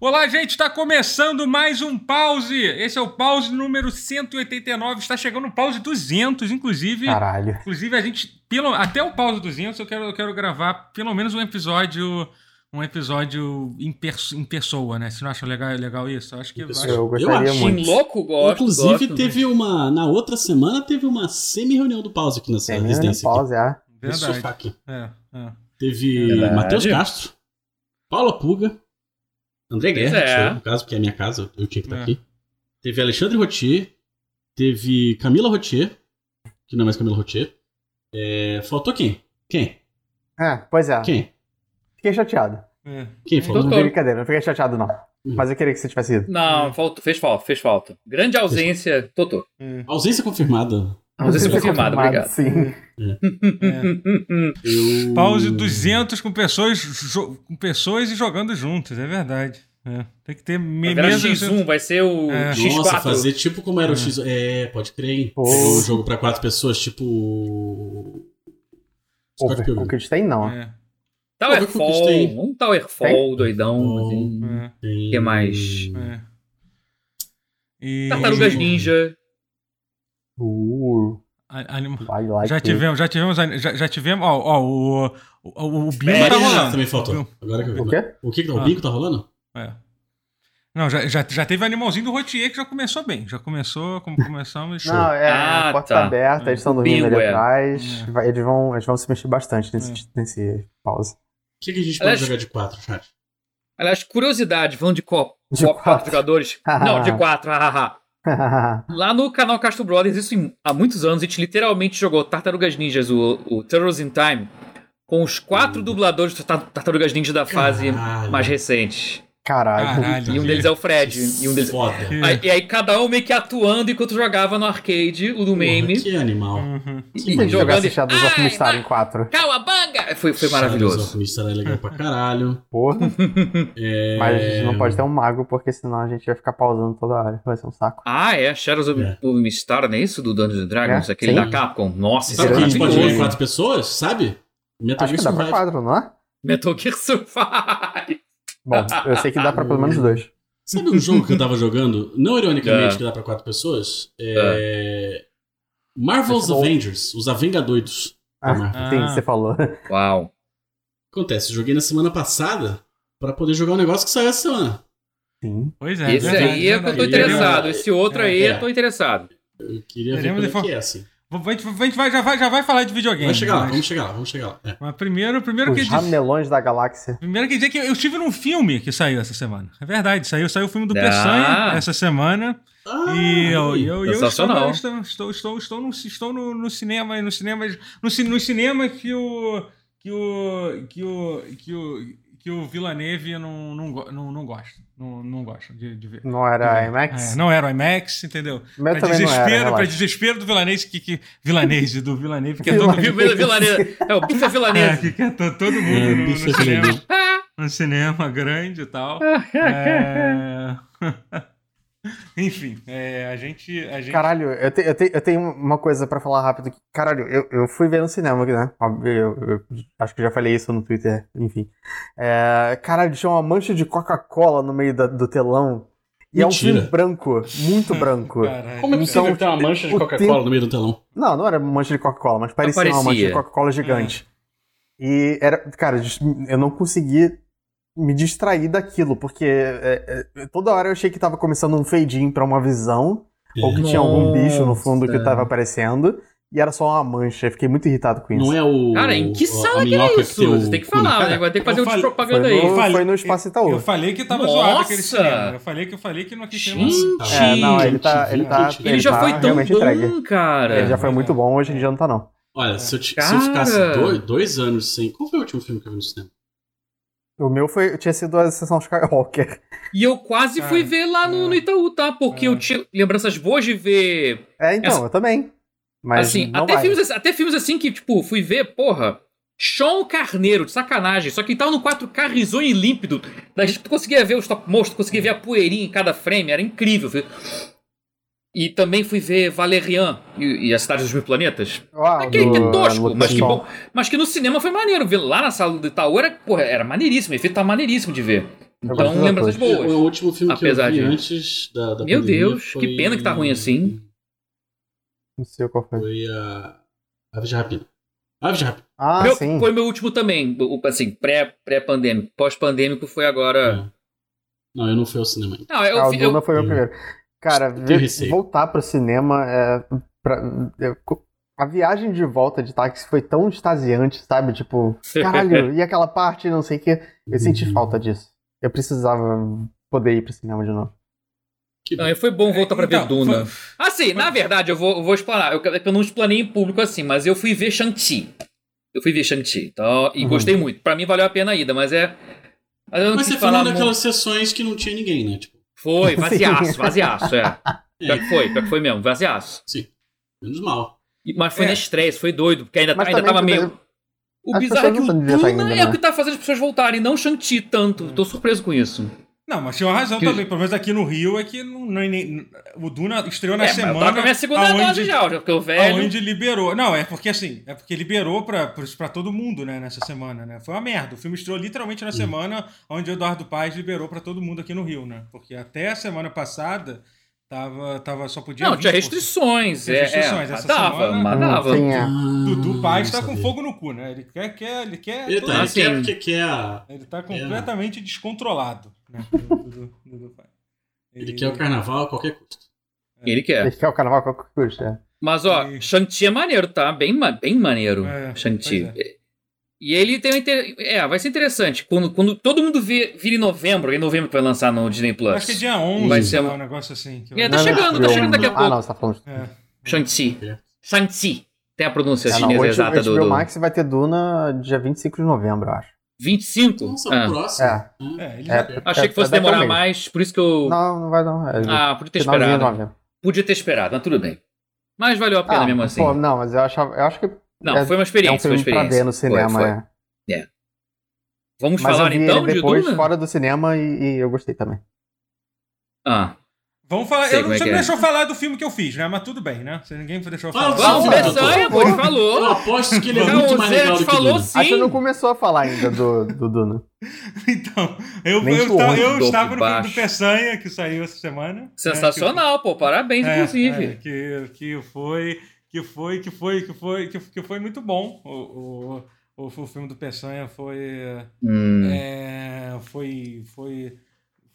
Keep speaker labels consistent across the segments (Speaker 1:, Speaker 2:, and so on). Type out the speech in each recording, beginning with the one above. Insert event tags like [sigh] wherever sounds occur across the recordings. Speaker 1: Olá, gente, está começando mais um pause. Esse é o pause número 189, está chegando o pause 200, inclusive.
Speaker 2: Caralho.
Speaker 1: Inclusive a gente pelo até o pause 200 eu quero eu quero gravar pelo menos um episódio um episódio em, perso- em pessoa, né? Você não acha legal, legal isso? Eu acho que eu acho-
Speaker 2: Eu gostaria
Speaker 3: acho
Speaker 2: muito.
Speaker 4: Louco, gosto.
Speaker 3: Inclusive,
Speaker 4: gosto,
Speaker 3: teve uma. Na outra semana, teve uma semi-reunião do Pause aqui nessa
Speaker 2: É, né,
Speaker 3: residência. Aqui.
Speaker 2: pause, ah.
Speaker 3: Esse
Speaker 1: verdade.
Speaker 3: sofá aqui.
Speaker 1: É, é.
Speaker 3: Teve
Speaker 4: Verdade.
Speaker 3: Matheus Castro, Paula Puga, André Guerra,
Speaker 4: Pois é.
Speaker 3: no caso, porque é a minha casa, eu tinha que estar
Speaker 1: É.
Speaker 3: aqui. Teve Alexandre Rotier, teve Camila Rotier, que não é mais Camila Rotier. É, faltou quem? Quem?
Speaker 2: É, pois é.
Speaker 3: Quem?
Speaker 2: Fiquei chateado.
Speaker 1: é.
Speaker 3: Quem faltou?
Speaker 4: Doutor.
Speaker 2: Brincadeira, não fiquei chateado, não. Mas eu queria que você tivesse ido.
Speaker 4: Não, faltou, fez falta, fez falta. Grande ausência, Totô.
Speaker 1: é.
Speaker 3: Ausência confirmada.
Speaker 4: Ausência
Speaker 2: Você foi
Speaker 4: confirmada, obrigado.
Speaker 2: Sim.
Speaker 3: É.
Speaker 4: [laughs]
Speaker 3: Eu...
Speaker 1: Pause 200 com pessoas, jo- com pessoas e jogando juntas, é verdade. É. Tem que ter me
Speaker 4: Vai virar
Speaker 1: mesa-
Speaker 4: X1, vai ser o
Speaker 1: É.
Speaker 4: X4.
Speaker 3: Nossa, fazer tipo como era
Speaker 1: É.
Speaker 3: o X. É, pode crer, hein?
Speaker 2: Pô.
Speaker 3: Pegou um jogo pra quatro pessoas, tipo.
Speaker 2: Pô,
Speaker 3: Scott
Speaker 2: o
Speaker 3: Pilgrim.
Speaker 2: que tem, não.
Speaker 1: É,
Speaker 3: Pô, eu
Speaker 4: Towerfall,
Speaker 3: conquistei.
Speaker 4: Tá
Speaker 3: Hum.
Speaker 4: um Towerfall doidão.
Speaker 3: Bom.
Speaker 4: assim.
Speaker 1: é,
Speaker 3: Tem-
Speaker 4: que mais?
Speaker 1: é. E-
Speaker 4: Tartarugas
Speaker 3: Hum.
Speaker 4: Ninja.
Speaker 2: Uh,
Speaker 1: A- anima-
Speaker 2: I like
Speaker 1: Já
Speaker 2: it.
Speaker 1: tivemos, já tivemos, an- já, já tivemos, ó, ó, o, o, o, o Bingo
Speaker 3: Maria
Speaker 1: tá
Speaker 3: Renata
Speaker 1: rolando.
Speaker 3: É, também faltou. Agora que eu vi.
Speaker 2: O quê?
Speaker 3: O que que tá?
Speaker 1: Ah.
Speaker 3: O bico tá rolando?
Speaker 1: É. Não, já, já, já teve animalzinho do Rotier que já começou bem. Já começou, como começamos. show.
Speaker 2: Não, é,
Speaker 4: Ah,
Speaker 2: a porta
Speaker 4: tá.
Speaker 2: tá aberta, eles estão
Speaker 4: O
Speaker 2: dormindo
Speaker 4: bingo,
Speaker 2: ali
Speaker 4: é.
Speaker 2: atrás.
Speaker 1: É.
Speaker 2: Vai- eles, vão, eles vão se mexer bastante nesse, nesse pause.
Speaker 3: O que, que a gente pode
Speaker 4: Aliás-
Speaker 3: jogar de quatro, chat?
Speaker 4: Aliás, curiosidade, vão de copo.
Speaker 2: De
Speaker 4: Copo,
Speaker 2: quatro. [laughs]
Speaker 4: quatro
Speaker 3: [laughs]
Speaker 4: jogadores. Não, de quatro, [laughs] hahaha. Lá no canal Castro Brothers, isso em- há muitos anos, a gente literalmente jogou Tartarugas Ninjas, o, o Turtles in Time, com os quatro dubladores do Tar- Tartarugas Ninja da fase
Speaker 3: Hum. Caralho.
Speaker 4: mais recente.
Speaker 2: Caralho.
Speaker 1: Caralho.
Speaker 4: E um deles é o Fred. E um deles...
Speaker 3: Foda.
Speaker 4: Aí- e aí cada um meio que atuando enquanto jogava no arcade, o do meme. Hum,
Speaker 3: Porra, que animal.
Speaker 1: Uhum.
Speaker 2: Se
Speaker 4: E
Speaker 2: eles jogassem
Speaker 4: jogando.
Speaker 2: Shadows of
Speaker 4: Ai,
Speaker 2: Mistar
Speaker 4: vai.
Speaker 2: em 4.
Speaker 4: Calabanga! Foi, foi maravilhoso.
Speaker 3: Isso era legal pra caralho.
Speaker 2: Porra.
Speaker 3: É...
Speaker 2: Mas não pode ter um mago, porque senão a gente vai ficar pausando toda hora. Vai ser um saco.
Speaker 4: Ah, é. Shadows of,
Speaker 3: É.
Speaker 4: of Mistar, não é isso? Do Dungeons and Dragons,
Speaker 2: É,
Speaker 4: aquele
Speaker 2: sim.
Speaker 4: da Capcom. Nossa, isso é
Speaker 3: Sabe o que a gente pode
Speaker 4: maravilhoso.
Speaker 3: jogar em quatro pessoas? Sabe? Metal
Speaker 2: Acho
Speaker 3: Gear
Speaker 2: que dá pra
Speaker 3: Survive.
Speaker 2: quatro, não é?
Speaker 4: Metal Gear Survive.
Speaker 2: Bom, eu sei que dá pra pelo menos dois.
Speaker 3: Sabe um jogo que eu tava jogando? Não ironicamente
Speaker 4: É.
Speaker 3: que dá pra quatro pessoas? É... Marvel's
Speaker 2: Esse é bom.
Speaker 3: Avengers, os Avengadoidos.
Speaker 2: Ah,
Speaker 3: Ah.
Speaker 2: Sim, você falou. [laughs]
Speaker 4: Uau.
Speaker 3: Acontece, joguei na semana passada pra poder jogar um negócio que saiu essa semana.
Speaker 2: Sim.
Speaker 1: Pois é.
Speaker 4: Esse
Speaker 1: verdade,
Speaker 4: aí é que eu tô
Speaker 1: verdade.
Speaker 3: interessa-
Speaker 4: interessado. Esse outro aí
Speaker 3: É.
Speaker 4: eu tô interessado.
Speaker 3: Eu queria ver
Speaker 1: Teremos
Speaker 3: como é
Speaker 1: info-
Speaker 3: que é, assim.
Speaker 1: Vamos- A gente, a gente vai, já, vai, já vai falar de videogame.
Speaker 3: Vamos chegar lá,
Speaker 1: mas-
Speaker 3: vamos chegar lá, vamos chegar lá. É.
Speaker 1: Mas primeiro, primeiro que
Speaker 2: Os
Speaker 1: dizer,
Speaker 2: ramelões da galáxia.
Speaker 1: primeiro que dizer que eu estive num filme que saiu essa semana. É verdade, saiu, saiu o filme do
Speaker 4: Ah.
Speaker 1: Peçanha essa semana.
Speaker 3: Ah,
Speaker 1: E eu, e eu, e eu estou,
Speaker 4: Sensacional.
Speaker 1: estou, estou, estou, estou, no, estou no, no cinema, no cinema, no, ci- no cinema que o que o que o que o que o Villeneuve não não go- não, não gosta, não, não gosta de, de ver.
Speaker 2: Não era
Speaker 1: É,
Speaker 2: IMAX?
Speaker 1: não era o IMAX, entendeu?
Speaker 2: Meu
Speaker 1: pra
Speaker 2: também não era,
Speaker 1: desespero, pra
Speaker 2: relaxa.
Speaker 1: desespero do Villeneuve que, que Villeneuve do Villeneuve que é todo
Speaker 4: Viu, [laughs] Vila- Vilanese- É o Bifa
Speaker 1: é,
Speaker 4: Vilanese.
Speaker 1: que quer to- todo mundo
Speaker 3: É,
Speaker 1: no, no
Speaker 3: bicho
Speaker 1: cinema,
Speaker 3: grande.
Speaker 1: no cinema grande e
Speaker 2: [laughs]
Speaker 1: tal. É... [laughs] Enfim, é, a gente. A gente...
Speaker 2: Caralho, eu, te- eu te- eu tenho uma coisa pra falar rápido. que- Caralho, eu, eu fui ver no cinema, né? Óbvio, Eu, eu acho que já falei isso no Twitter, enfim. É, caralho, tinha uma mancha de Coca-Cola no meio da- do telão. E é um
Speaker 3: Mentira.
Speaker 2: filme branco,
Speaker 1: [laughs]
Speaker 2: muito branco.
Speaker 1: Caralho.
Speaker 3: Como é possível
Speaker 2: Então,
Speaker 3: que tem uma mancha de
Speaker 2: o
Speaker 3: Coca-Cola no meio do telão?
Speaker 2: Não, não era mancha de Coca-Cola, mas parecia uma
Speaker 4: Aparecia.
Speaker 2: mancha
Speaker 1: É.
Speaker 2: de Coca-Cola gigante. E era. Cara, des- eu não consegui me distrair daquilo, porque é, é, toda hora eu achei que tava começando um fade-in pra uma visão, ou que tinha algum bicho no fundo que
Speaker 4: Nossa.
Speaker 2: tava aparecendo, e era só uma mancha. Eu fiquei muito irritado com isso.
Speaker 3: Não é o.
Speaker 4: Cara, em que
Speaker 3: a- a
Speaker 4: sala que
Speaker 3: minhoca
Speaker 4: é
Speaker 3: tem
Speaker 4: isso?
Speaker 3: o
Speaker 4: Você tem que
Speaker 3: cu, né?
Speaker 4: falar, né? Vai ter que fazer
Speaker 1: eu
Speaker 4: um de
Speaker 1: falei-
Speaker 4: propaganda
Speaker 2: foi
Speaker 4: aí.
Speaker 2: no,
Speaker 1: aí.
Speaker 2: foi no Espaço Itaú.
Speaker 1: Eu falei que tava
Speaker 4: Nossa!
Speaker 1: zoado aquele cinema. Eu falei que eu falei que não quis cinema.
Speaker 4: Gente!
Speaker 2: É, não, ele tá. Ele, tá,
Speaker 3: Ele
Speaker 4: Ele já
Speaker 2: tá
Speaker 4: foi tão bom,
Speaker 2: realmente entregue.
Speaker 4: cara.
Speaker 2: Ele já foi
Speaker 1: É.
Speaker 2: muito bom, hoje em dia não tá, não.
Speaker 3: Olha, se eu, ti- se eu
Speaker 4: Cara!
Speaker 3: ficasse dois, dois anos sem. Qual foi o último filme que eu vi no cinema?
Speaker 2: O meu foi, tinha sido a sessão Skywalker.
Speaker 4: E eu quase
Speaker 1: Cara,
Speaker 4: fui ver lá no,
Speaker 1: é.
Speaker 4: no Itaú, tá? Porque
Speaker 1: É.
Speaker 4: eu tinha lembranças boas de ver.
Speaker 2: É, então,
Speaker 4: Essa-
Speaker 2: eu também. Mas
Speaker 4: assim,
Speaker 2: não
Speaker 4: até
Speaker 2: vai.
Speaker 4: filmes, assim- até filmes assim que, tipo, fui ver, porra. Sean Carneiro, de sacanagem. Só que tava no 4K risonho e límpido. Da gente tu conseguia ver o stop motion, tu conseguia ver a poeirinha em cada frame, era incrível. Fui- E também fui ver Valerian e, e a Cidade dos Mil Planetas.
Speaker 2: Ó,
Speaker 4: Aquele que é
Speaker 2: Ah, do-
Speaker 4: tosco,
Speaker 2: do
Speaker 4: mas que,
Speaker 2: Tom.
Speaker 4: bom, mas que no cinema foi maneiro. Ver lá na sala do Itaú era, porra, era maneiríssimo, o efeito tá maneiríssimo de ver.
Speaker 2: gosto
Speaker 4: Então,
Speaker 2: da
Speaker 4: lembranças
Speaker 3: O,
Speaker 4: boas.
Speaker 3: o último filme
Speaker 4: Apesar
Speaker 3: que eu vi
Speaker 4: de-
Speaker 3: antes da, da
Speaker 4: Meu
Speaker 3: pandemia
Speaker 4: Deus, que
Speaker 3: foi-
Speaker 4: pena que tá ruim assim.
Speaker 2: Não sei qual foi.
Speaker 3: Foi a Aves de Rapina. Aves de Rapina.
Speaker 2: Ah,
Speaker 4: Meu-
Speaker 2: sim.
Speaker 4: Foi meu último também, o- assim, pré- pré-pandêmico. Pós-pandêmico foi agora.
Speaker 3: É. Não, eu não fui ao cinema ainda.
Speaker 4: Não, eu,
Speaker 2: Ah, o
Speaker 4: fi- eu-
Speaker 2: Duna foi o meu
Speaker 3: eu-
Speaker 2: primeiro. Cara,
Speaker 3: Eu tenho
Speaker 2: ver-
Speaker 3: receio.
Speaker 2: voltar pro cinema é. pra- eu- co- a viagem de volta de táxi foi tão extasiante, sabe?
Speaker 4: [laughs]
Speaker 2: Tipo, caralho, e aquela parte, não sei o quê. Eu senti
Speaker 4: Uhum.
Speaker 3: Uhum.
Speaker 2: falta disso. Eu precisava poder ir pro cinema de novo.
Speaker 3: Que
Speaker 4: não, foi bom voltar pra ver
Speaker 1: Então,
Speaker 4: Duna.
Speaker 1: foi-
Speaker 4: Assim, na verdade, eu vou, eu vou explanar. Eu, eu não explanei em público assim, mas eu fui ver Shang-Chi. Eu fui ver Shang-Chi. Então, e
Speaker 2: Uhum.
Speaker 4: gostei muito. Pra mim valeu a pena a ida, mas é. Mas eu não
Speaker 3: Mas
Speaker 4: quis
Speaker 3: você foi numa
Speaker 4: falar muito.
Speaker 3: daquelas sessões que não tinha ninguém, né? Tipo,
Speaker 4: Foi,
Speaker 2: Sim.
Speaker 4: vaziaço, vaziaço, é. Pior que foi, pior que foi mesmo, vaziaço.
Speaker 3: menos mal.
Speaker 4: E- Mas foi
Speaker 1: É.
Speaker 4: na estresse, foi doido, porque ainda, tá- ainda tava
Speaker 2: também,
Speaker 4: meio. O
Speaker 2: as
Speaker 4: bizarro é
Speaker 2: pessoas
Speaker 4: que o
Speaker 2: não estão
Speaker 4: Duna
Speaker 2: de dieta ainda,
Speaker 4: é
Speaker 2: né?
Speaker 4: o que tá fazendo as pessoas voltarem, não Shang-Chi tanto. Tô surpreso com isso.
Speaker 1: Não, mas tinha uma razão
Speaker 4: Que-
Speaker 1: também. Pelo menos aqui no Rio é que não, não- nem- o Duna estreou na
Speaker 4: é, mas eu
Speaker 1: semana.
Speaker 4: tava com a minha segunda
Speaker 1: aonde-
Speaker 4: dose já, já, porque o velho.
Speaker 1: Aonde liberou. Não, é porque assim, é porque liberou pra, pros- pra todo mundo, né, nessa semana, né? Foi uma merda. O filme estreou literalmente na semana onde o Eduardo Paes liberou pra todo mundo aqui no Rio, né? Porque até a semana passada tava, tava só podia.
Speaker 4: Não,
Speaker 1: 20%.
Speaker 4: tinha restrições.
Speaker 1: Tinha
Speaker 4: um. é,
Speaker 1: restrições
Speaker 4: é,
Speaker 1: essa
Speaker 4: dava,
Speaker 1: semana.
Speaker 4: mas
Speaker 2: Hum,
Speaker 4: dava.
Speaker 2: sim, é.
Speaker 1: Dudu Paes
Speaker 3: não
Speaker 1: tá com
Speaker 3: sabia.
Speaker 1: fogo no cu, né? Ele quer, quer, ele quer.
Speaker 3: Ele tá, ele
Speaker 4: Assim.
Speaker 3: quer porque quer a-
Speaker 1: Ele tá completamente descontrolado, né? do- do- do- do- do pai.
Speaker 3: Ele quer o carnaval a qualquer custo.
Speaker 4: Ele quer.
Speaker 2: Esse que é o carnaval que eu curto, é.
Speaker 4: Mas ó,
Speaker 1: E-
Speaker 4: Shang-Chi é maneiro, tá? Bem, ma- bem maneiro.
Speaker 1: É,
Speaker 4: Shang-Chi.
Speaker 1: pois
Speaker 4: E ele tem um inter... É, vai ser interessante. Quando, quando todo mundo vir, vir em novembro, é em novembro que vai lançar no Disney Plus.
Speaker 1: Acho que é dia 11,
Speaker 4: Vai
Speaker 1: vai
Speaker 4: ser
Speaker 1: ser
Speaker 4: uma-
Speaker 1: um negócio assim. que
Speaker 4: É,
Speaker 1: eu-
Speaker 4: tá
Speaker 2: Não, não,
Speaker 4: chegando, tá
Speaker 2: eu-
Speaker 4: chegando daqui a
Speaker 2: Ah,
Speaker 4: pouco.
Speaker 2: não, você tá falando.
Speaker 1: É.
Speaker 4: Shang-Chi.
Speaker 3: É.
Speaker 4: Shang-Chi. Tem a pronúncia
Speaker 2: É, não,
Speaker 4: chinesa
Speaker 2: o
Speaker 4: exata
Speaker 2: HBO
Speaker 4: do, do...
Speaker 2: Max vai ter Duna dia 25 de novembro, eu acho.
Speaker 4: 25?
Speaker 3: Nossa,
Speaker 4: Ah,
Speaker 3: Então, próximo.
Speaker 2: É.
Speaker 3: né?
Speaker 1: É, ele
Speaker 2: É.
Speaker 1: já-
Speaker 4: Achei
Speaker 2: É,
Speaker 4: que fosse
Speaker 2: é daqui a
Speaker 4: demorar
Speaker 2: meio.
Speaker 4: mais, por isso que eu...
Speaker 2: Não, não vai não. É,
Speaker 4: Uhum. Ah, podia ter
Speaker 2: finalzinho de
Speaker 4: esperado.
Speaker 2: novembro.
Speaker 4: Podia ter esperado, mas tudo bem. Mas valeu a pena
Speaker 2: Ah,
Speaker 4: mesmo assim.
Speaker 2: Pô, não, mas eu, achava, eu acho que
Speaker 4: Não,
Speaker 2: é-
Speaker 4: foi
Speaker 2: é
Speaker 4: uma
Speaker 2: um
Speaker 4: experiência, foi uma
Speaker 2: filme pra
Speaker 4: experiência.
Speaker 2: ver no cinema.
Speaker 4: Foi, foi.
Speaker 2: é.
Speaker 4: Vamos
Speaker 2: Mas eu
Speaker 4: falar
Speaker 2: vi
Speaker 4: então
Speaker 2: ele
Speaker 4: de
Speaker 2: depois,
Speaker 4: Duna?
Speaker 2: fora do cinema, e, e eu gostei também.
Speaker 4: Ah,
Speaker 1: Vamos falar. eu
Speaker 4: Sei
Speaker 1: não,
Speaker 4: como é
Speaker 1: você
Speaker 4: que
Speaker 1: não
Speaker 4: é.
Speaker 1: deixou falar do filme que eu fiz, né? Mas tudo bem, né? Se ninguém deixou
Speaker 3: Ah,
Speaker 1: falar.
Speaker 4: Vamos,
Speaker 3: Vamos,
Speaker 4: Peçanha, pô,
Speaker 2: vamos.
Speaker 4: ele
Speaker 3: Eu
Speaker 4: falou.
Speaker 3: aposto que ele é
Speaker 4: Não,
Speaker 3: muito
Speaker 4: o
Speaker 3: mais
Speaker 4: Zé
Speaker 3: legal do que
Speaker 4: falou
Speaker 3: Duna.
Speaker 4: sim.
Speaker 2: Acho que não começou a falar ainda do, do Duna.
Speaker 1: [laughs]
Speaker 4: [laughs]
Speaker 1: Então, eu,
Speaker 2: Nem
Speaker 1: eu,
Speaker 2: sou
Speaker 1: ta-
Speaker 2: homem,
Speaker 1: eu
Speaker 4: dobro
Speaker 1: estava no filme do
Speaker 4: um baixo.
Speaker 1: Peçanha, que saiu essa semana.
Speaker 4: Sensacional, pô. Parabéns,
Speaker 1: né? Que-
Speaker 4: inclusive.
Speaker 1: é, é, que, que foi. Que foi, que foi, que foi, que, que foi muito bom. O, o, o, o filme do Peçanha foi.
Speaker 4: Hum.
Speaker 1: É, foi. Foi.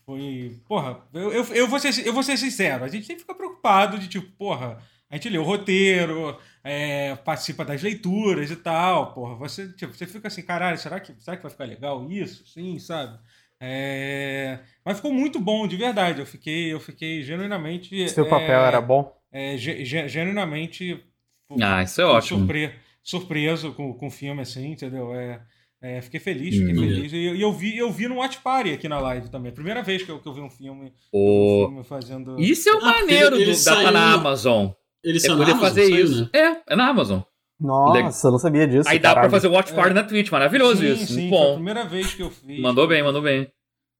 Speaker 1: Foi. Porra, eu, eu, eu, vou ser, eu vou ser sincero. A gente sempre fica preocupado de tipo, porra, a gente lê o roteiro, é, participa das leituras e tal, porra. Você, tipo, você fica assim, caralho, será que, será que vai ficar legal isso? Sim, sabe? É, mas ficou muito bom, de verdade. Eu fiquei, eu fiquei genuinamente.
Speaker 2: Seu
Speaker 1: é,
Speaker 2: papel era bom.
Speaker 1: é, ge- ge- genuinamente
Speaker 4: Ah, isso é
Speaker 1: Fiquei
Speaker 4: ótimo.
Speaker 1: surpre- surpreso com, com o filme, assim, entendeu? É, é, fiquei feliz,
Speaker 4: Hum.
Speaker 1: fiquei feliz. E, e eu vi, eu vi no Watch Party aqui na live também. Primeira vez que eu, que eu vi um filme, um
Speaker 4: Pô.
Speaker 1: filme fazendo.
Speaker 4: Isso é o
Speaker 3: Ah,
Speaker 4: maneiro
Speaker 3: ele- ele
Speaker 4: do, da tá
Speaker 3: saiu
Speaker 4: na
Speaker 3: na-
Speaker 4: Amazon.
Speaker 3: Ele
Speaker 4: É
Speaker 3: saiu na
Speaker 4: poder
Speaker 3: Amazon,
Speaker 4: fazer
Speaker 3: saiu,
Speaker 4: isso.
Speaker 3: né?
Speaker 4: É, é na Amazon.
Speaker 2: Nossa, eu não sabia disso.
Speaker 4: Aí dá pra
Speaker 2: caralho.
Speaker 4: fazer watch party na Twitch, maravilhoso
Speaker 1: Sim,
Speaker 4: isso.
Speaker 1: sim,
Speaker 4: Muito
Speaker 1: foi a
Speaker 4: bom.
Speaker 1: primeira vez que eu fiz.
Speaker 4: Mandou bem, mandou bem.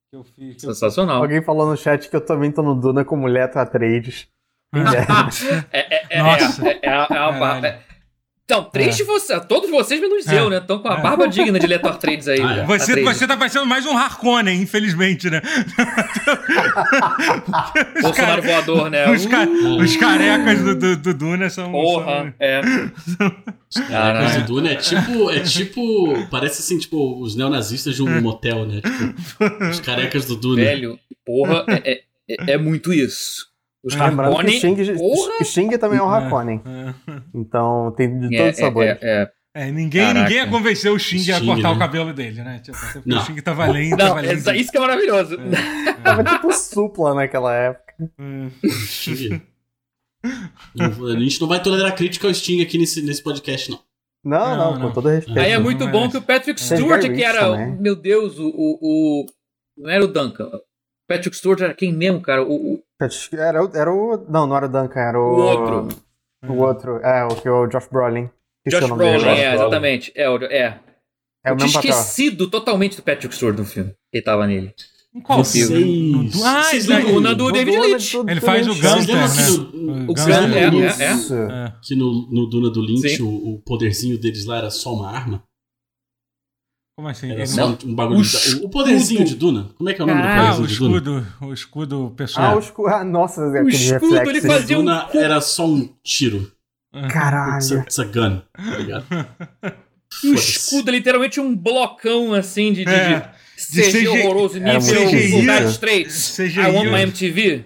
Speaker 1: Que eu fiz, que eu-
Speaker 4: Sensacional.
Speaker 2: Alguém falou no chat que eu também tô no Duna com mulher tá trades.
Speaker 4: [laughs] É, é, é,
Speaker 1: Nossa.
Speaker 4: é, é, é uma barba.
Speaker 1: Caralho.
Speaker 4: Então, três
Speaker 1: É.
Speaker 4: de vocês, todos vocês menos
Speaker 1: É.
Speaker 4: eu, né? Estão com a
Speaker 1: É.
Speaker 4: barba digna de Letor Trades aí.
Speaker 3: Ah, é.
Speaker 1: Você,
Speaker 4: Atreides.
Speaker 1: você tá parecendo mais um Harkonnen, infelizmente, né?
Speaker 4: Bolsonaro voador, né?
Speaker 1: Os, ca- os carecas do, do, do Duna são. né?
Speaker 4: Porra,
Speaker 1: [laughs]
Speaker 4: é.
Speaker 3: Caraca,
Speaker 4: Caralho.
Speaker 3: esse Duna é tipo, é tipo. Parece assim, tipo, os neonazistas de um motel, né? Tipo, os carecas do Duna.
Speaker 4: Velho, porra, é, é- é- é muito isso. Os
Speaker 2: Lembrando que
Speaker 4: Harkonnen...
Speaker 2: Xing,
Speaker 4: Tá Porra!
Speaker 2: Xing também é um
Speaker 1: É.
Speaker 2: Harkonnen.
Speaker 1: são-
Speaker 2: Então tem de
Speaker 4: É,
Speaker 2: todos os sabores.
Speaker 4: é, é, é.
Speaker 1: É, ninguém,
Speaker 4: Caraca.
Speaker 1: ninguém ia convencer o Xing a
Speaker 3: Xing,
Speaker 1: cortar
Speaker 3: né?
Speaker 1: o cabelo dele, né? Tipo, até porque
Speaker 3: Não.
Speaker 1: o Xing tá valendo, tá
Speaker 4: Não, é,
Speaker 1: valendo.
Speaker 4: isso que é maravilhoso.
Speaker 2: Tava tipo supla naquela época.
Speaker 1: É.
Speaker 3: Sting. Não, a gente não vai tolerar crítica ao Sting aqui nesse, nesse podcast, não.
Speaker 2: Não, não,
Speaker 1: Não,
Speaker 2: com
Speaker 1: não.
Speaker 2: todo respeito.
Speaker 4: Aí é
Speaker 1: Não
Speaker 4: muito
Speaker 1: merece.
Speaker 4: bom que o Patrick
Speaker 2: É.
Speaker 4: Stewart,
Speaker 2: Gary
Speaker 4: que
Speaker 2: Reeves
Speaker 4: era,
Speaker 2: também.
Speaker 4: meu Deus, o, o, o- Não era o Duncan. O Patrick Stewart era quem mesmo, cara? O, o-
Speaker 2: Era, o- era o. Não, não era o Duncan, era o.
Speaker 4: o outro.
Speaker 2: O outro. É, o que é o Josh Brolin. Esqueci o
Speaker 4: Josh
Speaker 2: nome dele
Speaker 4: Brolin,
Speaker 2: agora.
Speaker 4: é, exatamente. É, o- é.
Speaker 2: É o
Speaker 4: Eu tinha
Speaker 2: mesmo papel.
Speaker 4: esquecido totalmente do Patrick Stewart no filme. Ele tava nele.
Speaker 1: Em Qual
Speaker 3: Vocês-
Speaker 1: filme? No Du- Ah,
Speaker 3: vocês
Speaker 1: ele-
Speaker 3: lembram-
Speaker 4: O Nando
Speaker 2: Do
Speaker 4: David
Speaker 2: Duna,
Speaker 4: Lynch.
Speaker 2: do-
Speaker 1: Ele
Speaker 2: do
Speaker 1: faz o
Speaker 2: Lynch.
Speaker 3: Vocês
Speaker 1: Gunther,
Speaker 3: lembram que
Speaker 1: né?
Speaker 3: no,
Speaker 1: O
Speaker 3: vocês
Speaker 1: Gunther,
Speaker 3: lembram
Speaker 4: é,
Speaker 3: no-
Speaker 4: é.
Speaker 2: Isso.
Speaker 1: É.
Speaker 3: que no, no Duna do Lynch
Speaker 4: Sim.
Speaker 3: o, o poderzinho deles lá era só uma arma?
Speaker 1: Como assim?
Speaker 3: Era
Speaker 1: Ele
Speaker 3: só
Speaker 1: não-
Speaker 3: um bagulho.
Speaker 4: O
Speaker 3: de- O, o poderzinho
Speaker 4: escudo.
Speaker 3: de Duna. Como é que é o nome
Speaker 4: Caralho,
Speaker 1: Ah,
Speaker 3: do
Speaker 1: o
Speaker 3: poderzinho de Duna?
Speaker 1: escudo, o escudo
Speaker 2: Ah,
Speaker 1: pessoal.
Speaker 2: o escudo. Ah, nossa, aquele
Speaker 4: escudo,
Speaker 2: reflexo.
Speaker 4: ele fazia- Deu um
Speaker 3: Duna era só um tiro. It's a,
Speaker 2: Caralho.
Speaker 3: it's a gun. Tá ligado?
Speaker 4: E o
Speaker 3: Foda-se.
Speaker 4: escudo é literalmente um blocão assim de, de,
Speaker 1: É,
Speaker 4: de
Speaker 1: de
Speaker 4: CG
Speaker 1: CG.
Speaker 4: horroroso,
Speaker 2: Era
Speaker 4: nível
Speaker 1: muito CGI.
Speaker 4: Soldados Straits.
Speaker 1: CGI,
Speaker 4: I want my
Speaker 1: né?
Speaker 4: MTV.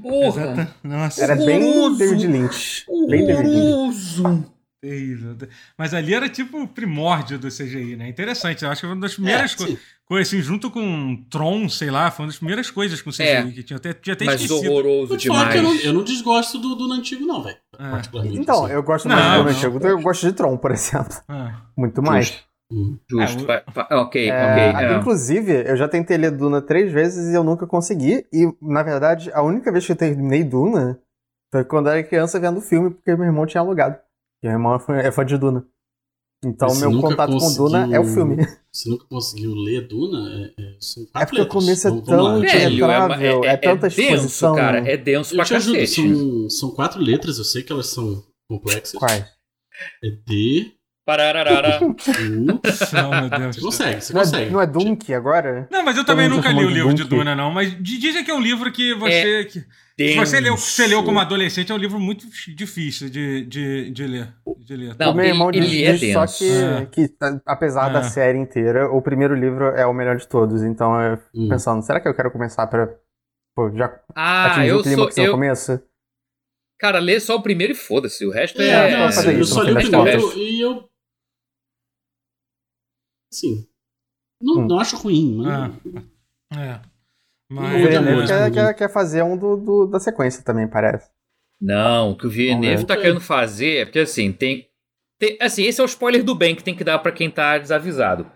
Speaker 4: Porra,
Speaker 1: Exata- [laughs] Nossa,
Speaker 2: Era bem
Speaker 4: Horroroso.
Speaker 2: David Lynch. Bem David Lynch.
Speaker 4: horroroso.
Speaker 1: terrível. Mas ali era tipo o primórdio do CGI, né? Interessante. Eu acho que foi uma das primeiras
Speaker 3: É,
Speaker 1: co-
Speaker 3: sim.
Speaker 1: coisas, assim, junto com Tron, sei lá, foi uma das primeiras coisas com CGI
Speaker 4: É.
Speaker 1: que tinha até, tinha até
Speaker 4: Mas
Speaker 1: esquecido.
Speaker 4: horroroso
Speaker 3: Vou te falar que eu não,
Speaker 4: demais.
Speaker 3: eu não desgosto do Duna antigo, não, velho.
Speaker 1: Ah.
Speaker 3: Particularmente.
Speaker 2: Então,
Speaker 3: assim.
Speaker 2: eu gosto
Speaker 1: Não,
Speaker 2: mais do
Speaker 1: não.
Speaker 2: antigo. Eu gosto de Tron, por exemplo. [laughs]
Speaker 1: Ah,
Speaker 2: Muito mais.
Speaker 4: Justo.
Speaker 1: É, o-
Speaker 4: vai- vai- ah, Ok,
Speaker 2: Ah, É,
Speaker 4: ok. é.
Speaker 2: Inclusive, eu já tentei ler Duna três vezes e eu nunca consegui. E, na verdade, a única vez que eu terminei Duna foi quando eu era criança vendo o filme, porque meu irmão tinha alugado. E meu irmão é fã, é fã de Duna. Então,
Speaker 3: Mas você
Speaker 2: meu
Speaker 3: nunca
Speaker 2: contato
Speaker 3: conseguiu-
Speaker 2: com Duna é o filme.
Speaker 3: Você nunca conseguiu ler Duna? É, é, são
Speaker 2: É
Speaker 3: quatro
Speaker 2: porque o
Speaker 3: letras.
Speaker 2: começo é
Speaker 3: Vamos- vamos lá,
Speaker 2: tão
Speaker 3: eu te-
Speaker 2: Velho, é- é- é tanta
Speaker 4: denso,
Speaker 2: exposição.
Speaker 4: cara. É denso
Speaker 3: Eu
Speaker 4: pra
Speaker 3: te ajudo.
Speaker 4: cacete.
Speaker 3: São, são quatro letras, eu sei que elas são complexas.
Speaker 2: Quais?
Speaker 3: É D,
Speaker 4: Parararara.
Speaker 3: [laughs] U.
Speaker 1: não, meu Deus.
Speaker 3: [laughs] Você consegue, você
Speaker 2: Não é,
Speaker 3: consegue.
Speaker 2: não é Dunk agora?
Speaker 1: Não, mas eu também
Speaker 2: mundo
Speaker 1: nunca
Speaker 2: tá
Speaker 1: li o
Speaker 2: chamando de
Speaker 1: livro de
Speaker 2: Dunk.
Speaker 1: Duna, não. Mas di- dizem que é um livro que você. que- se
Speaker 4: denso.
Speaker 1: você leu, você leu como adolescente, é um livro muito difícil de, de, de ler. De ler.
Speaker 4: Não,
Speaker 2: o meu
Speaker 4: ele-
Speaker 2: irmão diz,
Speaker 4: ele é
Speaker 2: diz só
Speaker 4: denso.
Speaker 2: que,
Speaker 1: É.
Speaker 2: que, a- apesar da
Speaker 1: É.
Speaker 2: série inteira, o primeiro livro é o melhor de todos. Então eu fico
Speaker 3: Hum.
Speaker 2: pensando, será que eu quero começar pra pô, já
Speaker 4: Ah,
Speaker 2: atingir
Speaker 4: eu
Speaker 2: o clima
Speaker 4: sou.
Speaker 2: que você
Speaker 4: Eu,
Speaker 2: começo?
Speaker 4: cara, lê só o primeiro e foda-se. O resto é.
Speaker 2: É,
Speaker 3: não, assim,
Speaker 2: fazer
Speaker 3: eu
Speaker 2: isso,
Speaker 3: só
Speaker 2: no
Speaker 3: li o
Speaker 2: fim das
Speaker 3: primeiro
Speaker 4: contas.
Speaker 3: e eu. Assim. Não,
Speaker 2: Hum.
Speaker 3: não acho ruim, mas.
Speaker 1: Ah. É.
Speaker 2: O
Speaker 1: Mas.
Speaker 2: Villeneuve
Speaker 3: amor,
Speaker 1: é,
Speaker 2: quer,
Speaker 3: né?
Speaker 2: quer, quer fazer um do, do- da sequência também, parece.
Speaker 4: Não, o que o Villeneuve
Speaker 3: Não,
Speaker 4: tá
Speaker 3: né?
Speaker 4: querendo fazer é porque assim, tem, tem- Assim, esse é o spoiler do bem que tem que dar pra quem tá desavisado.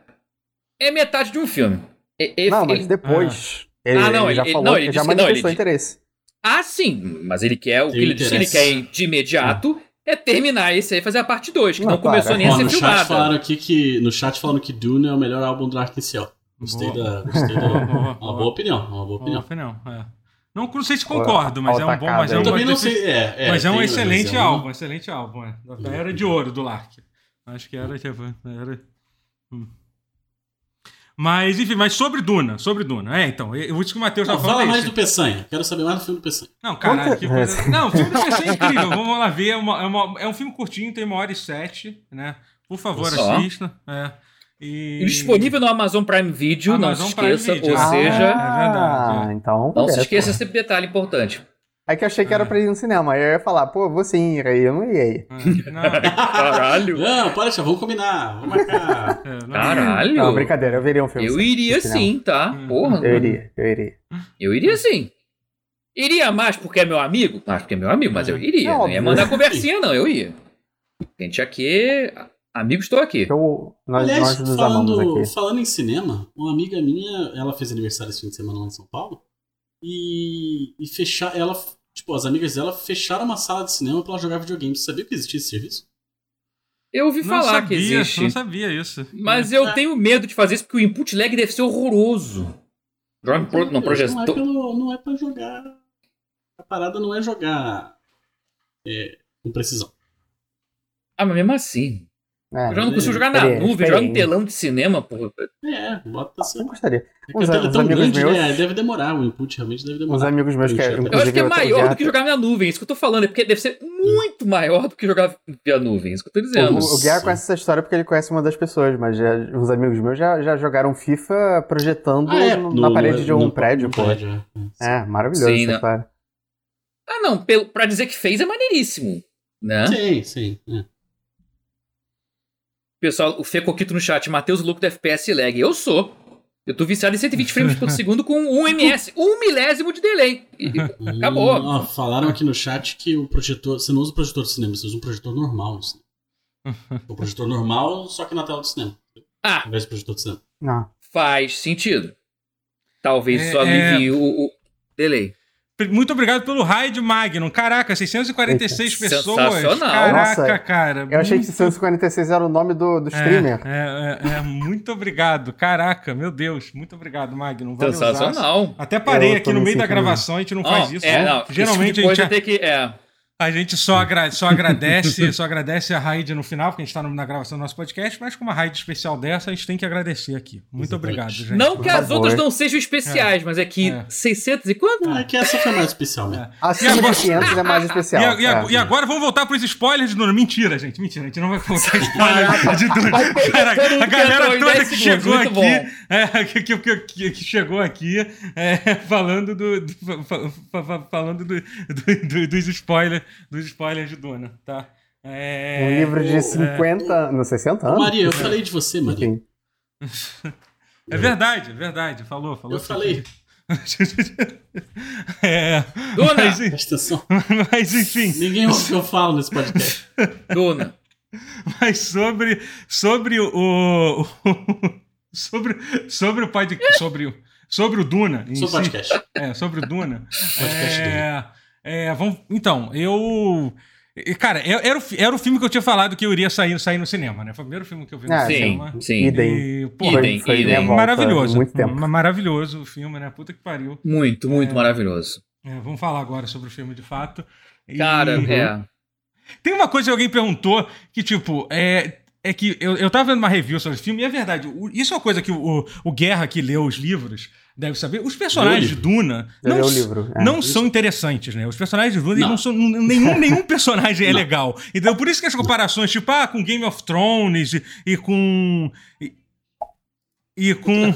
Speaker 4: É metade de um filme. E- e-
Speaker 2: não, mas
Speaker 4: ele-
Speaker 2: depois. Ele,
Speaker 4: Ah, não,
Speaker 2: ele já
Speaker 4: ele-
Speaker 2: falou,
Speaker 4: não, ele
Speaker 2: ele, já
Speaker 4: disse que não, ele
Speaker 2: manifestou
Speaker 4: di-
Speaker 2: interesse.
Speaker 4: Ah, sim, mas ele quer. O que
Speaker 3: Tem
Speaker 4: ele disse que ele
Speaker 3: interesse.
Speaker 4: quer de imediato é terminar esse aí e fazer a parte 2, que
Speaker 2: Não,
Speaker 4: não, começou
Speaker 2: para.
Speaker 4: nem a
Speaker 3: Ó,
Speaker 4: ser
Speaker 3: no chat
Speaker 4: filmada.
Speaker 3: falaram aqui que. No chat falaram que Dune é o melhor álbum do Ark Cell. Gostei
Speaker 1: Boa.
Speaker 3: da.
Speaker 1: [laughs]
Speaker 3: Gostei da.
Speaker 1: Boa, boa,
Speaker 3: Uma
Speaker 1: boa.
Speaker 3: boa opinião, uma boa opinião.
Speaker 1: Opinião, é. Não, não sei se concordo, mas é um bom. Mas é
Speaker 2: Eu
Speaker 1: um,
Speaker 3: Eu também não
Speaker 1: mas-
Speaker 3: sei. É, é,
Speaker 1: mas é um
Speaker 3: tem- Hum.
Speaker 1: excelente
Speaker 3: mas é um-
Speaker 1: álbum, excelente álbum, é. Da- Da era de ouro do Lark. Acho que era. tipo, era... hum. Mas, enfim, mas sobre Duna, sobre Duna. É, então, eu isso que o Matheus
Speaker 3: Não,
Speaker 1: tá
Speaker 3: fala
Speaker 1: falando. é
Speaker 3: mais
Speaker 1: isso.
Speaker 3: do Peçanha. Quero saber mais do filme do Peçanha.
Speaker 1: Não, caralho,
Speaker 2: Conta-
Speaker 1: que coisa. Não, o filme do PC é incrível. Vamos lá ver. É, uma- é uma- é um filme curtinho, tem uma hora e sete, né? Por favor,
Speaker 4: Só.
Speaker 1: assista. É. E...
Speaker 4: Disponível no Amazon Prime Video,
Speaker 1: Amazon
Speaker 4: não se
Speaker 1: Prime
Speaker 4: esqueça.
Speaker 1: Video.
Speaker 4: Ou
Speaker 1: Ah.
Speaker 4: seja,
Speaker 1: é verdade,
Speaker 2: Ah, então.
Speaker 4: não se
Speaker 2: beleza.
Speaker 4: esqueça esse detalhe importante.
Speaker 2: É que eu achei que era pra ir no cinema. Aí eu ia falar, pô, vou sim, aí eu não ia. aí.
Speaker 1: É, não, é, [laughs]
Speaker 4: Caralho!
Speaker 3: Não, para, deixar, vamos combinar, vamos marcar.
Speaker 1: É, não-
Speaker 4: Caralho!
Speaker 2: Não, brincadeira, eu veria um filme.
Speaker 4: eu
Speaker 2: sim,
Speaker 4: iria
Speaker 2: no cinema.
Speaker 4: sim, tá?
Speaker 1: Hum.
Speaker 4: Porra,
Speaker 2: Eu iria, eu iria.
Speaker 4: eu iria sim. Iria mais porque é meu amigo? Mais porque é meu amigo, mas eu iria.
Speaker 2: É
Speaker 4: Não, ia
Speaker 2: óbvio.
Speaker 4: mandar conversinha, não, eu ia. Gente, aqui. Amigo, estou aqui.
Speaker 2: Eu, nós,
Speaker 3: Aliás,
Speaker 2: nós nos amamos
Speaker 3: falando,
Speaker 2: aqui.
Speaker 3: falando em cinema, uma amiga minha, ela fez aniversário esse fim de semana lá em São Paulo. E, e fechar, ela, tipo, as amigas dela fecharam uma sala de cinema pra ela jogar videogame. Você sabia que existia esse serviço?
Speaker 4: Eu ouvi
Speaker 1: não
Speaker 4: falar
Speaker 1: sabia,
Speaker 4: que existe.
Speaker 1: Não sabia isso.
Speaker 4: Mas eu tenho medo de fazer isso porque o input lag deve ser horroroso. Drone pro, não, projeto.
Speaker 3: não, é pelo, não é pra jogar. A parada não é jogar é, com precisão.
Speaker 4: Ah, mas mesmo assim.
Speaker 2: É,
Speaker 4: Eu já não consigo jogar na
Speaker 2: Experiência,
Speaker 4: nuvem, jogar em
Speaker 2: experiência.
Speaker 4: telão de cinema, porra.
Speaker 3: É, bota assim.
Speaker 2: eu gostaria.
Speaker 3: É que
Speaker 2: Uns,
Speaker 3: a tela é
Speaker 2: uns
Speaker 3: tão
Speaker 2: amigos
Speaker 3: grande,
Speaker 2: meus.
Speaker 3: né? Deve demorar, o input realmente deve
Speaker 2: Uns
Speaker 3: demorar.
Speaker 2: amigos meus que,
Speaker 3: Eu acho
Speaker 4: Eu acho
Speaker 2: inclusive,
Speaker 4: que é
Speaker 2: outro
Speaker 4: maior
Speaker 2: dia-
Speaker 4: do que jogar na nuvem, isso que eu tô falando, é porque deve ser muito maior do que jogar via nuvem, é isso que eu tô dizendo.
Speaker 2: O, o Guiar conhece essa história porque ele conhece uma das pessoas, mas já, os amigos meus já, já jogaram FIFA projetando
Speaker 3: Ah, é,
Speaker 2: no-
Speaker 3: no-
Speaker 2: na parede de um
Speaker 3: no- no
Speaker 2: prédio, pô.
Speaker 3: prédio, é.
Speaker 2: É, maravilhoso,
Speaker 4: Sim,
Speaker 2: isso é
Speaker 4: né?
Speaker 2: claro.
Speaker 4: Ah, não, pelo, pra dizer que fez é maneiríssimo. Né?
Speaker 3: Sim, sim. é.
Speaker 4: Pessoal, o Fê Coquito no chat, Matheus Louco do FPS lag. Eu sou. Eu tô viciado em 120 frames
Speaker 1: [laughs]
Speaker 4: por segundo com 1 ms, um milésimo de delay. E- e- Acabou.
Speaker 3: Hum, ó, falaram aqui no chat que o projetor. Você não usa o projetor do cinema, você usa um projetor normal. no
Speaker 1: [laughs]
Speaker 3: cinema. o projetor normal, só que na tela do cinema. Ao
Speaker 4: Ah,
Speaker 3: invés do projetor do cinema.
Speaker 2: Não.
Speaker 4: faz sentido. Talvez
Speaker 1: É,
Speaker 4: só
Speaker 1: é.
Speaker 4: alivie o, o delay.
Speaker 1: Muito obrigado pelo raid Magnum. Caraca, 646
Speaker 4: Eita.
Speaker 1: pessoas.
Speaker 4: Sensacional.
Speaker 1: Caraca,
Speaker 2: Nossa,
Speaker 1: cara.
Speaker 2: Eu achei que 146 era o nome do, do streamer.
Speaker 1: É, é, é, muito obrigado. Caraca, meu Deus. Muito obrigado, Magnum. Valeu,
Speaker 4: Sensacional.
Speaker 1: Zaço. Até parei
Speaker 2: Eu
Speaker 1: aqui
Speaker 2: tô
Speaker 1: no
Speaker 2: me
Speaker 1: meio da
Speaker 2: sentindo-
Speaker 1: gravação, a gente não
Speaker 4: Não,
Speaker 1: faz isso.
Speaker 4: é,
Speaker 1: né?
Speaker 4: não,
Speaker 1: Geralmente
Speaker 4: esse tipo de
Speaker 1: a
Speaker 4: coisa
Speaker 1: gente.
Speaker 4: tem que. É,
Speaker 1: A gente só, agra só agradece só agradece a Raid no final, porque a gente está na gravação do nosso podcast, mas com uma Raid especial dessa, a gente tem que agradecer aqui. Muito
Speaker 3: Exatamente.
Speaker 1: obrigado, gente.
Speaker 4: Não que as
Speaker 2: favor.
Speaker 4: outras não sejam especiais, mas é que
Speaker 1: É.
Speaker 4: 600 e quanto?
Speaker 3: Ah, é que essa foi mais especial né? mesmo.
Speaker 1: E
Speaker 2: Acima
Speaker 1: agora-
Speaker 2: de 500 é mais
Speaker 1: E,
Speaker 2: especial.
Speaker 1: a- e a-
Speaker 2: é.
Speaker 1: e agora vamos voltar pros spoilers de Nuno. Mentira, gente. Mentira, a gente não vai colocar
Speaker 4: Ah,
Speaker 1: spoiler de tudo.
Speaker 4: Todo
Speaker 1: Cara, a
Speaker 4: mundo entrou
Speaker 1: galera
Speaker 4: em
Speaker 1: toda
Speaker 4: 10
Speaker 1: que
Speaker 4: segundos,
Speaker 1: chegou
Speaker 4: muito
Speaker 1: aqui.
Speaker 4: bom.
Speaker 1: é, que, que- que- que- que chegou aqui é, [laughs] falando, do, do- fa- fa- fa- falando do- do- do- dos spoilers dos spoilers de Duna, tá? É,
Speaker 2: Um livro
Speaker 3: o- é.
Speaker 2: de 50 anos, 60 anos?
Speaker 3: Maria, eu falei de você, Maria.
Speaker 2: Enfim.
Speaker 1: é verdade, é verdade. Falou, falou.
Speaker 3: Eu falei.
Speaker 1: [laughs] é,
Speaker 4: Duna!
Speaker 1: mas, en-
Speaker 3: Presta atenção.
Speaker 1: mas enfim.
Speaker 3: Ninguém ouve o que eu falo nesse podcast.
Speaker 4: Dona.
Speaker 1: Mas sobre sobre o, o- [laughs] sobre sobre o podcast sobre o sobre o Duna em
Speaker 3: Sou
Speaker 1: si,
Speaker 3: podcast.
Speaker 1: é, sobre o Duna.
Speaker 3: Podcast
Speaker 1: é, é, vamos, então, eu e, Cara, eu- era o, fi- era o filme que eu tinha falado que eu iria sair, sair no cinema, né? Foi o primeiro filme que eu vi no
Speaker 2: Ah,
Speaker 4: Sim,
Speaker 1: cinema.
Speaker 4: sim.
Speaker 2: Idem.
Speaker 1: E, porra,
Speaker 4: Idem, idem.
Speaker 2: minha volta
Speaker 1: maravilhoso.
Speaker 2: há Muito tempo.
Speaker 1: Ma- Maravilhoso o filme, né? Puta que pariu.
Speaker 4: Muito, muito maravilhoso.
Speaker 1: É, vamos falar agora sobre o filme de fato. E-
Speaker 4: Cara, é.
Speaker 1: Tem uma coisa que alguém perguntou que, tipo, é. É que eu, eu tava vendo uma review sobre o filme, e é verdade, o- isso é uma coisa que o, o, o Guerra, que leu os livros, deve saber. Os personagens de Duna
Speaker 2: Eu
Speaker 1: não,
Speaker 2: li o
Speaker 1: s-
Speaker 2: livro, é.
Speaker 1: não são interessantes, né? Os personagens de Duna eles
Speaker 3: Não.
Speaker 1: não são.
Speaker 2: [laughs]
Speaker 1: Nenhum, nenhum personagem é
Speaker 3: Não.
Speaker 1: legal. Então, por isso que as comparações, tipo, ah, com Game of Thrones e, e com. E, e com.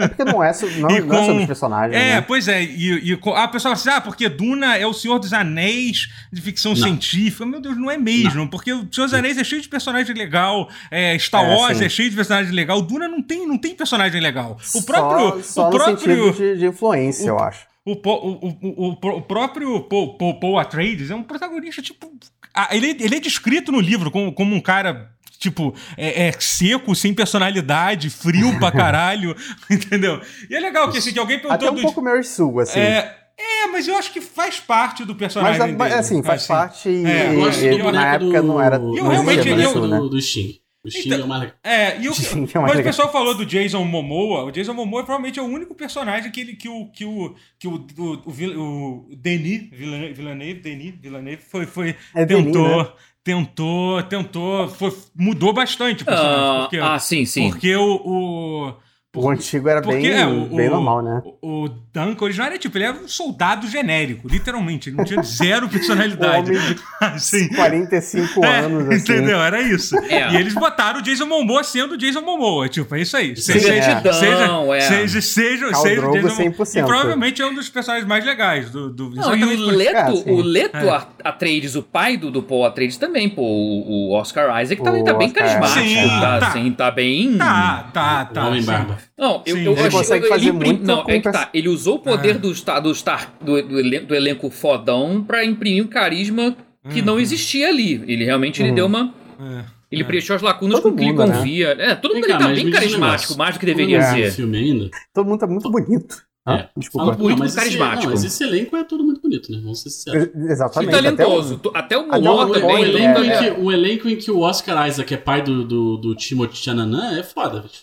Speaker 2: É porque não é, so- não,
Speaker 1: E
Speaker 2: não é sobre
Speaker 1: com-
Speaker 2: os personagens.
Speaker 1: É,
Speaker 2: né?
Speaker 1: pois é. E, e co- a pessoa fala assim: ah, porque Duna é o Senhor dos Anéis de ficção
Speaker 3: Não.
Speaker 1: científica. Meu Deus, não é mesmo. Porque o Senhor dos Anéis é cheio de personagem legal. É, Star
Speaker 2: É,
Speaker 1: Wars
Speaker 2: sim.
Speaker 1: é cheio de personagem legal. Duna não tem, não tem personagem legal. O
Speaker 2: Só-
Speaker 1: próprio.
Speaker 2: Só
Speaker 1: o
Speaker 2: no
Speaker 1: próprio.
Speaker 2: sentido de, de influência, eu acho.
Speaker 1: O, Po- o, o, o, o- o próprio Paul, Paul, Paul Atreides é um protagonista, tipo. ah, Ele, ele é descrito no livro como, como um cara. Tipo, é, é seco, sem personalidade, frio
Speaker 2: [laughs]
Speaker 1: pra caralho, entendeu? E é legal que, assim, que alguém perguntou
Speaker 2: Até um
Speaker 1: do-
Speaker 2: pouco Mary Sue, assim.
Speaker 1: é, é, mas eu acho que faz parte do personagem
Speaker 2: mas, a- mas,
Speaker 1: dele.
Speaker 2: assim, faz parte e,
Speaker 1: É,
Speaker 3: Eu gosto
Speaker 2: e-
Speaker 3: do
Speaker 1: eu-
Speaker 3: boneco
Speaker 2: na época
Speaker 3: do...
Speaker 2: não era...
Speaker 1: Eu
Speaker 2: não
Speaker 1: realmente-
Speaker 2: existia
Speaker 1: eu-
Speaker 2: Mary Sue, né?
Speaker 3: do, do Sting. O Sting
Speaker 1: Então-
Speaker 3: é o mais legal.
Speaker 1: É,
Speaker 2: [laughs]
Speaker 1: e o,
Speaker 2: Sim, é uma
Speaker 1: mas o
Speaker 2: legal.
Speaker 1: pessoal falou do Jason Momoa. O Jason Momoa é provavelmente é o único personagem que, ele, que, o, que, o, que o, o, o Vil- o Denis Villeneuve, Villeneuve, Denis Villeneuve foi, foi
Speaker 2: É Denis,
Speaker 1: tentou,
Speaker 2: né?
Speaker 1: tentou, tentou, foi- mudou bastante o personagem.
Speaker 4: Ah,
Speaker 1: porque
Speaker 4: ah, sim, sim.
Speaker 1: porque o- o
Speaker 2: O antigo era bem,
Speaker 1: Porque é, o,
Speaker 2: bem
Speaker 1: o- [laughs]
Speaker 2: normal, né?
Speaker 1: O, o Duncan original era tipo, ele era um soldado genérico, literalmente. Ele não tinha
Speaker 2: [laughs]
Speaker 1: zero personalidade.
Speaker 2: Um homem de
Speaker 1: [laughs] assim,
Speaker 2: 45
Speaker 1: é,
Speaker 2: anos, assim.
Speaker 1: Entendeu? Era isso.
Speaker 4: É.
Speaker 1: E eles botaram o Jason Momoa sendo o Jason Momoa. Tipo, é isso aí.
Speaker 3: Sim,
Speaker 4: é. Não, é.
Speaker 1: seja, seja,
Speaker 2: Khal
Speaker 1: seja o
Speaker 2: Drogo
Speaker 1: Jason Momoa.
Speaker 2: 100%.
Speaker 1: E provavelmente é um dos personagens mais legais do. do
Speaker 4: Não, e
Speaker 1: exatamente
Speaker 4: o
Speaker 1: por-
Speaker 4: Leto,
Speaker 2: É, assim.
Speaker 4: o Leto A- Atreides, o pai do, do Paul Atreides também, pô, o, o Oscar Isaac também
Speaker 2: O
Speaker 4: tá bem
Speaker 2: Oscar
Speaker 4: carismático,
Speaker 1: Isaac. Sim,
Speaker 4: tá,
Speaker 1: tá.
Speaker 4: assim, tá bem...
Speaker 1: Tá, tá, tá.
Speaker 3: o Homem
Speaker 1: sim.
Speaker 3: Barba.
Speaker 4: Não, eu,
Speaker 1: Sim,
Speaker 4: eu
Speaker 1: ele
Speaker 4: achei-
Speaker 2: consegue
Speaker 4: ele
Speaker 2: fazer
Speaker 4: imprim-
Speaker 2: muito
Speaker 4: Não, é
Speaker 2: com
Speaker 4: que tá. Ele usou o poder
Speaker 1: É.
Speaker 4: do, sta- do, star, do, do, elen- do elenco fodão pra imprimir um carisma que não existia ali. Ele realmente ele
Speaker 2: Uhum.
Speaker 4: deu uma.
Speaker 1: É,
Speaker 4: Ele
Speaker 1: Uhum. é.
Speaker 4: preencheu as lacunas
Speaker 2: Todo
Speaker 4: com o que ele
Speaker 2: mundo, né?
Speaker 4: convia. É, todo
Speaker 3: Vem
Speaker 4: mundo
Speaker 3: cá,
Speaker 4: ele tá
Speaker 3: mas
Speaker 4: bem
Speaker 3: me diz um
Speaker 4: carismático,
Speaker 3: negócio.
Speaker 4: mais do que
Speaker 3: Como
Speaker 4: deveria
Speaker 3: não vi o
Speaker 4: ser.
Speaker 3: filme ainda.
Speaker 2: Todo mundo tá muito bonito. Ah,
Speaker 3: Fala
Speaker 2: desculpa.
Speaker 4: bonito,
Speaker 3: não, mas
Speaker 4: muito
Speaker 3: esse-
Speaker 4: carismático.
Speaker 3: não, mas esse elenco é todo muito bonito, né? Vamos ser
Speaker 1: É,
Speaker 3: sinceros.
Speaker 2: E-
Speaker 4: E
Speaker 2: Exatamente.
Speaker 1: tá
Speaker 2: até
Speaker 4: tá talentoso. Tu- Até o
Speaker 2: até
Speaker 4: Momoa
Speaker 2: o-
Speaker 4: também. né?
Speaker 3: o,
Speaker 2: ele
Speaker 3: elenco
Speaker 4: todo
Speaker 3: em
Speaker 4: mundo-
Speaker 2: é-
Speaker 3: que, o elenco em que o Oscar Isaac é pai do, do, do Timothy Chananã é foda. bicho.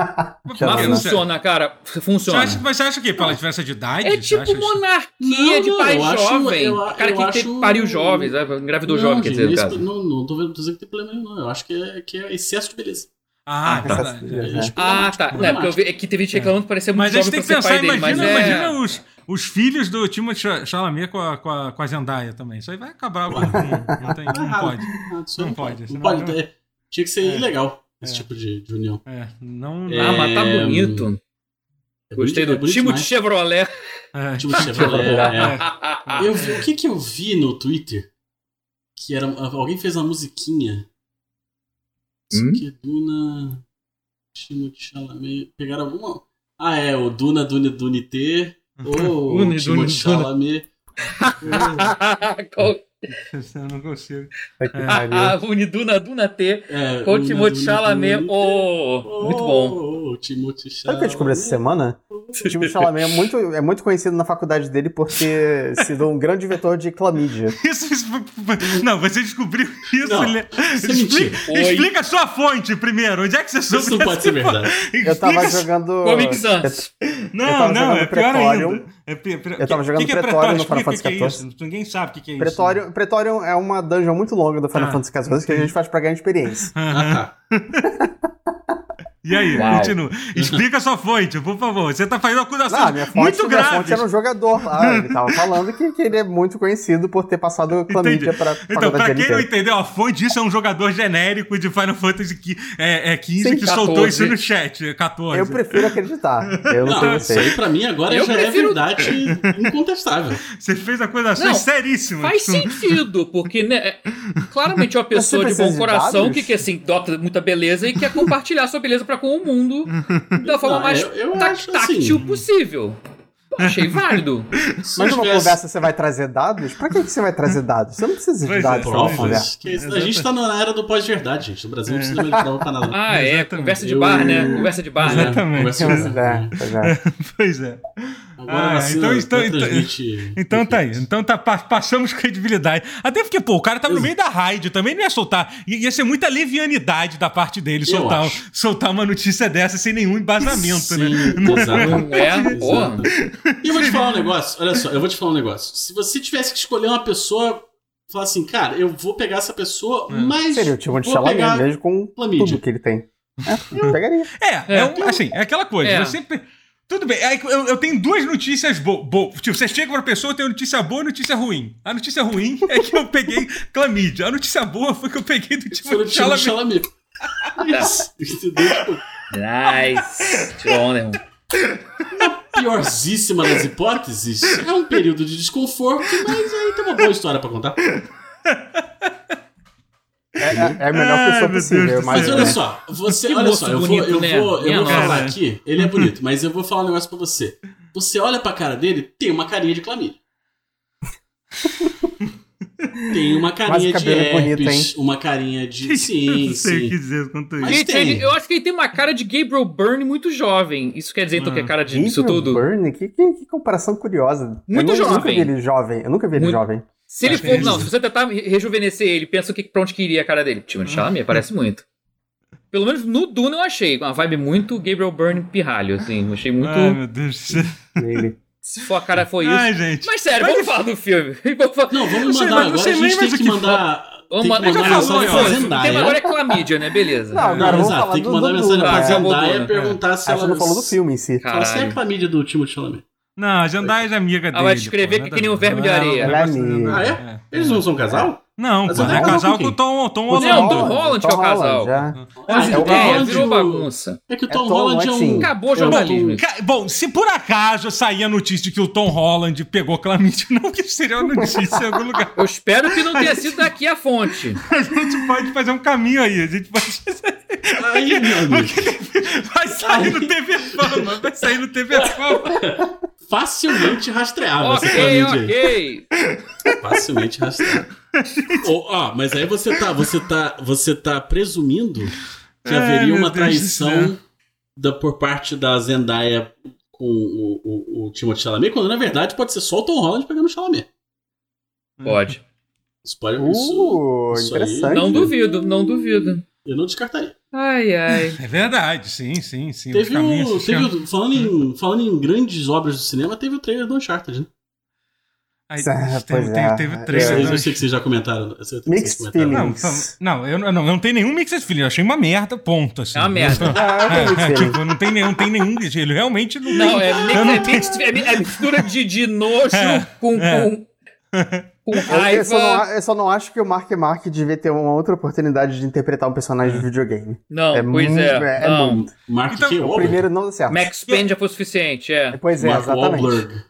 Speaker 1: Mas
Speaker 2: Já
Speaker 1: por
Speaker 4: Mas
Speaker 1: que
Speaker 2: não.
Speaker 1: você-
Speaker 4: funciona, cara. f-
Speaker 1: Você
Speaker 4: Funciona.
Speaker 1: acha, mas você acha que pela diferença de idade?
Speaker 4: É
Speaker 1: você acha
Speaker 4: tipo
Speaker 1: isso?
Speaker 4: monarquia
Speaker 3: Não,
Speaker 4: de
Speaker 3: não,
Speaker 4: pai
Speaker 3: eu acho-
Speaker 4: jovem.
Speaker 3: eu-
Speaker 4: cara
Speaker 3: eu
Speaker 4: que te-
Speaker 3: acho-
Speaker 4: pariu jovens, né? engravidou
Speaker 3: Não,
Speaker 4: jovem, quer dizer,
Speaker 3: gente,
Speaker 4: no
Speaker 3: isso-
Speaker 4: caso.
Speaker 3: Não, não tô vendo dizendo que tem problema nenhum, não. Eu acho que é, que é excesso de beleza.
Speaker 1: Ah,
Speaker 4: Ah, tá.
Speaker 1: verdade.
Speaker 2: É.
Speaker 3: É, tipo,
Speaker 4: Ah, tá. Não, é porque eu vi, é que teve gente reclamando que parecia muito
Speaker 1: Mas a
Speaker 4: jovem
Speaker 1: gente
Speaker 4: pra
Speaker 1: tem que
Speaker 4: ser
Speaker 1: pensar,
Speaker 4: pai dele.
Speaker 1: imagina,
Speaker 4: mas é...
Speaker 1: imagina os, os filhos do Timothée Cha- Chalamet com a, com, a, com a Zendaya também. Isso aí vai acabar. com- com- Não, tem,
Speaker 3: tá
Speaker 1: não
Speaker 3: errado.
Speaker 1: pode.
Speaker 3: Ah, isso aí
Speaker 1: Não
Speaker 3: Não
Speaker 1: pode,
Speaker 3: pode. Não
Speaker 1: senão
Speaker 3: pode.
Speaker 1: não-
Speaker 3: é. Tinha que ser
Speaker 1: É.
Speaker 3: ilegal esse
Speaker 1: É.
Speaker 3: tipo de, de união.
Speaker 1: É, não,
Speaker 4: Ah,
Speaker 1: não.
Speaker 4: mas tá
Speaker 3: É,
Speaker 4: bonito.
Speaker 3: É
Speaker 4: Gostei
Speaker 3: bonito-
Speaker 4: do
Speaker 3: é bonito
Speaker 4: Timothy
Speaker 3: demais.
Speaker 4: Chevrolet. [laughs]
Speaker 1: É.
Speaker 3: Timothy Chalamet, [laughs] é.
Speaker 4: Ah,
Speaker 3: Eu vi, o que que eu vi no Twitter? Que era, alguém fez uma musiquinha.
Speaker 4: Hum?
Speaker 3: Que Duna. Timothy Chalamet. Pegaram alguma. Ah, é, o Duna Duna Dunité.
Speaker 4: [laughs]
Speaker 3: Ou
Speaker 4: Dune,
Speaker 3: o
Speaker 4: Dune,
Speaker 3: Timothy Chalamet.
Speaker 4: qual-
Speaker 1: Eu não consigo.
Speaker 2: Puta que pariu.
Speaker 4: ah, Uniduna Duna T.
Speaker 3: É,
Speaker 4: Com o
Speaker 3: Duna,
Speaker 4: Timothée
Speaker 3: Duna,
Speaker 4: Chalamet.
Speaker 3: Duna,
Speaker 4: Oh, muito bom.
Speaker 3: Oh, Timothy
Speaker 2: Sabe o que eu descobri essa semana? O Timothée Chalamet é muito, é muito conhecido na faculdade dele por ter sido um grande vetor de clamídia.
Speaker 1: Isso, isso- não, você descobriu isso.
Speaker 3: Não,
Speaker 1: Le-
Speaker 3: isso é
Speaker 1: explica,
Speaker 4: mentira. Oi.
Speaker 1: explica a sua fonte primeiro. Onde é que você soube
Speaker 3: Isso não pode
Speaker 1: dessa
Speaker 3: ser
Speaker 1: info-
Speaker 3: verdade.
Speaker 2: Eu tava
Speaker 1: Explica-
Speaker 2: jogando.
Speaker 4: Comic Sans.
Speaker 2: Eu
Speaker 1: Não,
Speaker 2: tava
Speaker 1: não,
Speaker 2: jogando
Speaker 1: é pior
Speaker 2: Pretorium.
Speaker 1: ainda. É pi- pre-
Speaker 2: Eu tava
Speaker 1: que-
Speaker 2: jogando
Speaker 1: que que é
Speaker 2: Pretorium no
Speaker 1: Explica
Speaker 2: Final
Speaker 1: o que que é
Speaker 2: Fantasy
Speaker 1: isso. Ninguém sabe o que que é isso.
Speaker 2: Pretorium, Pretorium é uma dungeon muito longa do Final
Speaker 1: Ah,
Speaker 2: Fantasy XIV que a gente faz pra ganhar experiência.
Speaker 1: Aham.
Speaker 3: Ah, tá.
Speaker 1: E aí,
Speaker 4: Uau.
Speaker 1: continua. Explica sua fonte, por favor. Você tá fazendo acusações
Speaker 2: Ah, minha fonte,
Speaker 1: muito
Speaker 2: minha
Speaker 1: graves.
Speaker 2: fonte era um jogador lá. Ele tava falando que, que ele é muito conhecido por ter passado clamídia pra
Speaker 1: Então, pra quem
Speaker 2: faculdade de
Speaker 1: não
Speaker 2: LT.
Speaker 1: entendeu, a fonte disso é um jogador genérico de Final Fantasy que, é, é 15
Speaker 2: Sim,
Speaker 1: que soltou
Speaker 4: 14.
Speaker 1: isso no chat. é 14.
Speaker 2: Eu prefiro acreditar. Eu não, sei
Speaker 1: Ah,
Speaker 3: Não, isso
Speaker 2: vocês.
Speaker 3: aí pra mim agora
Speaker 4: Eu
Speaker 3: já
Speaker 4: prefiro-
Speaker 3: é verdade incontestável.
Speaker 1: Você fez acusações
Speaker 4: Não,
Speaker 1: seríssimas.
Speaker 4: Faz sentido, porque né, é- claramente é uma pessoa de
Speaker 2: precisa
Speaker 4: bom
Speaker 2: de
Speaker 4: coração
Speaker 2: dados?
Speaker 4: que, que assim, dota muita beleza e quer compartilhar sua beleza pra com o mundo da forma
Speaker 3: Não,
Speaker 4: mais
Speaker 3: eu- eu
Speaker 4: tá-
Speaker 3: acho assim.
Speaker 4: táctil possível. Achei válido.
Speaker 2: Mas
Speaker 3: Se eu
Speaker 2: numa
Speaker 3: tivesse
Speaker 2: conversa você vai trazer dados? Pra que que você vai trazer dados? Você não precisa de
Speaker 1: Pois
Speaker 2: dados
Speaker 1: é,
Speaker 2: pra uma
Speaker 1: pois é.
Speaker 2: conversa.
Speaker 3: provas, que isso- a
Speaker 1: Exatamente.
Speaker 3: gente tá na era do pós-verdade, gente. No Brasil não precisa mais de prova pra nada.
Speaker 4: Ah, é,
Speaker 1: Exatamente.
Speaker 4: conversa de bar, né?
Speaker 3: Eu-
Speaker 4: Conversa de bar,
Speaker 1: ah,
Speaker 4: né?
Speaker 1: Exatamente.
Speaker 3: Conversa de
Speaker 2: Pois
Speaker 3: bar,
Speaker 2: é,
Speaker 3: né?
Speaker 2: pois é.
Speaker 1: [laughs] Pois é.
Speaker 3: Agora
Speaker 1: Ah,
Speaker 3: a vacina
Speaker 1: então- então-
Speaker 3: não
Speaker 1: então-
Speaker 3: transmite
Speaker 1: Então tá aí.
Speaker 3: efeitos.
Speaker 1: Então tá, pa- passamos credibilidade. Até porque, pô, o cara tava no
Speaker 3: Ex-
Speaker 1: meio da raid, também não ia soltar. I- Ia ser muita levianidade da parte dele
Speaker 3: Eu
Speaker 1: soltar, um,
Speaker 3: acho.
Speaker 1: soltar uma notícia dessa sem nenhum embasamento, né?
Speaker 3: Sim, exato.
Speaker 4: É, porra.
Speaker 3: E eu vou te falar um negócio, olha só, eu vou te falar um negócio. Se você tivesse que escolher uma pessoa, falar assim, cara, eu vou pegar essa pessoa,
Speaker 1: É.
Speaker 3: mas.
Speaker 2: Seria o time de
Speaker 3: vou
Speaker 2: Chalamet
Speaker 3: pegar
Speaker 2: mesmo com tudo
Speaker 3: Clamídia.
Speaker 2: que ele tem. É, eu pegaria.
Speaker 1: É, é,
Speaker 4: É.
Speaker 1: um- assim, é aquela coisa.
Speaker 4: É.
Speaker 1: Eu sempre. Tudo bem, aí eu, eu tenho duas notícias boas. tipo, você chega pra pessoa, tem notícia boa e notícia ruim. A notícia ruim é que eu peguei [laughs] clamídia. A notícia boa foi que eu peguei do
Speaker 3: Seria
Speaker 1: tipo
Speaker 3: o time de
Speaker 1: Chalamet.
Speaker 3: Chalamet. Isso, entendeu? Tipo,
Speaker 4: Nice. Tirou onda, irmão.
Speaker 3: piorzíssima das hipóteses, é um período de desconforto, mas aí tem uma boa história pra contar.
Speaker 2: É, é- é a melhor
Speaker 1: Ai, meu
Speaker 2: pessoa
Speaker 1: Deus
Speaker 2: possível, é.
Speaker 1: do
Speaker 2: eu
Speaker 1: céu.
Speaker 3: Mas
Speaker 2: imagino.
Speaker 3: olha só, você,
Speaker 4: Que
Speaker 3: olha
Speaker 4: moço
Speaker 3: só, eu vou,
Speaker 4: bonito,
Speaker 3: eu
Speaker 4: né?
Speaker 3: vou, eu
Speaker 4: Minha
Speaker 3: vou falar
Speaker 1: nossa.
Speaker 3: aqui, ele é bonito, mas eu vou falar um negócio pra você. Você olha pra cara dele, tem uma carinha de clamídia. Tem uma carinha de
Speaker 2: cabelo é bonito,
Speaker 3: herpes, uma
Speaker 1: [laughs]
Speaker 3: carinha de. Sim,
Speaker 1: não sei o que
Speaker 3: sim.
Speaker 1: dizer quanto a isso.
Speaker 3: Mas
Speaker 4: Gente,
Speaker 3: tem.
Speaker 4: ele- eu acho que ele tem uma cara de Gabriel Byrne muito jovem. Isso quer dizer então que é cara de isso
Speaker 2: Gabriel
Speaker 4: tudo?
Speaker 2: Byrne? Que, que- que comparação curiosa.
Speaker 4: Muito
Speaker 2: eu nu- nunca
Speaker 4: jovem.
Speaker 2: vi ele jovem. Eu nunca vi ele
Speaker 4: Muito-
Speaker 2: jovem.
Speaker 4: Se ele
Speaker 1: Acho
Speaker 4: for.
Speaker 1: que
Speaker 4: Não,
Speaker 1: é
Speaker 4: se você tentar re- rejuvenescer ele, pensa o que, pra onde que iria a cara dele. Timo Chalamet parece
Speaker 1: Uhum.
Speaker 4: muito. Pelo menos no Duna eu achei. Uma vibe muito Gabriel Byrne pirralho, assim. Eu Achei muito.
Speaker 1: Ai, meu Deus do céu.
Speaker 4: [laughs]
Speaker 2: Ele.
Speaker 4: se for a cara foi isso.
Speaker 1: Ai, gente.
Speaker 4: Mas sério,
Speaker 1: Mas
Speaker 4: vamos falar do filme. [laughs] Vamos falar-
Speaker 3: Não, vamos
Speaker 1: Você-
Speaker 3: mandar
Speaker 1: mas
Speaker 3: agora.
Speaker 1: você
Speaker 3: A gente
Speaker 1: lembra
Speaker 3: tem
Speaker 1: do
Speaker 3: que
Speaker 1: que
Speaker 3: mandar.
Speaker 4: Vamos
Speaker 3: tem que
Speaker 4: mandar-
Speaker 3: mandar
Speaker 1: já falou,
Speaker 3: mensagem pra
Speaker 1: olha,
Speaker 4: O tema agora
Speaker 3: Zendaya.
Speaker 4: é clamídia, né? Beleza.
Speaker 2: Não, agora
Speaker 3: Não,
Speaker 2: vamos
Speaker 3: exato,
Speaker 2: falar
Speaker 3: tem que
Speaker 2: do-
Speaker 3: mandar
Speaker 2: do
Speaker 3: mensagem
Speaker 2: Duna,
Speaker 3: pra
Speaker 2: é.
Speaker 3: Zendaya
Speaker 4: É.
Speaker 3: e perguntar se
Speaker 2: A gente
Speaker 3: ela.
Speaker 2: não falou do filme em si.
Speaker 3: Fala, Você é
Speaker 4: Caralho.
Speaker 3: a clamídia do Timo Chalamet.
Speaker 1: Não, a Zendaya é amiga dele.
Speaker 4: vai descrever
Speaker 1: pô,
Speaker 4: que
Speaker 1: nada
Speaker 4: que nem
Speaker 1: a
Speaker 4: um
Speaker 1: ver.
Speaker 4: verme de
Speaker 1: Não,
Speaker 4: areia.
Speaker 1: não
Speaker 2: Ela é
Speaker 1: gosta de
Speaker 2: amiga.
Speaker 1: nada.
Speaker 3: Ah, é? Eles não são casal?
Speaker 1: Não,
Speaker 3: Mas
Speaker 1: pô,
Speaker 3: ela
Speaker 1: é
Speaker 3: é casal
Speaker 1: casal
Speaker 3: com
Speaker 1: com o
Speaker 3: quem?
Speaker 1: Tom, o Tom
Speaker 2: O Tom
Speaker 1: Holland.
Speaker 4: Leandro, Holland que é o
Speaker 2: Tom
Speaker 4: casal.
Speaker 2: já.
Speaker 3: Ah,
Speaker 4: Mas
Speaker 2: é o
Speaker 4: ideia,
Speaker 2: Holland,
Speaker 4: virou
Speaker 3: o-
Speaker 4: bagunça.
Speaker 3: É que o
Speaker 2: É
Speaker 3: Tom
Speaker 2: Tom
Speaker 3: Holland é
Speaker 2: Watson.
Speaker 3: um.
Speaker 4: Acabou o
Speaker 3: é um-
Speaker 4: jornalismo.
Speaker 1: Ca- Bom, se por acaso sair a notícia de que o Tom Holland pegou clamídia, [laughs] não que seja uma notícia em algum lugar.
Speaker 4: Eu espero que não tenha sido daqui a fonte.
Speaker 1: A gente pode fazer um caminho aí, a gente pode. [laughs]
Speaker 3: Aí, meu amigo.
Speaker 1: Vai sair no TV Fama, vai sair no TV Fama.
Speaker 3: facilmente rastreável
Speaker 1: assim,
Speaker 3: essa
Speaker 4: ok,
Speaker 3: clamídia aí.
Speaker 4: ok.
Speaker 3: Facilmente rastreável. Ou, ó, mas aí você tá, você tá, você tá presumindo que
Speaker 1: Ai,
Speaker 3: haveria
Speaker 1: meu
Speaker 3: uma
Speaker 1: Deus do céu.
Speaker 3: traição da, por parte da Zendaya com o, o, o Timothée Chalamet, quando na verdade pode ser só o Tom Holland pegando o Chalamet.
Speaker 4: Pode.
Speaker 3: Isso pode, isso
Speaker 2: Uh,
Speaker 3: isso aí.
Speaker 2: interessante.
Speaker 4: Não duvido, não duvido.
Speaker 3: eu não descartaria.
Speaker 4: Ai, ai.
Speaker 1: É verdade, sim, sim, sim. os
Speaker 3: Teve
Speaker 1: caminhos assim,
Speaker 3: o,
Speaker 1: se
Speaker 3: teve
Speaker 1: chamam.
Speaker 3: o- falando, em, falando em grandes obras do cinema, teve o trailer do Uncharted, né?
Speaker 1: Aí,
Speaker 2: Ah,
Speaker 1: teve,
Speaker 2: pois
Speaker 1: teve,
Speaker 2: é.
Speaker 1: teve
Speaker 3: Isso aí
Speaker 1: trailer.
Speaker 3: Eu,
Speaker 1: né?
Speaker 3: sei que vocês já comentaram. eu sei que vocês
Speaker 2: Mixed
Speaker 3: comentaram.
Speaker 1: Não,
Speaker 2: feelings.
Speaker 1: fa- não, eu não, não tem nenhum Mixed Feelings. Eu achei uma merda, ponto. Assim.
Speaker 4: É uma merda.
Speaker 2: Ah, eu acredito
Speaker 1: [laughs] É,
Speaker 4: [laughs]
Speaker 2: nele.
Speaker 1: tipo, não tem nenhum, tem nenhum. Ele realmente não,
Speaker 4: Não, é,
Speaker 1: Eu não
Speaker 4: mi- é mixed- é mi- é mistura de, de nojo
Speaker 1: É,
Speaker 4: com, com,
Speaker 2: Eu-
Speaker 4: com
Speaker 2: Eu, só não,
Speaker 4: raiva.
Speaker 2: a- eu só não acho que o Mark Mark devia ter uma outra oportunidade de interpretar um personagem de videogame.
Speaker 4: Não,
Speaker 2: É
Speaker 4: pois
Speaker 2: muito-
Speaker 4: é.
Speaker 2: é- é
Speaker 4: não.
Speaker 2: muito.
Speaker 3: Mark
Speaker 1: Então,
Speaker 3: K.
Speaker 1: o
Speaker 3: Wahlberg.
Speaker 2: Primeiro não deu certo.
Speaker 4: Max Payne já foi o suficiente, é.
Speaker 2: Pois é,
Speaker 3: Mark
Speaker 2: exatamente.
Speaker 3: Wahlberg.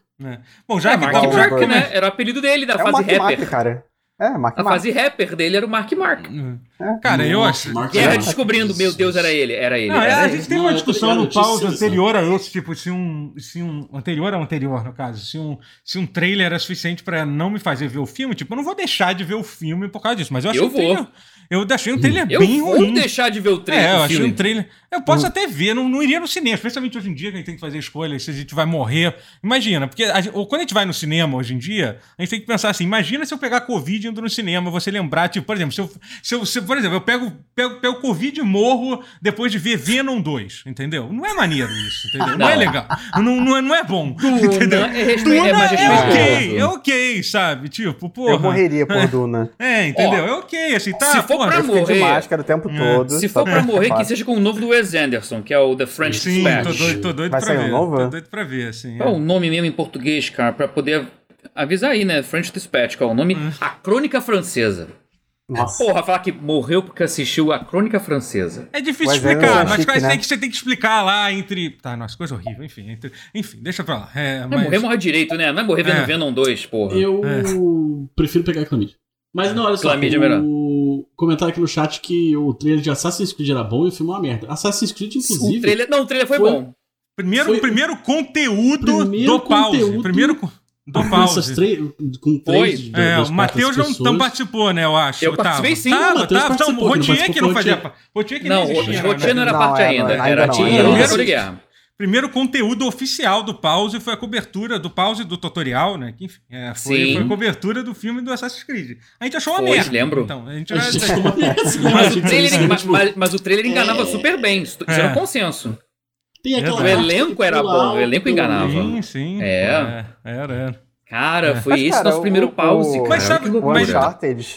Speaker 1: Bom, já
Speaker 4: é,
Speaker 1: que
Speaker 4: Mark
Speaker 2: Wahlberg.
Speaker 4: Mark, né? Era o apelido dele, da
Speaker 2: É o
Speaker 4: fase
Speaker 2: Mark
Speaker 4: rapper.
Speaker 2: Mark, cara. É, Mark
Speaker 4: A
Speaker 2: Mark.
Speaker 4: fase rapper dele era o Mark Mark.
Speaker 2: É.
Speaker 1: Cara, eu
Speaker 3: Nossa,
Speaker 1: acho.
Speaker 3: Mark
Speaker 4: Guerra
Speaker 3: Wahlberg.
Speaker 4: tá descobrindo, meu Deus, era ele. Era ele.
Speaker 1: Não, é,
Speaker 4: era
Speaker 1: a
Speaker 4: ele.
Speaker 1: gente teve
Speaker 3: Não,
Speaker 1: uma
Speaker 3: eu tô
Speaker 1: discussão
Speaker 3: ligado,
Speaker 1: no
Speaker 3: eu tinha
Speaker 1: pause
Speaker 3: sido,
Speaker 1: anterior a esse, tipo, se um, se um. Anterior ao anterior, no caso, se um, se um trailer era suficiente pra não me fazer ver o filme, tipo, eu não vou deixar de ver o filme por causa disso, mas eu achei
Speaker 4: Eu
Speaker 1: um
Speaker 4: vou. Hum.
Speaker 1: trailer. Eu achei um trailer
Speaker 4: Eu
Speaker 1: bem
Speaker 4: vou
Speaker 1: ruim.
Speaker 4: deixar de ver o trailer
Speaker 1: É, eu
Speaker 4: do
Speaker 1: achei um
Speaker 4: filme.
Speaker 1: trailer. Eu posso até ver, não, não iria no cinema, especialmente hoje em dia que a gente tem que fazer escolhas se a gente vai morrer. Imagina, porque a gente- ou quando a gente vai no cinema hoje em dia, a gente tem que pensar assim: imagina se eu pegar Covid indo no cinema, você lembrar, tipo, por exemplo, se eu, se eu- se- por exemplo, eu pego, pego, pego Covid e morro depois de ver Venom 2, entendeu? Não é maneiro isso, entendeu? Não, é
Speaker 4: Não.
Speaker 1: legal. não, não, é, não é bom. [laughs] entendeu?
Speaker 4: Duna é, respe...
Speaker 1: Duna
Speaker 4: é mais
Speaker 1: é ok,
Speaker 4: respeitoso.
Speaker 1: é ok, sabe? Tipo, porra.
Speaker 2: Eu morreria por Duna.
Speaker 1: É, entendeu? é ok, assim, tá.
Speaker 4: se
Speaker 1: porra,
Speaker 4: for pra
Speaker 2: Eu fiquei de
Speaker 4: morrer. É.
Speaker 2: máscara o tempo todo.
Speaker 4: Se
Speaker 2: só
Speaker 4: for pra morrer, que
Speaker 2: fácil.
Speaker 4: seja com o novo do Wes Anderson, que é o The French
Speaker 1: Sim, tô
Speaker 4: Dispatch.
Speaker 1: doido, tô doido
Speaker 2: Vai
Speaker 1: pra
Speaker 2: sair um
Speaker 1: ver.
Speaker 2: novo?
Speaker 1: Tô doido pra ver, assim.
Speaker 3: Então,
Speaker 4: Qual é o nome mesmo em português, cara? Pra poder avisar aí, né? French Dispatch, qual é o nome? A Crônica Francesa.
Speaker 3: Nossa.
Speaker 4: Porra, falar que morreu porque assistiu a Crônica Francesa.
Speaker 1: É difícil
Speaker 2: Mas é
Speaker 1: explicar,
Speaker 2: um
Speaker 1: mas
Speaker 2: chique,
Speaker 1: quase
Speaker 2: né?
Speaker 1: tem que, você tem que explicar lá entre. Tá, nossa, coisa horrível, enfim. entre- enfim, deixa pra lá. É,
Speaker 4: Não é
Speaker 1: mas-
Speaker 4: morrer, morre direito, né? Não é morrer vendo
Speaker 1: É.
Speaker 4: Venom 2, porra.
Speaker 3: Eu prefiro pegar a Clamídia. Mas não, olha só.
Speaker 4: Clamídia é melhor.
Speaker 3: o comentário aqui no chat que o trailer de Assassin's Creed era bom e o filme é uma merda. Assassin's Creed,
Speaker 4: o
Speaker 3: inclusive,
Speaker 4: trailer, não, o trailer foi,
Speaker 3: Foi-
Speaker 4: bom.
Speaker 1: Primeiro,
Speaker 3: Foi-
Speaker 1: primeiro conteúdo
Speaker 3: Primeiro
Speaker 1: do pause.
Speaker 3: conteúdo
Speaker 1: primeiro co- do
Speaker 3: com essas
Speaker 1: pause.
Speaker 3: três. Com três de-
Speaker 1: É,
Speaker 3: das
Speaker 1: o Matheus
Speaker 3: quatro
Speaker 1: não, não
Speaker 3: pessoas.
Speaker 1: participou, né, eu acho.
Speaker 4: Eu participei
Speaker 1: tava.
Speaker 4: sim,
Speaker 1: Tava,
Speaker 3: o Matheus
Speaker 1: tava, tava.
Speaker 3: participou,
Speaker 1: O
Speaker 3: que não
Speaker 1: Rotier que não
Speaker 3: participou,
Speaker 1: fazia.
Speaker 3: Rotier.
Speaker 1: pa- Rotier que
Speaker 4: Não,
Speaker 1: nem
Speaker 4: o
Speaker 1: existia. né,
Speaker 4: Rotier não era
Speaker 2: Não,
Speaker 4: parte
Speaker 2: era-
Speaker 4: ainda.
Speaker 2: ainda
Speaker 4: Era
Speaker 2: não,
Speaker 1: é,
Speaker 4: Tinha
Speaker 3: ainda não.
Speaker 1: tipo,
Speaker 4: Lázaro de Guerra.
Speaker 1: Primeiro conteúdo oficial do Pause foi a cobertura do Pause do tutorial, né? Que, enfim, é, foi,
Speaker 4: Sim.
Speaker 1: foi a cobertura do filme do Assassin's Creed. A gente achou uma
Speaker 4: Foi,
Speaker 1: merda.
Speaker 4: lembro.
Speaker 1: Então, a gente
Speaker 3: [laughs] A gente
Speaker 4: [laughs]
Speaker 3: né?
Speaker 1: achou- [laughs]
Speaker 3: ficou
Speaker 1: tipo,
Speaker 3: uma merda.
Speaker 4: Mas o trailer, é mas,
Speaker 3: tipo,
Speaker 4: mas- mas o trailer enganava
Speaker 3: É.
Speaker 4: super bem. Isso isso
Speaker 1: É.
Speaker 4: era um consenso.
Speaker 3: Tem aquela
Speaker 1: O
Speaker 3: parte
Speaker 4: elenco
Speaker 3: que
Speaker 4: era
Speaker 3: pula
Speaker 4: bom, o
Speaker 3: alto,
Speaker 4: elenco enganava.
Speaker 1: Sim, sim.
Speaker 4: É.
Speaker 1: Era, era.
Speaker 4: Cara, foi
Speaker 2: Mas,
Speaker 4: esse
Speaker 2: cara,
Speaker 4: nosso primeiro
Speaker 2: o-
Speaker 4: pause,
Speaker 2: o-
Speaker 4: cara.
Speaker 1: Mas sabe-
Speaker 4: que
Speaker 2: O
Speaker 4: loucura.
Speaker 1: mas-
Speaker 2: Uncharted,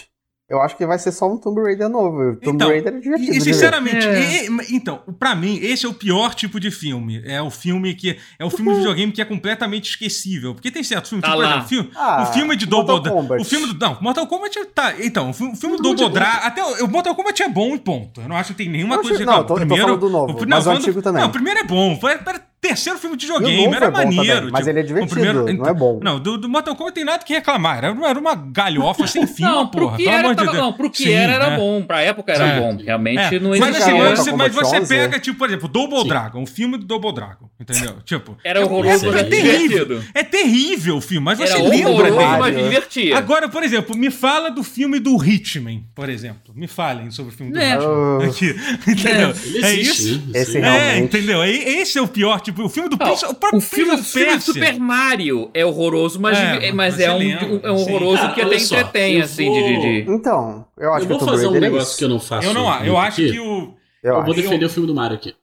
Speaker 2: eu acho que vai ser só um Tomb Raider novo. Tomb
Speaker 1: Então,
Speaker 2: Raider é divertido.
Speaker 1: E,
Speaker 2: de ver.
Speaker 1: sinceramente,
Speaker 4: É.
Speaker 1: e- e- então, pra mim, esse é o pior tipo de filme. É o filme que. É o
Speaker 2: Uhum.
Speaker 1: filme de videogame que é completamente esquecível. Porque tem certos filmes,
Speaker 4: Tá
Speaker 1: tipo, por
Speaker 4: lá.
Speaker 1: exemplo, filme,
Speaker 2: Ah,
Speaker 1: o filme de
Speaker 2: Mortal
Speaker 1: Double
Speaker 2: Kombat.
Speaker 1: O filme do. Não, Mortal Kombat tá. Então, o filme, o filme do
Speaker 3: Mortal
Speaker 1: Double
Speaker 3: Kombat é
Speaker 1: Dragon. Até o o Mortal Kombat é bom e ponto. Eu não acho que tem nenhuma
Speaker 2: Eu
Speaker 1: coisa.
Speaker 2: achei-
Speaker 1: de-
Speaker 2: não, eu tô- eu tô falando do novo,
Speaker 1: pri-
Speaker 2: mas o
Speaker 1: falando-
Speaker 2: antigo também.
Speaker 1: Não, o primeiro é bom. Foi, era terceiro filme de
Speaker 2: E o
Speaker 1: videogame,
Speaker 2: novo
Speaker 1: era
Speaker 2: é bom
Speaker 1: maneiro.
Speaker 2: também, mas
Speaker 1: tipo,
Speaker 2: ele é
Speaker 1: o
Speaker 2: divertido,
Speaker 1: primeiro-
Speaker 2: não é bom.
Speaker 1: Não, do, do Mortal Kombat tem nada que reclamar. Era, era uma galhofa sem fim,
Speaker 4: não,
Speaker 1: porra.
Speaker 4: pro que
Speaker 1: pelo
Speaker 4: era,
Speaker 1: amor de
Speaker 4: tava,
Speaker 1: Deus.
Speaker 4: não, pro que
Speaker 1: Sim,
Speaker 4: era, era
Speaker 1: é.
Speaker 4: bom. Pra época era
Speaker 1: É.
Speaker 4: bom. Realmente
Speaker 1: É,
Speaker 4: não
Speaker 1: mas
Speaker 4: existia.
Speaker 1: assim,
Speaker 2: Mortal
Speaker 1: você, mas
Speaker 2: Kombat
Speaker 1: você
Speaker 2: 11,
Speaker 1: pega, tipo, por exemplo, Double
Speaker 3: Sim.
Speaker 1: Dragon, o filme do Double Dragon, entendeu? Tipo,
Speaker 4: Era
Speaker 1: é,
Speaker 4: horroroso,
Speaker 1: é
Speaker 4: mas
Speaker 1: terrível.
Speaker 4: divertido.
Speaker 1: É terrível o filme, mas você
Speaker 4: Era
Speaker 1: lembra
Speaker 4: horroroso,
Speaker 1: dele.
Speaker 4: mas
Speaker 2: né?
Speaker 4: divertia.
Speaker 1: Agora, por exemplo, me fala do filme do Hitman, por exemplo. Me falem sobre o filme do
Speaker 4: É.
Speaker 1: Hitman. Aqui. Entendeu?
Speaker 3: Ele
Speaker 1: É
Speaker 3: existe,
Speaker 1: isso?
Speaker 3: né?
Speaker 2: Esse
Speaker 3: aí.
Speaker 2: é
Speaker 1: É,
Speaker 2: Realmente.
Speaker 1: entendeu? E- Esse é o pior, tipo, o filme do
Speaker 4: Não,
Speaker 1: Prince, o próprio
Speaker 4: o filme, o
Speaker 1: Prince of
Speaker 4: filme do
Speaker 1: Persia.
Speaker 4: Super Mario é horroroso, mas
Speaker 1: É,
Speaker 4: é,
Speaker 1: mas
Speaker 4: mas
Speaker 1: você
Speaker 4: é um,
Speaker 1: lembra,
Speaker 4: é um
Speaker 1: sim. Ah,
Speaker 4: horroroso
Speaker 3: Cara,
Speaker 4: que até
Speaker 3: olha só,
Speaker 4: entretém,
Speaker 3: eu
Speaker 4: assim,
Speaker 3: vou-
Speaker 4: de- de, de-
Speaker 2: Então, eu acho
Speaker 3: Eu
Speaker 2: que o
Speaker 3: vou
Speaker 2: Tomb
Speaker 3: fazer um
Speaker 2: Raider é
Speaker 3: negócio
Speaker 2: isso.
Speaker 3: que eu não faço.
Speaker 1: Eu não acho, eu
Speaker 3: muito
Speaker 1: acho
Speaker 3: aqui.
Speaker 1: que o.
Speaker 2: Eu
Speaker 3: Eu vou
Speaker 2: acho.
Speaker 3: defender o filme do Mario aqui.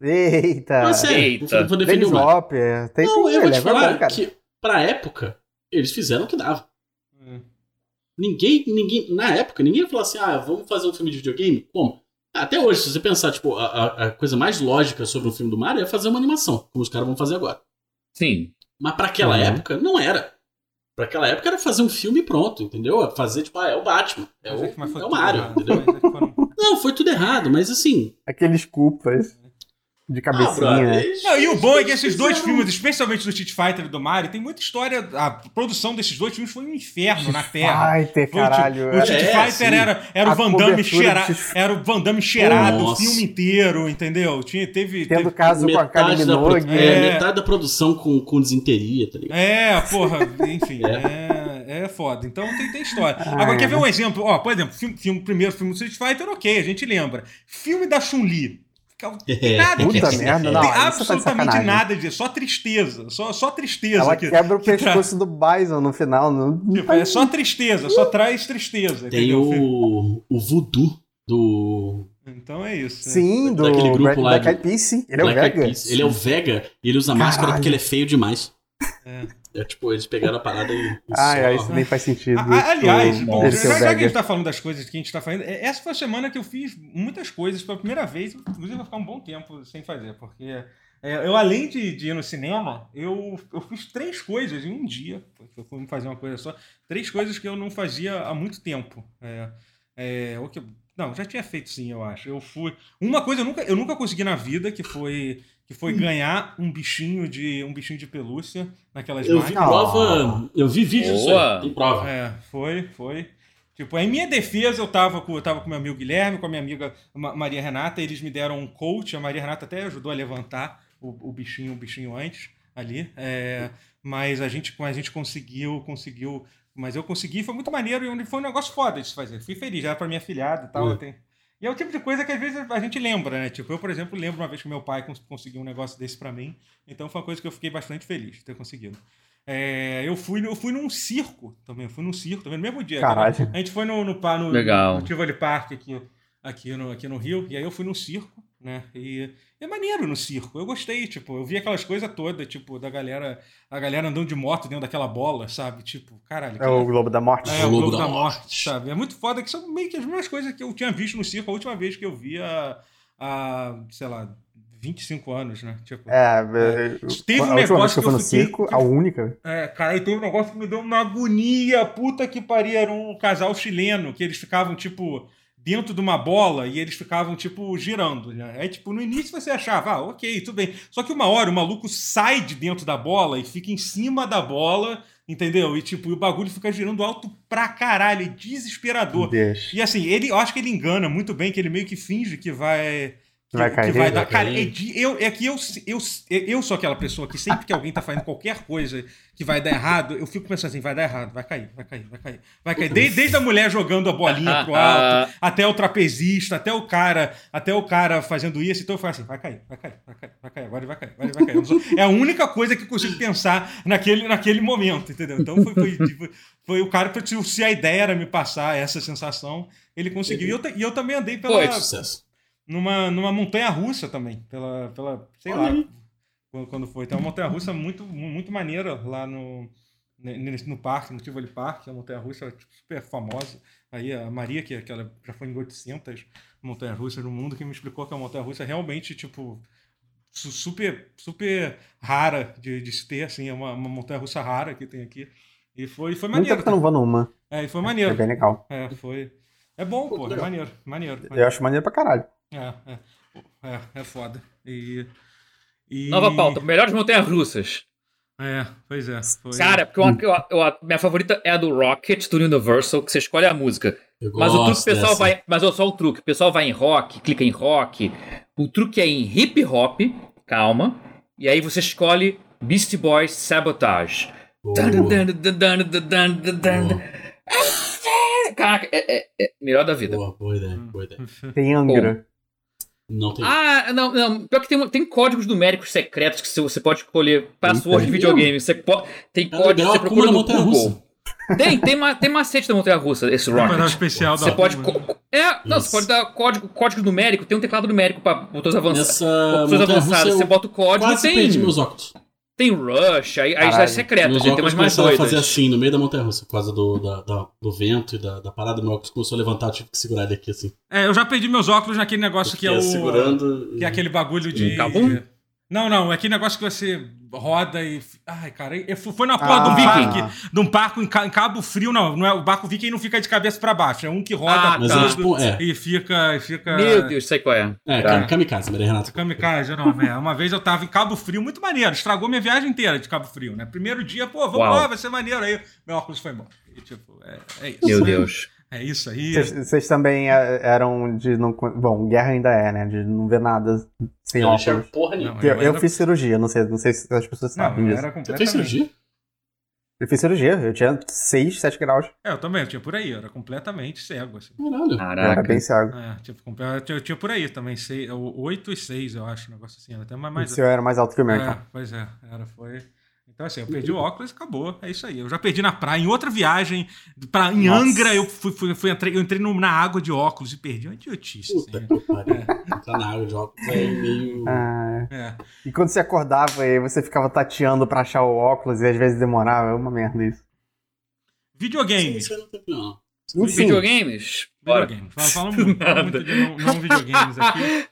Speaker 2: Eita.
Speaker 3: Não, é sério.
Speaker 4: Eita.
Speaker 3: Vou defender
Speaker 2: Dennis
Speaker 3: o Mario.
Speaker 2: Hopper. Tem
Speaker 3: Não,
Speaker 2: tudo,
Speaker 3: eu vou
Speaker 2: ele
Speaker 3: te
Speaker 2: é bom,
Speaker 3: falar
Speaker 2: cara.
Speaker 3: que, pra época, eles fizeram o que dava. Ninguém, ninguém, na época, ninguém ia falar assim, ah, vamos fazer um filme de videogame? Como? Até hoje, se você pensar, tipo, a, a- a coisa mais lógica sobre o filme do Mario é fazer uma animação, como os caras vão fazer agora.
Speaker 4: Sim.
Speaker 3: Mas pra aquela
Speaker 2: Uhum.
Speaker 3: época, não era. Pra aquela época era fazer um filme e pronto, entendeu? Fazer, tipo, ah, é o Batman, é o,
Speaker 1: Mas foi
Speaker 3: é o
Speaker 1: tudo
Speaker 3: Mario,
Speaker 1: errado,
Speaker 3: entendeu?
Speaker 1: mas foram-
Speaker 3: Não, foi tudo errado, mas assim...
Speaker 2: Aqueles culpas de
Speaker 3: ah, brother,
Speaker 2: cabecinha.
Speaker 3: eles-
Speaker 1: Não, e o bom é que esses
Speaker 3: eles
Speaker 1: dois
Speaker 3: fizeram-
Speaker 1: filmes,
Speaker 2: um
Speaker 1: especialmente do Street Fighter e do Mario, tem muita história. A produção desses dois filmes foi um inferno na Terra.
Speaker 2: Ai, ter
Speaker 1: Foi, tipo,
Speaker 2: caralho.
Speaker 1: o Street
Speaker 3: É,
Speaker 1: Fighter
Speaker 3: sim.
Speaker 1: era, era, o
Speaker 2: A
Speaker 1: Van Damme
Speaker 2: cobertura
Speaker 1: cheira,
Speaker 2: do Street-
Speaker 1: era o Van Damme cheirado o
Speaker 3: Nossa.
Speaker 1: filme inteiro, entendeu? Tinha, teve,
Speaker 2: é, Tendo
Speaker 1: teve-
Speaker 2: caso com a Kylie
Speaker 3: Metade da, pro-
Speaker 2: Minogue. né?
Speaker 3: é,
Speaker 1: É.
Speaker 3: metade da produção com, com desinteria, tá ligado?
Speaker 1: É, porra, enfim, é, é foda. Então tem, tem história.
Speaker 2: É.
Speaker 1: Agora, quer ver um exemplo? Ó, por exemplo, filme, filme- primeiro filme do Street Fighter, ok, a gente lembra. Filme da Chun-Li. Fica-
Speaker 3: É.
Speaker 1: Nada
Speaker 3: [laughs]
Speaker 2: Puta
Speaker 1: disso.
Speaker 2: merda, não.
Speaker 1: Tem
Speaker 2: isso tá de
Speaker 1: absolutamente
Speaker 2: sacanagem.
Speaker 1: nada disso, só tristeza. Só, só tristeza.
Speaker 2: Ela
Speaker 1: que-
Speaker 3: [laughs]
Speaker 2: quebra o
Speaker 1: que tra-
Speaker 2: pescoço do Bison no final. Não, não
Speaker 1: Tipo,
Speaker 2: faz
Speaker 1: é só tristeza, só traz tristeza,
Speaker 3: Tem
Speaker 1: entendeu?
Speaker 3: o, o voodoo do
Speaker 1: Então é isso.
Speaker 2: Sim, do
Speaker 3: né? Daquele grupo
Speaker 2: Black,
Speaker 3: lá
Speaker 2: Black
Speaker 3: de-
Speaker 2: Eyed Peas, sim. Ele é o
Speaker 3: Black Eyed
Speaker 2: Vega.
Speaker 3: Peas. Ele é o Vega e ele usa máscara porque ele é feio demais. É. tipo, eles pegaram a parada e. e
Speaker 2: Ai,
Speaker 3: só-
Speaker 2: ai, isso nem faz sentido.
Speaker 1: A- a- aliás,
Speaker 2: Ele
Speaker 1: bom,
Speaker 2: ser o
Speaker 1: já, já que a
Speaker 2: Vega.
Speaker 1: gente tá falando das coisas que a gente tá fazendo, é- essa foi a semana que eu fiz muitas coisas pela primeira vez, inclusive vai ficar um bom tempo sem fazer, porque é, eu, além de, de ir no cinema, eu, eu fiz três coisas em um dia. Eu fui fazer uma coisa só. Três coisas que eu não fazia há muito tempo. É, é, o que, não, já tinha feito sim, eu acho. Eu fui. Uma coisa eu nunca, eu nunca consegui na vida, que foi. Que foi ganhar um bichinho de um bichinho de pelúcia naquelas
Speaker 3: Eu vi
Speaker 2: Ah.
Speaker 3: prova. Eu vi vídeo disso
Speaker 4: Boa.
Speaker 3: aí. Tem prova.
Speaker 1: é, foi, foi. Tipo, em minha defesa, eu tava com, eu tava com meu amigo Guilherme, com a minha amiga Ma- Maria Renata, eles me deram um coach, a Maria Renata até ajudou a levantar o, o bichinho, o bichinho antes ali. é, mas a gente, a gente conseguiu, conseguiu. Mas eu consegui, foi muito maneiro e foi um negócio foda de se fazer. Fui feliz, já era pra minha filhada e tal.
Speaker 3: Ué.
Speaker 1: Eu tenho, E é o tipo de coisa que às vezes a gente lembra, né? Tipo, eu, por exemplo, lembro uma vez que meu pai cons- conseguiu um negócio desse pra mim. Então foi uma coisa que eu fiquei bastante feliz de ter conseguido. É, eu, fui, no- eu fui num circo também, eu fui num circo também, no mesmo dia.
Speaker 2: Caralho.
Speaker 1: cara. A gente foi no, no, pa- no,
Speaker 4: Legal.
Speaker 1: no Tivoli Park aqui, aqui, no, aqui no Rio, e aí eu fui num circo, né? E é maneiro no circo, eu gostei, tipo, eu vi aquelas coisas todas, tipo, da galera, a galera andando de moto dentro daquela bola, sabe? Tipo, caralho.
Speaker 2: É o
Speaker 1: aquela-
Speaker 2: Globo da Morte.
Speaker 1: é, o Globo da, morte, sabe? É muito foda que são meio que as mesmas coisas que eu tinha visto no circo a última vez que eu vi há, há sei lá, 25 anos, né? Tipo,
Speaker 2: É, é,
Speaker 1: Teve um
Speaker 2: a última vez
Speaker 1: negócio
Speaker 2: que eu fui
Speaker 1: que eu
Speaker 2: no
Speaker 1: fiquei-
Speaker 2: circo, a única.
Speaker 1: É, cara, e teve um negócio que me deu uma agonia, puta que pariu, era um casal chileno, que eles ficavam, tipo, dentro de uma bola e eles ficavam, tipo, girando, né? Aí, tipo, no início você achava, ah, ok, tudo bem. Só que uma hora o maluco sai de dentro da bola e fica em cima da bola, entendeu? E, tipo, e o bagulho fica girando alto pra caralho, é desesperador.
Speaker 2: Deus.
Speaker 1: E assim, ele, eu acho que ele engana muito bem, que ele meio que finge que vai. Que,
Speaker 2: Vai
Speaker 1: que
Speaker 2: cair, né?
Speaker 1: vai
Speaker 2: vai
Speaker 1: dar. Cara,
Speaker 3: cair.
Speaker 1: é, de- eu, é que eu, eu, eu sou aquela pessoa que sempre que alguém tá fazendo qualquer coisa que vai dar errado, eu fico pensando assim: vai dar errado, vai cair, vai cair, vai cair. Vai cair. Desde, desde a mulher jogando a bolinha pro alto, até o trapezista, até o cara, até o cara fazendo isso. Então eu falo assim: vai cair, vai cair, vai cair, vai cair, agora vai cair, agora vai cair. Eu sou- É a única coisa que eu consigo pensar naquele, naquele momento, entendeu? Então foi, foi, foi, foi o cara, que se- se a ideia era me passar essa sensação. Ele conseguiu. E eu, ta- e eu também andei pela,
Speaker 4: Pô, é
Speaker 3: Sucesso.
Speaker 1: numa, numa montanha russa também. Pela, pela sei
Speaker 3: Olha
Speaker 1: lá,
Speaker 3: aí.
Speaker 1: quando, quando foi. Tem uma montanha russa muito, mu- muito maneira lá no, ne- nesse- no parque, no Tivoli Park. É uma montanha russa tipo, super famosa. Aí a Maria, que, que ela já foi em 800 montanhas russas no mundo, que me explicou que a montanha russa é realmente, tipo. su- Super, super rara de, de se ter, assim, é uma, uma montanha russa rara que tem aqui. E foi, foi
Speaker 2: Muito
Speaker 1: maneiro.
Speaker 2: tempo que eu não vou numa.
Speaker 1: É, e foi
Speaker 2: É
Speaker 1: maneiro.
Speaker 2: bem legal.
Speaker 1: É, foi. É bom, pô. É
Speaker 3: legal.
Speaker 1: maneiro, maneiro.
Speaker 2: Eu acho maneiro pra caralho.
Speaker 1: É, é. É, é foda. E, e-
Speaker 4: Nova pauta, melhores montanhas russas.
Speaker 1: É, pois é. Foi...
Speaker 4: Cara, porque uma- eu- eu- a minha favorita é a do Rocket, do Universal, que você escolhe a música.
Speaker 3: Eu
Speaker 4: Mas o truque,
Speaker 3: gosto
Speaker 4: o pessoal
Speaker 3: dessa.
Speaker 4: vai. Mas olha só o truque. O pessoal vai em rock, clica em rock. O truque é em hip hop, calma. E aí você escolhe Beastie Boys Sabotage.
Speaker 3: Boa.
Speaker 4: Dun, dun, dun, dun, dun, dun, dun, dun, dun, dun.
Speaker 3: Boa,
Speaker 4: Caraca, é, é- é melhor da vida.
Speaker 3: boa, boa ideia, boa ideia.
Speaker 2: Tem Angra.
Speaker 3: Não tem.
Speaker 4: Ah, não, não. Pior que tem, tem códigos numéricos secretos que você pode escolher password
Speaker 3: Eita.
Speaker 4: de videogame. Você po- tem
Speaker 3: Cara,
Speaker 4: código que
Speaker 3: legal,
Speaker 4: você
Speaker 3: Akuma
Speaker 4: procura
Speaker 3: na
Speaker 4: no
Speaker 3: montanha
Speaker 4: Google. Tem, tem, ma, tem macete da montanha russa, esse
Speaker 1: Tem um canal
Speaker 4: Rocket.
Speaker 1: especial da
Speaker 4: Você pode.
Speaker 1: Akuma.
Speaker 4: co- É, não, você
Speaker 3: Isso.
Speaker 4: pode dar código, código numérico, tem um teclado numérico pra botões avançados.
Speaker 3: Nessa
Speaker 4: Opções
Speaker 3: montanha russa
Speaker 4: avançadas, você
Speaker 3: eu
Speaker 4: bota o código e
Speaker 3: quase
Speaker 4: tem,
Speaker 3: perdi meus óculos.
Speaker 4: tem rush, aí, aí já é
Speaker 2: Caralho.
Speaker 4: secreto,
Speaker 3: meus
Speaker 4: tem, tem
Speaker 3: óculos
Speaker 4: umas mais
Speaker 3: começaram a
Speaker 4: doidas.
Speaker 3: fazer assim no meio da montanha russa, por causa do, da- da- do vento e da, da parada. Meu óculos começou a levantar, eu tive que segurar ele aqui assim.
Speaker 1: É, eu já perdi meus óculos naquele negócio
Speaker 3: Eu
Speaker 1: que é
Speaker 3: fiquei
Speaker 1: o.
Speaker 3: segurando.
Speaker 1: Que é aquele bagulho de.
Speaker 4: Kabum?
Speaker 1: Não, não, é aquele negócio que você roda e. Ai, cara, e- foi na porra de um
Speaker 2: Ah.
Speaker 1: parque. De um parque em, Ca- em Cabo Frio, não. não é, o barco viking não fica de cabeça pra baixo. É um que roda
Speaker 4: Ah,
Speaker 3: Mas
Speaker 4: tá.
Speaker 3: é tipo, é.
Speaker 1: e fica. E fica...
Speaker 4: Meu Deus, sei qual é.
Speaker 3: É,
Speaker 4: Tá.
Speaker 3: kamikaze, Maria Renata.
Speaker 1: Kamikaze, não, é. Uma vez eu tava em Cabo Frio, muito maneiro. Estragou minha viagem inteira de Cabo Frio, né? Primeiro dia, pô, vamos
Speaker 4: Uau.
Speaker 1: lá, vai ser maneiro. Aí meu óculos foi embora. E, tipo, é, é isso.
Speaker 4: Meu Deus.
Speaker 1: É isso aí.
Speaker 2: Vocês- Vocês também é, eram de não. co- Bom, guerra ainda é, né? De não ver nada sem
Speaker 3: Eu não enxergo
Speaker 2: óculos.
Speaker 3: porra nenhuma.
Speaker 1: Não,
Speaker 2: Eu, eu
Speaker 1: era-
Speaker 2: fiz cirurgia, não sei, não sei se as pessoas sabem
Speaker 1: Não, eu
Speaker 2: disso.
Speaker 1: era
Speaker 3: Você fez
Speaker 1: completamente.
Speaker 3: cirurgia?
Speaker 2: Eu fiz cirurgia, eu tinha 6, 7 graus.
Speaker 1: É, eu também, eu tinha por aí, eu era completamente cego, assim.
Speaker 3: Caralho.
Speaker 2: Eu era
Speaker 4: Caraca.
Speaker 2: bem cego.
Speaker 1: É, tipo, comple- eu tinha- eu tinha por aí também, sei, o- oito e seis eu acho, um negócio assim, era até mais. mais
Speaker 2: Se eu era mais alto que o meu,
Speaker 1: é,
Speaker 2: então.
Speaker 1: pois é, era, foi. Então, assim, eu perdi o óculos e acabou. É isso aí. Eu já perdi na praia. Em outra viagem, pra, em
Speaker 2: Nossa.
Speaker 1: Angra, eu, fui, fui, fui- entrei, eu entrei no- na água de óculos e perdi. É uma idiotice.
Speaker 3: Puta
Speaker 1: assim.
Speaker 3: que pariu. Entrar na água de óculos é meio.
Speaker 2: Ah,
Speaker 1: É.
Speaker 2: e quando você acordava e você ficava tateando pra achar o óculos e às vezes demorava, é uma merda isso.
Speaker 1: Videogame.
Speaker 3: Isso aí não tem problema.
Speaker 2: Enfim,
Speaker 4: Videogames? Bora.
Speaker 1: Videogame. Fala, fala
Speaker 4: [laughs]
Speaker 1: muito, fala muito de não, não videogames aqui.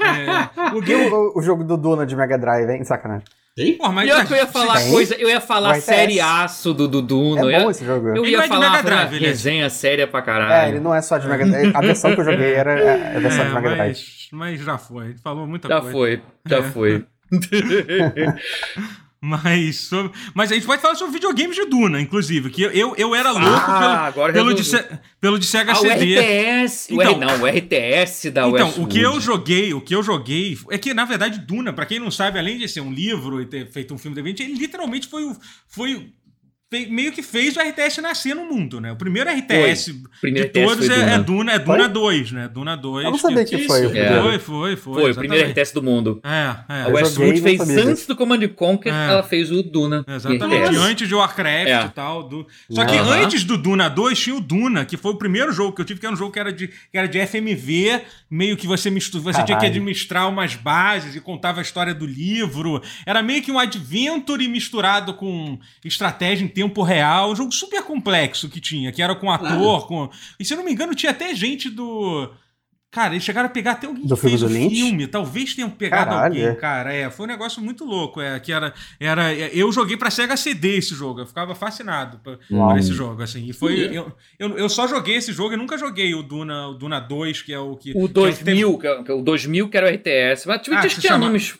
Speaker 1: É, o game.
Speaker 2: o, o jogo do Duna de Mega Drive, hein? Sacanagem.
Speaker 3: Tem?
Speaker 1: Porra, mas,
Speaker 4: Pior que eu ia falar
Speaker 2: Tem?
Speaker 4: coisa, eu ia falar
Speaker 2: Vai ter
Speaker 4: série
Speaker 2: essa.
Speaker 4: aço do, do
Speaker 2: É
Speaker 4: Duno. eu,
Speaker 2: bom
Speaker 4: ia-
Speaker 2: esse jogo.
Speaker 4: eu Ah,
Speaker 1: Ele
Speaker 4: ia
Speaker 1: vai de
Speaker 4: falar
Speaker 1: Mega
Speaker 4: fazer uma
Speaker 1: Drive, ele é.
Speaker 4: resenha séria pra
Speaker 2: É, ele
Speaker 4: caralho.
Speaker 2: não é só de Mega Drive. A versão que eu joguei era é, a
Speaker 1: mas,
Speaker 2: versão de Mega
Speaker 1: é,
Speaker 2: Drive.
Speaker 1: mas, mas já foi. Ele falou muita
Speaker 4: já
Speaker 1: coisa.
Speaker 4: foi, já
Speaker 1: É.
Speaker 4: foi.
Speaker 1: Mas, sobre- mas a gente pode falar sobre videogames de Duna, inclusive. Que eu, eu, eu era louco
Speaker 4: [laughs] Ah,
Speaker 1: pelo,
Speaker 4: agora
Speaker 1: pelo, de,
Speaker 4: resolveu.
Speaker 1: Se- pelo de Sega
Speaker 4: Ah, o
Speaker 1: CD.
Speaker 4: RTS. o R-
Speaker 1: Então-
Speaker 4: não, É o RTS da
Speaker 1: Então, o
Speaker 4: Westwood.
Speaker 1: que eu joguei, o que eu joguei é que, na verdade, Duna, pra quem não sabe, além de ser um livro e ter feito um filme de repente, ele literalmente foi o. Foi, o- fe- meio que fez o RTS nascer no mundo, né? O primeiro RTS
Speaker 4: Primeiro
Speaker 1: de todos
Speaker 4: foi
Speaker 1: é, é
Speaker 4: Duna.
Speaker 1: Duna, é Duna 2, né? Duna 2.
Speaker 2: Eu não sabia que
Speaker 3: isso,
Speaker 2: foi.
Speaker 3: é.
Speaker 1: Foi,
Speaker 2: Pedro.
Speaker 1: foi, foi.
Speaker 4: Foi, o primeiro
Speaker 1: exatamente.
Speaker 4: RTS do mundo.
Speaker 1: É, é.
Speaker 4: A
Speaker 2: Eu
Speaker 4: Westwood
Speaker 2: joguei e
Speaker 4: fez
Speaker 2: não sabia
Speaker 4: antes do Command Conquer,
Speaker 1: É.
Speaker 4: ela fez o Duna.
Speaker 1: Exatamente,
Speaker 4: RTS.
Speaker 1: antes de Warcraft
Speaker 4: É.
Speaker 1: e tal. do- Só que
Speaker 4: Aham.
Speaker 1: antes do Duna 2 tinha o Duna, que foi o primeiro jogo que eu tive, que era um jogo que era de, que era de FMV, meio que você mistu... você tinha que
Speaker 2: Caralho.
Speaker 1: administrar umas bases e contava a história do livro. Era meio que um adventure misturado com estratégia em tempo real, um jogo super complexo que tinha, que era com ator, com. E se eu não me engano, tinha até gente do. Cara, eles chegaram a pegar até alguém
Speaker 2: Do
Speaker 1: que fez
Speaker 2: filme
Speaker 1: o
Speaker 2: do Lynch?
Speaker 1: filme. Talvez tenham pegado
Speaker 2: Caralho,
Speaker 1: alguém,
Speaker 2: é.
Speaker 1: cara. É, foi um negócio muito louco. É, que era, era, é, eu joguei pra Sega CD esse jogo. Eu ficava fascinado por,
Speaker 2: Uau.
Speaker 1: por esse jogo. Assim, e foi,
Speaker 4: Uhum.
Speaker 3: Maneiro.
Speaker 1: eu, eu, eu só joguei esse jogo e nunca joguei o Duna, o Duna 2, que é o que.
Speaker 4: O
Speaker 1: que é o que teve-
Speaker 4: 2000, que é- que é o 2000 que era o RTS. Mas tipo,
Speaker 1: Ah,
Speaker 4: tinha
Speaker 1: se
Speaker 4: tinha
Speaker 1: chama-
Speaker 4: nomes.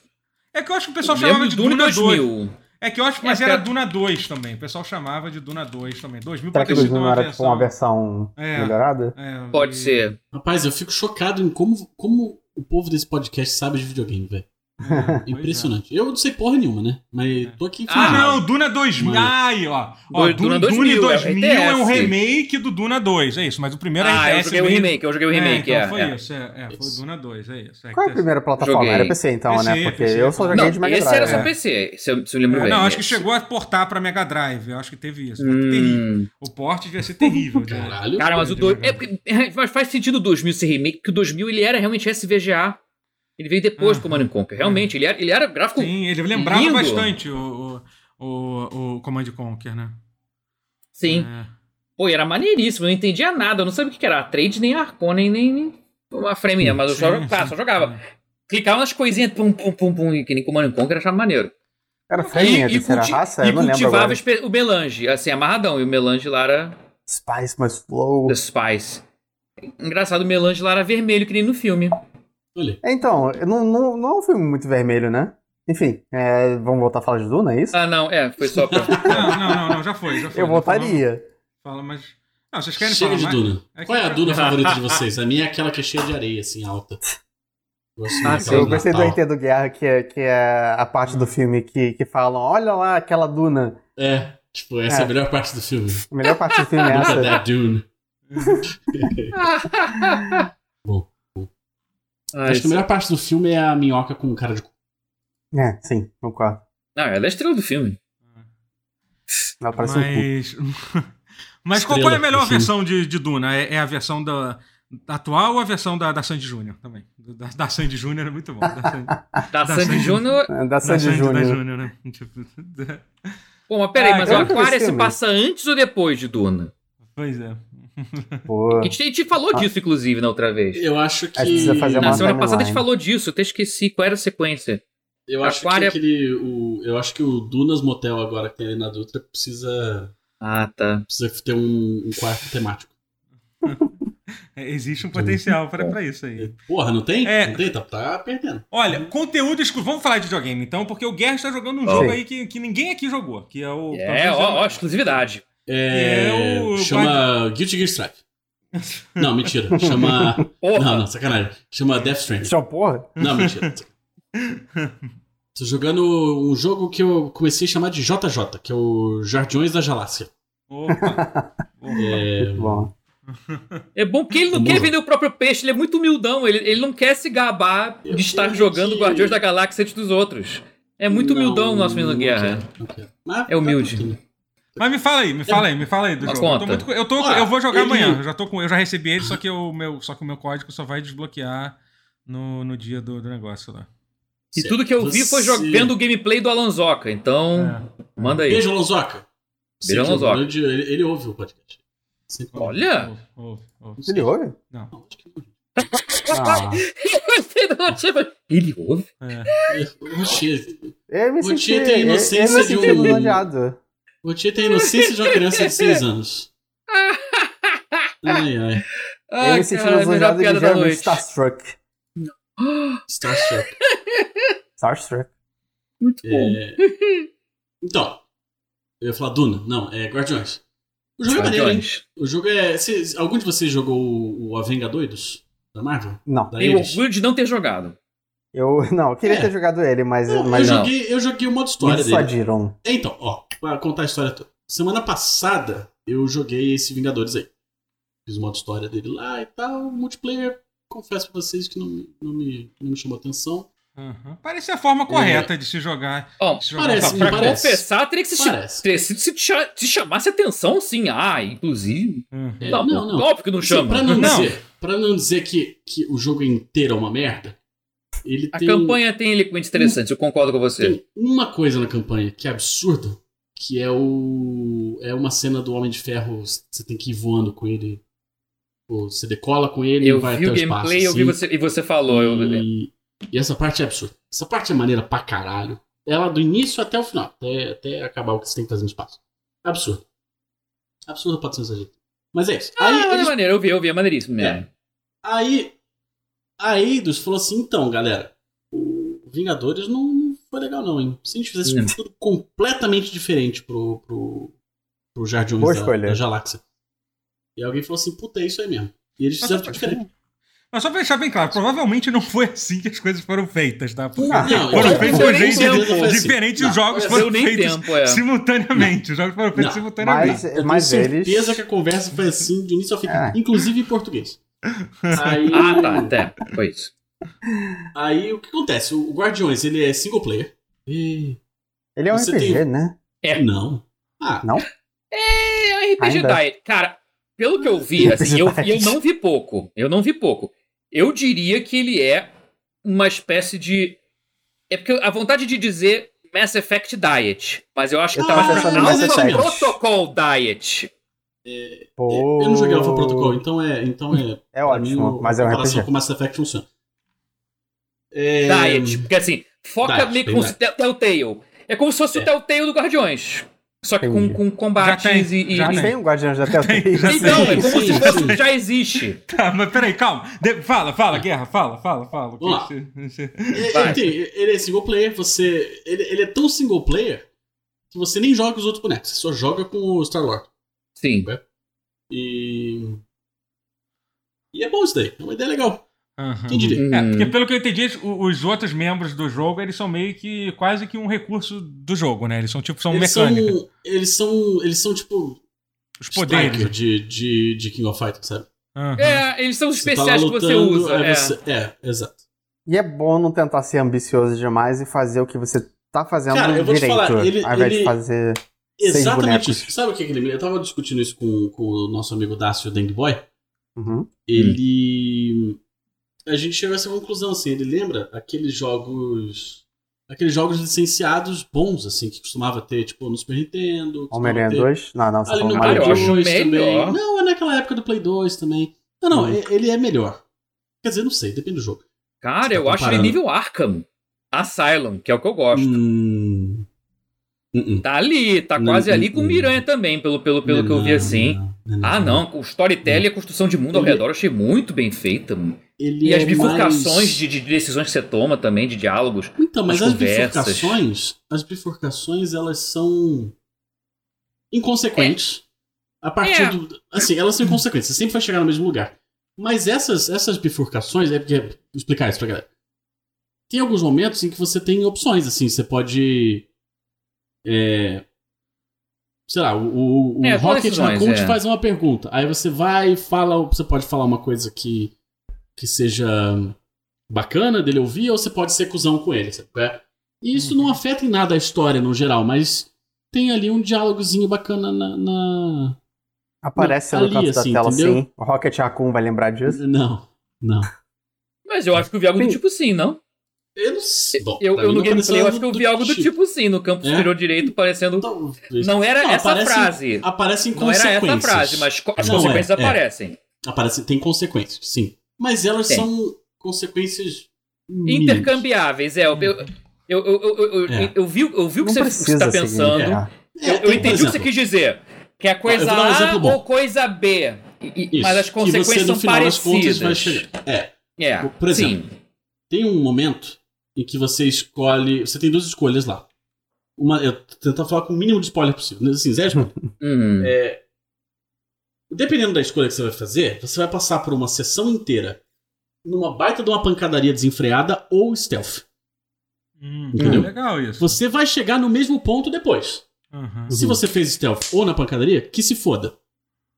Speaker 1: É que eu acho que o pessoal
Speaker 4: Eu lembro
Speaker 1: chamava de Duna, 2.
Speaker 4: 2000.
Speaker 1: É que eu acho, mas
Speaker 4: É,
Speaker 1: era
Speaker 4: porque-
Speaker 1: Duna 2 também. O pessoal chamava de Duna 2 também. 2000
Speaker 2: Será que
Speaker 1: ter
Speaker 2: eles
Speaker 1: sido
Speaker 2: não era tipo uma versão
Speaker 1: É.
Speaker 2: melhorada?
Speaker 1: é,
Speaker 4: Pode
Speaker 1: e-
Speaker 4: ser.
Speaker 3: Rapaz, eu fico chocado em como, como o povo desse podcast sabe de videogame, velho.
Speaker 1: é, pois é.
Speaker 3: Impressionante. Eu não sei porra nenhuma, né? Mas tô aqui
Speaker 1: Ah,
Speaker 3: informado.
Speaker 1: não, Duna 2000.
Speaker 3: Mano.
Speaker 1: Ai, ó. ó
Speaker 4: Do-
Speaker 1: Duna,
Speaker 4: Duna
Speaker 1: 2000,
Speaker 4: 2000,
Speaker 1: Duna
Speaker 4: é
Speaker 1: 2000 é, um
Speaker 4: RTS.
Speaker 1: remake do Duna 2, é isso. Mas o primeiro
Speaker 4: Ah, eu
Speaker 1: RTS
Speaker 4: joguei o
Speaker 1: mesmo.
Speaker 4: remake, eu joguei o remake,
Speaker 1: é,
Speaker 4: é.
Speaker 1: então foi
Speaker 4: é.
Speaker 1: isso. É, é, foi o Duna 2, é isso.
Speaker 2: Qual é a
Speaker 1: que-
Speaker 2: primeira plataforma?
Speaker 4: Joguei.
Speaker 2: Era PC então,
Speaker 1: PC,
Speaker 2: né? Porque
Speaker 1: PC,
Speaker 2: eu só
Speaker 1: então.
Speaker 2: joguei de
Speaker 4: Não,
Speaker 2: Mega
Speaker 4: esse era
Speaker 2: Drive. né?
Speaker 4: só
Speaker 1: é.
Speaker 4: PC, se eu, se eu lembro
Speaker 1: É,
Speaker 4: bem.
Speaker 1: não, acho que
Speaker 4: Esse.
Speaker 1: chegou a portar pra Mega Drive. Eu acho que teve isso. Foi terrível.
Speaker 4: Hum.
Speaker 1: O porte devia ser terrível.
Speaker 4: [laughs]
Speaker 1: né?
Speaker 3: Caralho.
Speaker 4: Cara, mas o
Speaker 1: de
Speaker 4: 2.
Speaker 1: Mega
Speaker 4: É, porque- [laughs] é, mas faz sentido o 2000 ser remake, porque o 2000 ele era realmente SVGA. Ele veio depois
Speaker 1: Ah.
Speaker 4: do Command Conquer. Realmente, ele era, ele era gráfico. Sim.
Speaker 1: Sim, ele lembrava
Speaker 4: Lindo.
Speaker 1: bastante o, o, o, o Command Conquer, né? É.
Speaker 4: Pô, e era maneiríssimo, eu não entendia nada. Eu não sabia o que que era a trade, nem a Arcone, nem, nem uma frame, mas eu só,
Speaker 1: Sim,
Speaker 4: tá,
Speaker 1: sim. É.
Speaker 4: só jogava. Clicava nas coisinhas, pum, pum, pum, pum, e que nem Command Conquer, achava maneiro.
Speaker 2: Era Fêmea, a terceira
Speaker 4: culti-
Speaker 2: raça?
Speaker 4: e
Speaker 2: Eu não lembro
Speaker 4: cultivava
Speaker 2: agora.
Speaker 4: espe- o melange, assim, amarradão. E o melange lá era
Speaker 2: Spice, mas Flow.
Speaker 4: The Spice. Engraçado, o melange lá era vermelho, que nem no filme.
Speaker 3: Olha.
Speaker 2: É, Então, eu não, não, não é um filme muito vermelho, né? Enfim, é, vamos voltar a falar de Duna, é isso?
Speaker 4: Ah, não, é, foi só pra...
Speaker 1: [laughs] Não, não, não, não, já foi. Já foi
Speaker 2: eu voltaria.
Speaker 1: Fala, mas. Não, vocês querem falar
Speaker 3: Chega de
Speaker 1: mais?
Speaker 3: Duna.
Speaker 1: É que-
Speaker 3: Qual é a Duna favorita de vocês? A minha é aquela que é cheia de areia, assim, alta. Gosto
Speaker 4: Ah,
Speaker 3: daquela
Speaker 4: sim.
Speaker 3: do
Speaker 2: Eu gostei do
Speaker 3: Natal.
Speaker 2: RT do Guerra, que é, que é a parte do filme que, que falam: olha lá aquela Duna.
Speaker 3: É, tipo, essa é, a melhor parte do filme.
Speaker 2: A melhor parte do
Speaker 3: [laughs]
Speaker 2: filme é
Speaker 3: Look at
Speaker 2: essa.
Speaker 3: that Dune.
Speaker 4: Ah,
Speaker 3: Acho que a melhor parte do filme é a minhoca com cara de cu.
Speaker 2: É, sim, concordo.
Speaker 4: Não, ela é a estrela do filme.
Speaker 2: Ela parece um cu.
Speaker 1: Mas. [laughs] Mas qual, qual é a
Speaker 3: Estrela,
Speaker 1: melhor
Speaker 3: enfim.
Speaker 1: versão de, de Duna? É, é a versão da. Atual ou a versão da, da Sandy Júnior também? Da, da Sandy Júnior é muito bom. Da
Speaker 2: [laughs]
Speaker 1: Sandy,
Speaker 4: Da Tá, Sandy
Speaker 1: Sandy
Speaker 4: Júnior.
Speaker 2: É, Da Sandy Júnior.
Speaker 1: Júnior, né? [laughs] Tipo,
Speaker 4: Pô, mas peraí,
Speaker 1: Ah,
Speaker 4: mas o
Speaker 1: eu
Speaker 2: nunca vi
Speaker 4: Aquária
Speaker 2: esse
Speaker 4: se
Speaker 2: filme.
Speaker 4: passa antes ou depois de Duna?
Speaker 1: Pois é.
Speaker 2: Pô.
Speaker 4: A gente, a gente falou disso, inclusive, na outra vez.
Speaker 3: Eu acho que.
Speaker 2: Acho que precisa fazer É uma
Speaker 4: Na semana
Speaker 2: timeline.
Speaker 4: passada a gente falou disso, eu até esqueci qual era a sequência.
Speaker 3: Eu acho
Speaker 4: Aquária-
Speaker 3: que aquele. O, eu acho que o Dunas Motel agora que tem ali na Dutra precisa,
Speaker 4: Ah, tá.
Speaker 3: precisa ter um, um quarto temático.
Speaker 1: É, Existe um potencial pra pra isso aí.
Speaker 3: Porra, não tem?
Speaker 1: É.
Speaker 3: Não tem? Tá, tá perdendo.
Speaker 1: Olha, conteúdo exclusivo. Vamos falar de videogame então, porque o Guerra está jogando um
Speaker 2: Sim.
Speaker 1: jogo aí que, que ninguém aqui jogou. Que é o.
Speaker 4: É, ó, ó, exclusividade.
Speaker 3: É,
Speaker 1: É o-
Speaker 3: Chama Guilty Gear Strive. Não, mentira.
Speaker 1: [laughs]
Speaker 3: Chama. Não,
Speaker 4: Porra!
Speaker 3: não, sacanagem. Chama Death Stranding.
Speaker 2: Isso é uma porra?
Speaker 3: Não, mentira. Tô jogando um jogo que eu comecei a chamar de JJ, que é o Jardiões da Galáxia.
Speaker 1: Opa. Opa.
Speaker 3: É,
Speaker 2: Muito bom.
Speaker 4: É bom que ele não
Speaker 3: Vamos
Speaker 4: quer
Speaker 3: lá.
Speaker 4: vender o próprio peixe, ele é muito humildão, ele, ele não quer se gabar
Speaker 3: Eu
Speaker 4: de estar
Speaker 3: sei
Speaker 4: jogando
Speaker 3: que-
Speaker 4: Guardiões da Galáxia antes dos outros. É muito
Speaker 3: Não,
Speaker 4: humildão o nosso menino
Speaker 3: não
Speaker 4: Guerra.
Speaker 3: quero, não quero. Mas
Speaker 4: É humilde.
Speaker 3: tá pouquinho.
Speaker 1: Mas me fala aí, me fala aí, me fala aí do
Speaker 4: Mas
Speaker 1: jogo. Eu, tô
Speaker 4: conta.
Speaker 1: muito cu- eu, tô-
Speaker 3: Ah,
Speaker 1: eu vou jogar
Speaker 3: ele-
Speaker 1: amanhã. Eu já, tô com, eu já recebi ele, só que, o meu, só que o meu código só vai desbloquear no, no dia do, do negócio lá.
Speaker 4: E tudo que eu vi foi
Speaker 3: Você-
Speaker 4: jogando o gameplay do Alonsoca, então
Speaker 1: É.
Speaker 4: manda aí.
Speaker 3: Beijo, Lonzoca. Sei que é um
Speaker 4: Lonzoca.
Speaker 3: grande- Ele, ele ouve o podcast. Sempre ouve.
Speaker 4: Olha!
Speaker 1: Ouve, ouve, ouve.
Speaker 2: Ele ouve?
Speaker 1: Não.
Speaker 3: Não, acho que não.
Speaker 2: Ah.
Speaker 4: [laughs] Gostei da notícia. Ele ouve?
Speaker 1: É.
Speaker 3: O Rotier-
Speaker 2: Eu me
Speaker 3: O
Speaker 2: senti.
Speaker 3: Tite tem
Speaker 2: eu- eu me
Speaker 3: inocência de
Speaker 2: senti
Speaker 3: um-
Speaker 2: lisonjeado.
Speaker 3: o Rotier tem a inocência de uma criança de 6 anos. Ai, ai.
Speaker 4: É
Speaker 3: Ah,
Speaker 2: Eu me senti um
Speaker 3: é
Speaker 2: lisonjeado de
Speaker 4: um
Speaker 2: geralmente Starstruck.
Speaker 3: Starstruck.
Speaker 2: Starstruck.
Speaker 4: Muito bom. [laughs]
Speaker 3: É... Então, eu ia falar Duna. Não, é Guardiões. O jogo é maneiro, hein?
Speaker 4: Guardiões.
Speaker 3: O jogo é. cês- algum de vocês jogou o, o Avenga Doidos? Da Marvel?
Speaker 2: Não.
Speaker 3: Da
Speaker 4: Tenho
Speaker 3: Eidos?
Speaker 4: orgulho de não ter jogado.
Speaker 2: Eu não, eu queria
Speaker 3: É.
Speaker 2: ter jogado ele, mas,
Speaker 3: Não, eu,
Speaker 2: mas
Speaker 4: não.
Speaker 3: joguei, eu joguei o modo
Speaker 2: me
Speaker 3: história dele.
Speaker 2: dissuadiram.
Speaker 3: Então, ó, pra contar a história toda. Semana passada eu joguei esse Vingadores aí. Fiz uma história dele lá e tal. Multiplayer, confesso pra vocês que não, me- não, me, não me chamou atenção.
Speaker 1: Uhum. Parece a forma correta de se jogar.
Speaker 4: Bom,
Speaker 1: de se
Speaker 3: parece,
Speaker 1: essa
Speaker 3: me
Speaker 4: pra
Speaker 1: fraca.
Speaker 3: parece.
Speaker 4: confessar, teria que se,
Speaker 3: Parece.
Speaker 4: teria sido se, cha- se chamasse atenção, sim. Ah, inclusive.
Speaker 1: Uhum.
Speaker 3: É,
Speaker 4: não,
Speaker 3: não, não.
Speaker 4: Óbvio que não
Speaker 3: Assim,
Speaker 4: chama.
Speaker 3: pra não,
Speaker 1: Não.
Speaker 3: dizer, pra não dizer que, que o jogo inteiro é uma merda, ele
Speaker 4: A
Speaker 3: tem, um
Speaker 4: campanha tem um elementos interessantes, eu concordo com você.
Speaker 3: tem uma coisa na campanha que é absurda, que é o. É uma cena do Homem de Ferro, você tem que ir voando com ele. Ou você decola com ele e
Speaker 4: Eu
Speaker 3: vai
Speaker 4: vi
Speaker 3: até
Speaker 4: o
Speaker 3: o espaço.
Speaker 4: gameplay, eu vi
Speaker 3: assim.
Speaker 4: você, né? e você falou. eu-
Speaker 3: E, e essa parte é absurda. Essa parte é maneira pra caralho. Ela do início até o final. Até, até acabar o que você tem que fazer no espaço. Absurdo. Absurdo pode ser essa gente. Mas é isso.
Speaker 4: Ah,
Speaker 3: Aí
Speaker 4: mas é
Speaker 3: eles
Speaker 4: maneiro, eu vi, eu vi, é maneiríssimo mesmo.
Speaker 3: É. Aí a Eidos falou assim: então, galera, o Vingadores não, não foi legal, não, hein? Se a gente fizesse
Speaker 2: Hum.
Speaker 4: Não.
Speaker 3: tudo completamente diferente pro, pro, pro Jardim
Speaker 2: Boa
Speaker 3: da,
Speaker 2: escolha.
Speaker 3: da Galáxia. E alguém falou assim: puta, é isso aí mesmo. E eles
Speaker 1: Mas é
Speaker 3: fizeram
Speaker 1: só-
Speaker 3: tudo diferente.
Speaker 1: Mas só pra deixar bem claro, provavelmente não foi assim que as coisas foram feitas, tá? Porque
Speaker 2: Não,
Speaker 3: não,
Speaker 1: foram
Speaker 3: eu-
Speaker 1: feitos
Speaker 4: eu
Speaker 1: de um
Speaker 4: nem
Speaker 1: jeito
Speaker 4: tempo.
Speaker 3: foi assim.
Speaker 1: diferente
Speaker 3: Não,
Speaker 1: os jogos
Speaker 3: eu
Speaker 1: foram
Speaker 4: Deu nem
Speaker 1: feitos
Speaker 4: tempo, é.
Speaker 1: simultaneamente. Os jogos foram feitos
Speaker 3: Não,
Speaker 1: simultaneamente.
Speaker 2: Mas,
Speaker 3: Eu
Speaker 2: mas
Speaker 3: tenho
Speaker 2: eles.
Speaker 3: é certeza que a conversa foi assim de início ao fim,
Speaker 2: É.
Speaker 3: inclusive em
Speaker 2: [laughs]
Speaker 3: português.
Speaker 1: [laughs]
Speaker 3: Aí,
Speaker 4: Ah, tá, até. Foi isso.
Speaker 3: aí o que acontece? O Guardiões ele é single player. E...
Speaker 2: Ele é um
Speaker 3: Você
Speaker 2: RPG,
Speaker 3: tem-
Speaker 2: né?
Speaker 4: É.
Speaker 3: Não. Ah,
Speaker 4: É um RPG
Speaker 2: Ainda.
Speaker 4: Diet. Cara, pelo que eu
Speaker 2: [laughs]
Speaker 4: vi, assim, eu, eu não vi pouco. Eu não vi pouco. Eu diria que ele é uma espécie de. É porque a vontade de dizer Mass Effect Diet. Mas eu acho que
Speaker 2: Eu
Speaker 4: tá
Speaker 2: tava
Speaker 4: mais pra
Speaker 2: pensando
Speaker 3: mas
Speaker 2: nesse
Speaker 4: Alpha
Speaker 3: é
Speaker 2: time.
Speaker 3: menos.
Speaker 4: Protocol Diet.
Speaker 2: Pô,
Speaker 3: É, Eu não joguei Alpha Protocol, então é, então é
Speaker 2: É
Speaker 3: Pra mim,
Speaker 2: ótimo,
Speaker 3: o-
Speaker 2: mas é
Speaker 3: a
Speaker 2: um
Speaker 3: comparação
Speaker 2: RPG.
Speaker 3: com Mass Effect funciona. É,
Speaker 4: Diet. Porque assim, foca
Speaker 3: Diet,
Speaker 4: meio que
Speaker 3: bem
Speaker 4: como se tel- Telltale. É como se fosse
Speaker 3: É.
Speaker 4: o Telltale do Guardiões. Só que com,
Speaker 2: Entendi.
Speaker 4: com combates
Speaker 1: Já tem,
Speaker 4: e. e-
Speaker 1: já
Speaker 2: Já tem um Guardiões da Telltale.
Speaker 1: já
Speaker 4: Então,
Speaker 3: tem.
Speaker 4: é como
Speaker 3: Sim,
Speaker 4: se fosse.
Speaker 3: sim.
Speaker 4: Já existe.
Speaker 1: Tá, mas peraí, calma. De- Fala, fala, Guerra, fala, fala, fala.
Speaker 3: É. Vamos lá.
Speaker 1: Que- que-
Speaker 3: Ele,
Speaker 4: Vai.
Speaker 3: ele tem- ele é single player, você. Ele, ele é tão single player que você nem joga com os outros bonecos, você só joga com o Star Lord.
Speaker 4: Sim.
Speaker 3: E. E é bom isso daí, é uma ideia legal.
Speaker 1: Aham.
Speaker 2: Uhum.
Speaker 3: Quem diria?
Speaker 1: É,
Speaker 4: Hum.
Speaker 1: porque pelo que eu entendi, eles- o- os outros membros do jogo, eles são meio que quase que um recurso do jogo, né? Eles são tipo, são
Speaker 3: eles, são, um
Speaker 1: mecânica.
Speaker 3: eles são. Eles são tipo.
Speaker 1: Os poderes.
Speaker 3: striker de, de, de King of Fighters, sabe?
Speaker 1: Aham.
Speaker 4: É, eles são os
Speaker 3: Você tá lá
Speaker 4: especiais que você
Speaker 3: lutando,
Speaker 4: usa.
Speaker 3: aí
Speaker 4: é.
Speaker 3: você- é, exato.
Speaker 2: E é bom não tentar ser ambicioso demais e fazer o que você tá fazendo
Speaker 3: Cara, eu vou te
Speaker 2: direito.
Speaker 3: falar, ele-
Speaker 2: ao invés
Speaker 3: ele-
Speaker 2: de fazer. Seis bonecos.
Speaker 3: Exatamente isso. Sabe o que, que ele me Eu tava discutindo isso com, com o nosso amigo Dácio Dengue Boy.
Speaker 2: Uhum.
Speaker 3: ele. A gente chegou a essa conclusão, assim, ele lembra aqueles jogos. Aqueles jogos licenciados bons, assim, que costumava ter, tipo, no Super Nintendo. costumava
Speaker 2: Homem-Aranha
Speaker 3: ter
Speaker 2: 2? Não, não, você
Speaker 3: Ali
Speaker 2: falou
Speaker 3: no
Speaker 4: Mario
Speaker 2: Mario
Speaker 3: Play
Speaker 4: eu acho
Speaker 3: 2
Speaker 2: Bros.
Speaker 4: melhor.
Speaker 3: também. Não, é naquela época do Play 2 também. Não, não,
Speaker 2: Hum.
Speaker 3: e- ele é melhor. Quer dizer, não sei, depende do jogo.
Speaker 4: Cara,
Speaker 3: Você tá
Speaker 4: eu acho ele
Speaker 3: comparando.
Speaker 4: nível Arkham. Asylum, que é o que eu gosto.
Speaker 3: Hum. Uh-uh.
Speaker 4: Tá ali, tá
Speaker 3: Hum,
Speaker 4: quase
Speaker 3: hum,
Speaker 4: ali com
Speaker 3: hum.
Speaker 4: o Miranha também, pelo, pelo, pelo que eu vi
Speaker 3: Não,
Speaker 4: assim.
Speaker 3: não,
Speaker 4: Ah, não, o storytelling e a construção de mundo ao
Speaker 3: Ele-
Speaker 4: redor eu achei muito bem feita.
Speaker 3: Ele
Speaker 4: E as
Speaker 3: é
Speaker 4: bifurcações
Speaker 3: mais-
Speaker 4: de, de decisões que você toma também, de diálogos.
Speaker 3: Então, mas
Speaker 4: As
Speaker 3: as,
Speaker 4: conversas.
Speaker 3: bifurcações, as bifurcações, elas são inconsequentes. A partir
Speaker 4: É.
Speaker 3: do, assim, elas são inconsequentes, você sempre vai chegar no mesmo lugar. Mas essas essas bifurcações, é porque vou explicar isso pra galera. Tem alguns momentos em que você tem opções, assim, você pode é, sei lá, o, o, o
Speaker 4: É, todas
Speaker 3: Rocket
Speaker 4: decisões,
Speaker 3: Raccoon te
Speaker 4: é.
Speaker 3: faz uma pergunta. Aí você vai e fala, você pode falar uma coisa que que seja bacana dele ouvir, ou você pode ser cuzão com ele. sabe? É. E isso
Speaker 4: Uhum.
Speaker 3: não afeta em nada a história no geral, mas tem ali um diálogozinho bacana na. na-
Speaker 2: Aparece
Speaker 3: Não,
Speaker 2: no
Speaker 3: ali,
Speaker 2: canto
Speaker 3: assim,
Speaker 2: da tela,
Speaker 3: entendeu?
Speaker 2: sim. O Rocket Raccoon vai lembrar disso.
Speaker 3: Não, não.
Speaker 4: Mas eu acho que eu vi algo do
Speaker 2: Sim.
Speaker 4: tipo sim, não?
Speaker 3: Eu não sei. Bom,
Speaker 4: Eu,
Speaker 3: pra
Speaker 4: eu
Speaker 3: mim
Speaker 4: no
Speaker 3: não apareceu
Speaker 4: gameplay eu acho que eu
Speaker 3: do
Speaker 4: vi algo do tipo sim, no campo
Speaker 3: É?
Speaker 4: superior direito, parecendo.
Speaker 3: Talvez.
Speaker 4: Não era
Speaker 3: Não,
Speaker 4: essa
Speaker 3: aparece-
Speaker 4: frase.
Speaker 3: Aparecem
Speaker 4: Não era
Speaker 3: consequências.
Speaker 4: essa frase, mas co- as
Speaker 3: Não, é,
Speaker 4: consequências
Speaker 3: é.
Speaker 4: aparecem.
Speaker 3: Aparece, tem consequências, sim. Mas elas
Speaker 4: Tem.
Speaker 3: são consequências. mínimas.
Speaker 4: Intercambiáveis, é. Eu, eu, eu, eu, eu, eu-
Speaker 3: É.
Speaker 4: eu vi, eu vi o
Speaker 2: não
Speaker 4: que você
Speaker 2: precisa
Speaker 3: tá
Speaker 4: está pensando.
Speaker 2: significar.
Speaker 3: É,
Speaker 4: Eu,
Speaker 3: tem, por
Speaker 4: entendi o que você
Speaker 3: exemplo,
Speaker 4: quis dizer. Que é
Speaker 3: Eu
Speaker 4: coisa
Speaker 3: vou dar um
Speaker 4: A
Speaker 3: exemplo bom.
Speaker 4: ou coisa B. E- e-
Speaker 3: Isso,
Speaker 4: mas as
Speaker 3: que
Speaker 4: consequências
Speaker 3: você, no
Speaker 4: são
Speaker 3: final das contas,
Speaker 4: parecidas.
Speaker 3: vai chegar. É,
Speaker 4: É,
Speaker 3: Por exemplo,
Speaker 4: sim.
Speaker 3: tem um momento em que você escolhe. Você tem duas escolhas lá. Uma, eu vou tentar falar com o mínimo de spoiler possível. Assim, Zé,
Speaker 2: É,
Speaker 3: é,
Speaker 4: Hum,
Speaker 3: dependendo da escolha que você vai fazer, você vai passar por uma sessão inteira numa baita de uma pancadaria desenfreada ou stealth.
Speaker 1: Hum,
Speaker 3: Entendeu?
Speaker 1: legal isso.
Speaker 3: Você vai chegar no mesmo ponto depois.
Speaker 1: Uhum.
Speaker 3: Se você fez stealth ou na pancadaria, que se foda.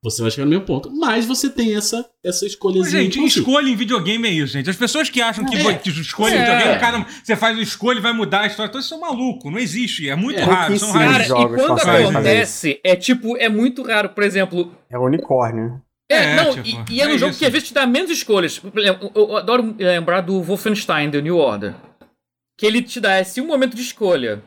Speaker 3: Você vai chegar no mesmo ponto. Mas você tem essa, essa
Speaker 1: Mas,
Speaker 3: escolhazinha.
Speaker 1: gente,
Speaker 3: infantil.
Speaker 1: escolha em videogame é isso, gente. As pessoas que acham que,
Speaker 3: então, assim, É.
Speaker 1: vo- que escolha em
Speaker 4: É.
Speaker 1: videogame, cara, você faz uma escolha e vai mudar a história. Então isso é maluco, não existe. É muito
Speaker 3: É.
Speaker 1: raro, são
Speaker 2: Pouquíssimos
Speaker 1: raros.
Speaker 4: Cara,
Speaker 2: Esses jogos
Speaker 4: e quando
Speaker 1: conseguem fazer
Speaker 4: acontece, é tipo, é muito raro. Por exemplo,
Speaker 2: É um unicórnio.
Speaker 4: É,
Speaker 1: É,
Speaker 4: não,
Speaker 1: tipo,
Speaker 4: e, e é no
Speaker 1: é
Speaker 4: jogo
Speaker 1: isso.
Speaker 4: que às vezes te dá menos escolhas. Por exemplo, Eu, eu adoro lembrar do Wolfenstein, The New Order. Que ele te dá esse um momento de escolha.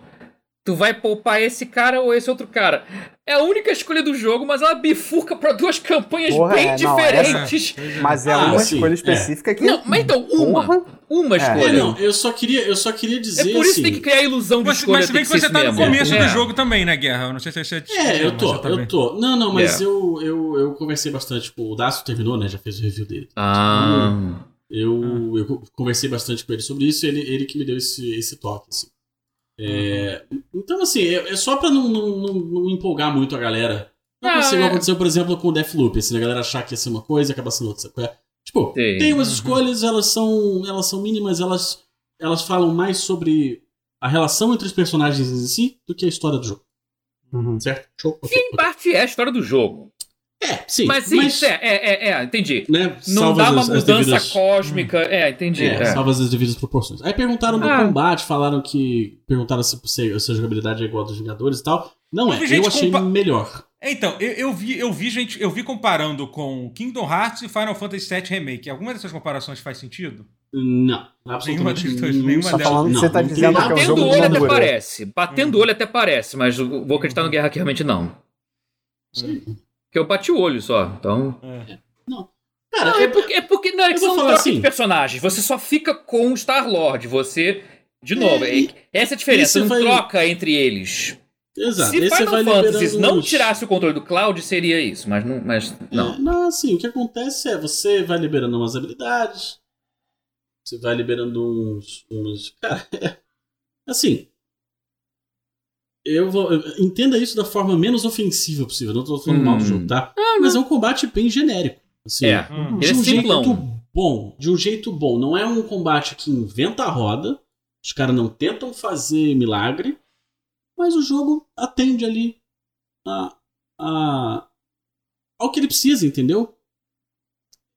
Speaker 4: Tu vai poupar esse cara ou esse outro cara. É a única escolha do jogo, mas ela bifurca pra duas campanhas
Speaker 2: Porra,
Speaker 4: bem
Speaker 2: é, não, essa-
Speaker 4: diferentes.
Speaker 2: Mas é
Speaker 3: Ah,
Speaker 2: uma
Speaker 3: sim,
Speaker 2: escolha
Speaker 3: é.
Speaker 2: específica que.
Speaker 4: Não, mas então, uma.
Speaker 2: Porra.
Speaker 4: Uma escolha.
Speaker 3: É,
Speaker 4: É,
Speaker 3: não, eu só queria, eu só queria dizer
Speaker 4: por isso que
Speaker 3: assim.
Speaker 4: tem que criar a ilusão de
Speaker 1: Mas,
Speaker 4: escolha.
Speaker 1: mas se bem
Speaker 4: tem
Speaker 1: que você
Speaker 4: ser
Speaker 1: tá no
Speaker 4: cinema.
Speaker 1: começo
Speaker 4: É.
Speaker 1: do jogo também, né, Guerra? Eu não sei se você...
Speaker 3: É, eu tô,
Speaker 1: você tá
Speaker 3: eu
Speaker 1: bem.
Speaker 3: tô. Não, não, mas
Speaker 4: É.
Speaker 3: eu, eu, eu conversei bastante com o Daço, terminou, né? Já fez o review dele.
Speaker 4: Ah.
Speaker 3: Eu, eu conversei bastante com ele sobre isso, ele, ele que me deu esse, esse toque, assim. É, Então, assim, é, é só pra não, não, não- não empolgar muito a galera. Não
Speaker 4: Ah,
Speaker 3: aconteceu
Speaker 4: é.
Speaker 3: igual aconteceu, por exemplo, com o Deathloop, assim, a galera achar que ia ser uma coisa e acabar sendo outra. sabe qual é? Tipo,
Speaker 4: Sim.
Speaker 3: tem umas
Speaker 1: Uhum.
Speaker 3: escolhas, elas são, elas são mínimas, elas, elas falam mais sobre a relação entre os personagens em si do que a história do jogo,
Speaker 2: Uhum.
Speaker 3: certo? Show? Ok,
Speaker 4: Em
Speaker 3: ok.
Speaker 4: parte é a história do jogo.
Speaker 3: É, sim.
Speaker 4: Mas sim, é, é, é, é, entendi.
Speaker 3: né,
Speaker 4: Não
Speaker 3: salvas
Speaker 4: dá uma
Speaker 3: as- as
Speaker 4: mudança
Speaker 3: devidas-
Speaker 4: cósmica. É, entendi.
Speaker 3: É,
Speaker 4: é.
Speaker 3: salvas as devidas proporções. Aí perguntaram do
Speaker 4: Ah.
Speaker 3: combate, falaram que. Perguntaram se, se, se a jogabilidade é igual a dos Vingadores e tal. Não é,
Speaker 1: Teve gente
Speaker 3: eu achei
Speaker 1: compa-
Speaker 3: melhor.
Speaker 1: Então, eu, eu vi, eu vi, gente, eu vi comparando com Kingdom Hearts e Final Fantasy VII Remake. Alguma dessas comparações faz sentido?
Speaker 3: Não, absolutamente
Speaker 1: Nenhuma das duas,
Speaker 3: nenhum
Speaker 1: nenhuma
Speaker 3: sentido.
Speaker 1: delas. Tá
Speaker 2: falando que
Speaker 3: Não,
Speaker 2: você tá
Speaker 3: não tem
Speaker 2: dizendo
Speaker 3: nada.
Speaker 2: que é um
Speaker 4: Batendo
Speaker 2: jogo
Speaker 4: o
Speaker 2: de
Speaker 4: olho até
Speaker 2: namoro.
Speaker 4: parece. Batendo o olho até parece, mas eu vou acreditar no Guerra que realmente não.
Speaker 3: Sim.
Speaker 4: Porque eu bati o olho só, então...
Speaker 3: Cara,
Speaker 4: Não,
Speaker 3: é-
Speaker 4: é porque, é porque não, é
Speaker 3: eu
Speaker 4: que
Speaker 3: vou
Speaker 4: são
Speaker 3: falar
Speaker 4: trocas
Speaker 3: assim.
Speaker 4: de personagens. Você só fica com o Star-Lord, você... De novo,
Speaker 3: É, e-
Speaker 4: é- essa é a
Speaker 3: isso
Speaker 4: diferença, não
Speaker 3: vai-
Speaker 4: troca entre eles.
Speaker 3: exato.
Speaker 4: Se
Speaker 3: esse vai
Speaker 4: Final Fantasy
Speaker 3: liberando
Speaker 4: não
Speaker 3: uns-
Speaker 4: tirasse o controle do Cloud, seria isso, mas não... Mas, não.
Speaker 3: É, não, assim, o que acontece é você vai liberando umas habilidades, você vai liberando uns. uns [laughs] cara, é, assim. Eu vou. eu- Entenda isso da forma menos ofensiva possível. Não tô falando
Speaker 4: Hum.
Speaker 3: mal do jogo, tá? Mas é um combate bem genérico. Assim,
Speaker 4: É.
Speaker 1: Hum.
Speaker 4: Ele é simplão.
Speaker 3: jeito bom. De um jeito bom. Não é um combate que inventa a roda. Os caras não tentam fazer milagre. Mas o jogo atende ali a, a, ao que ele precisa, entendeu?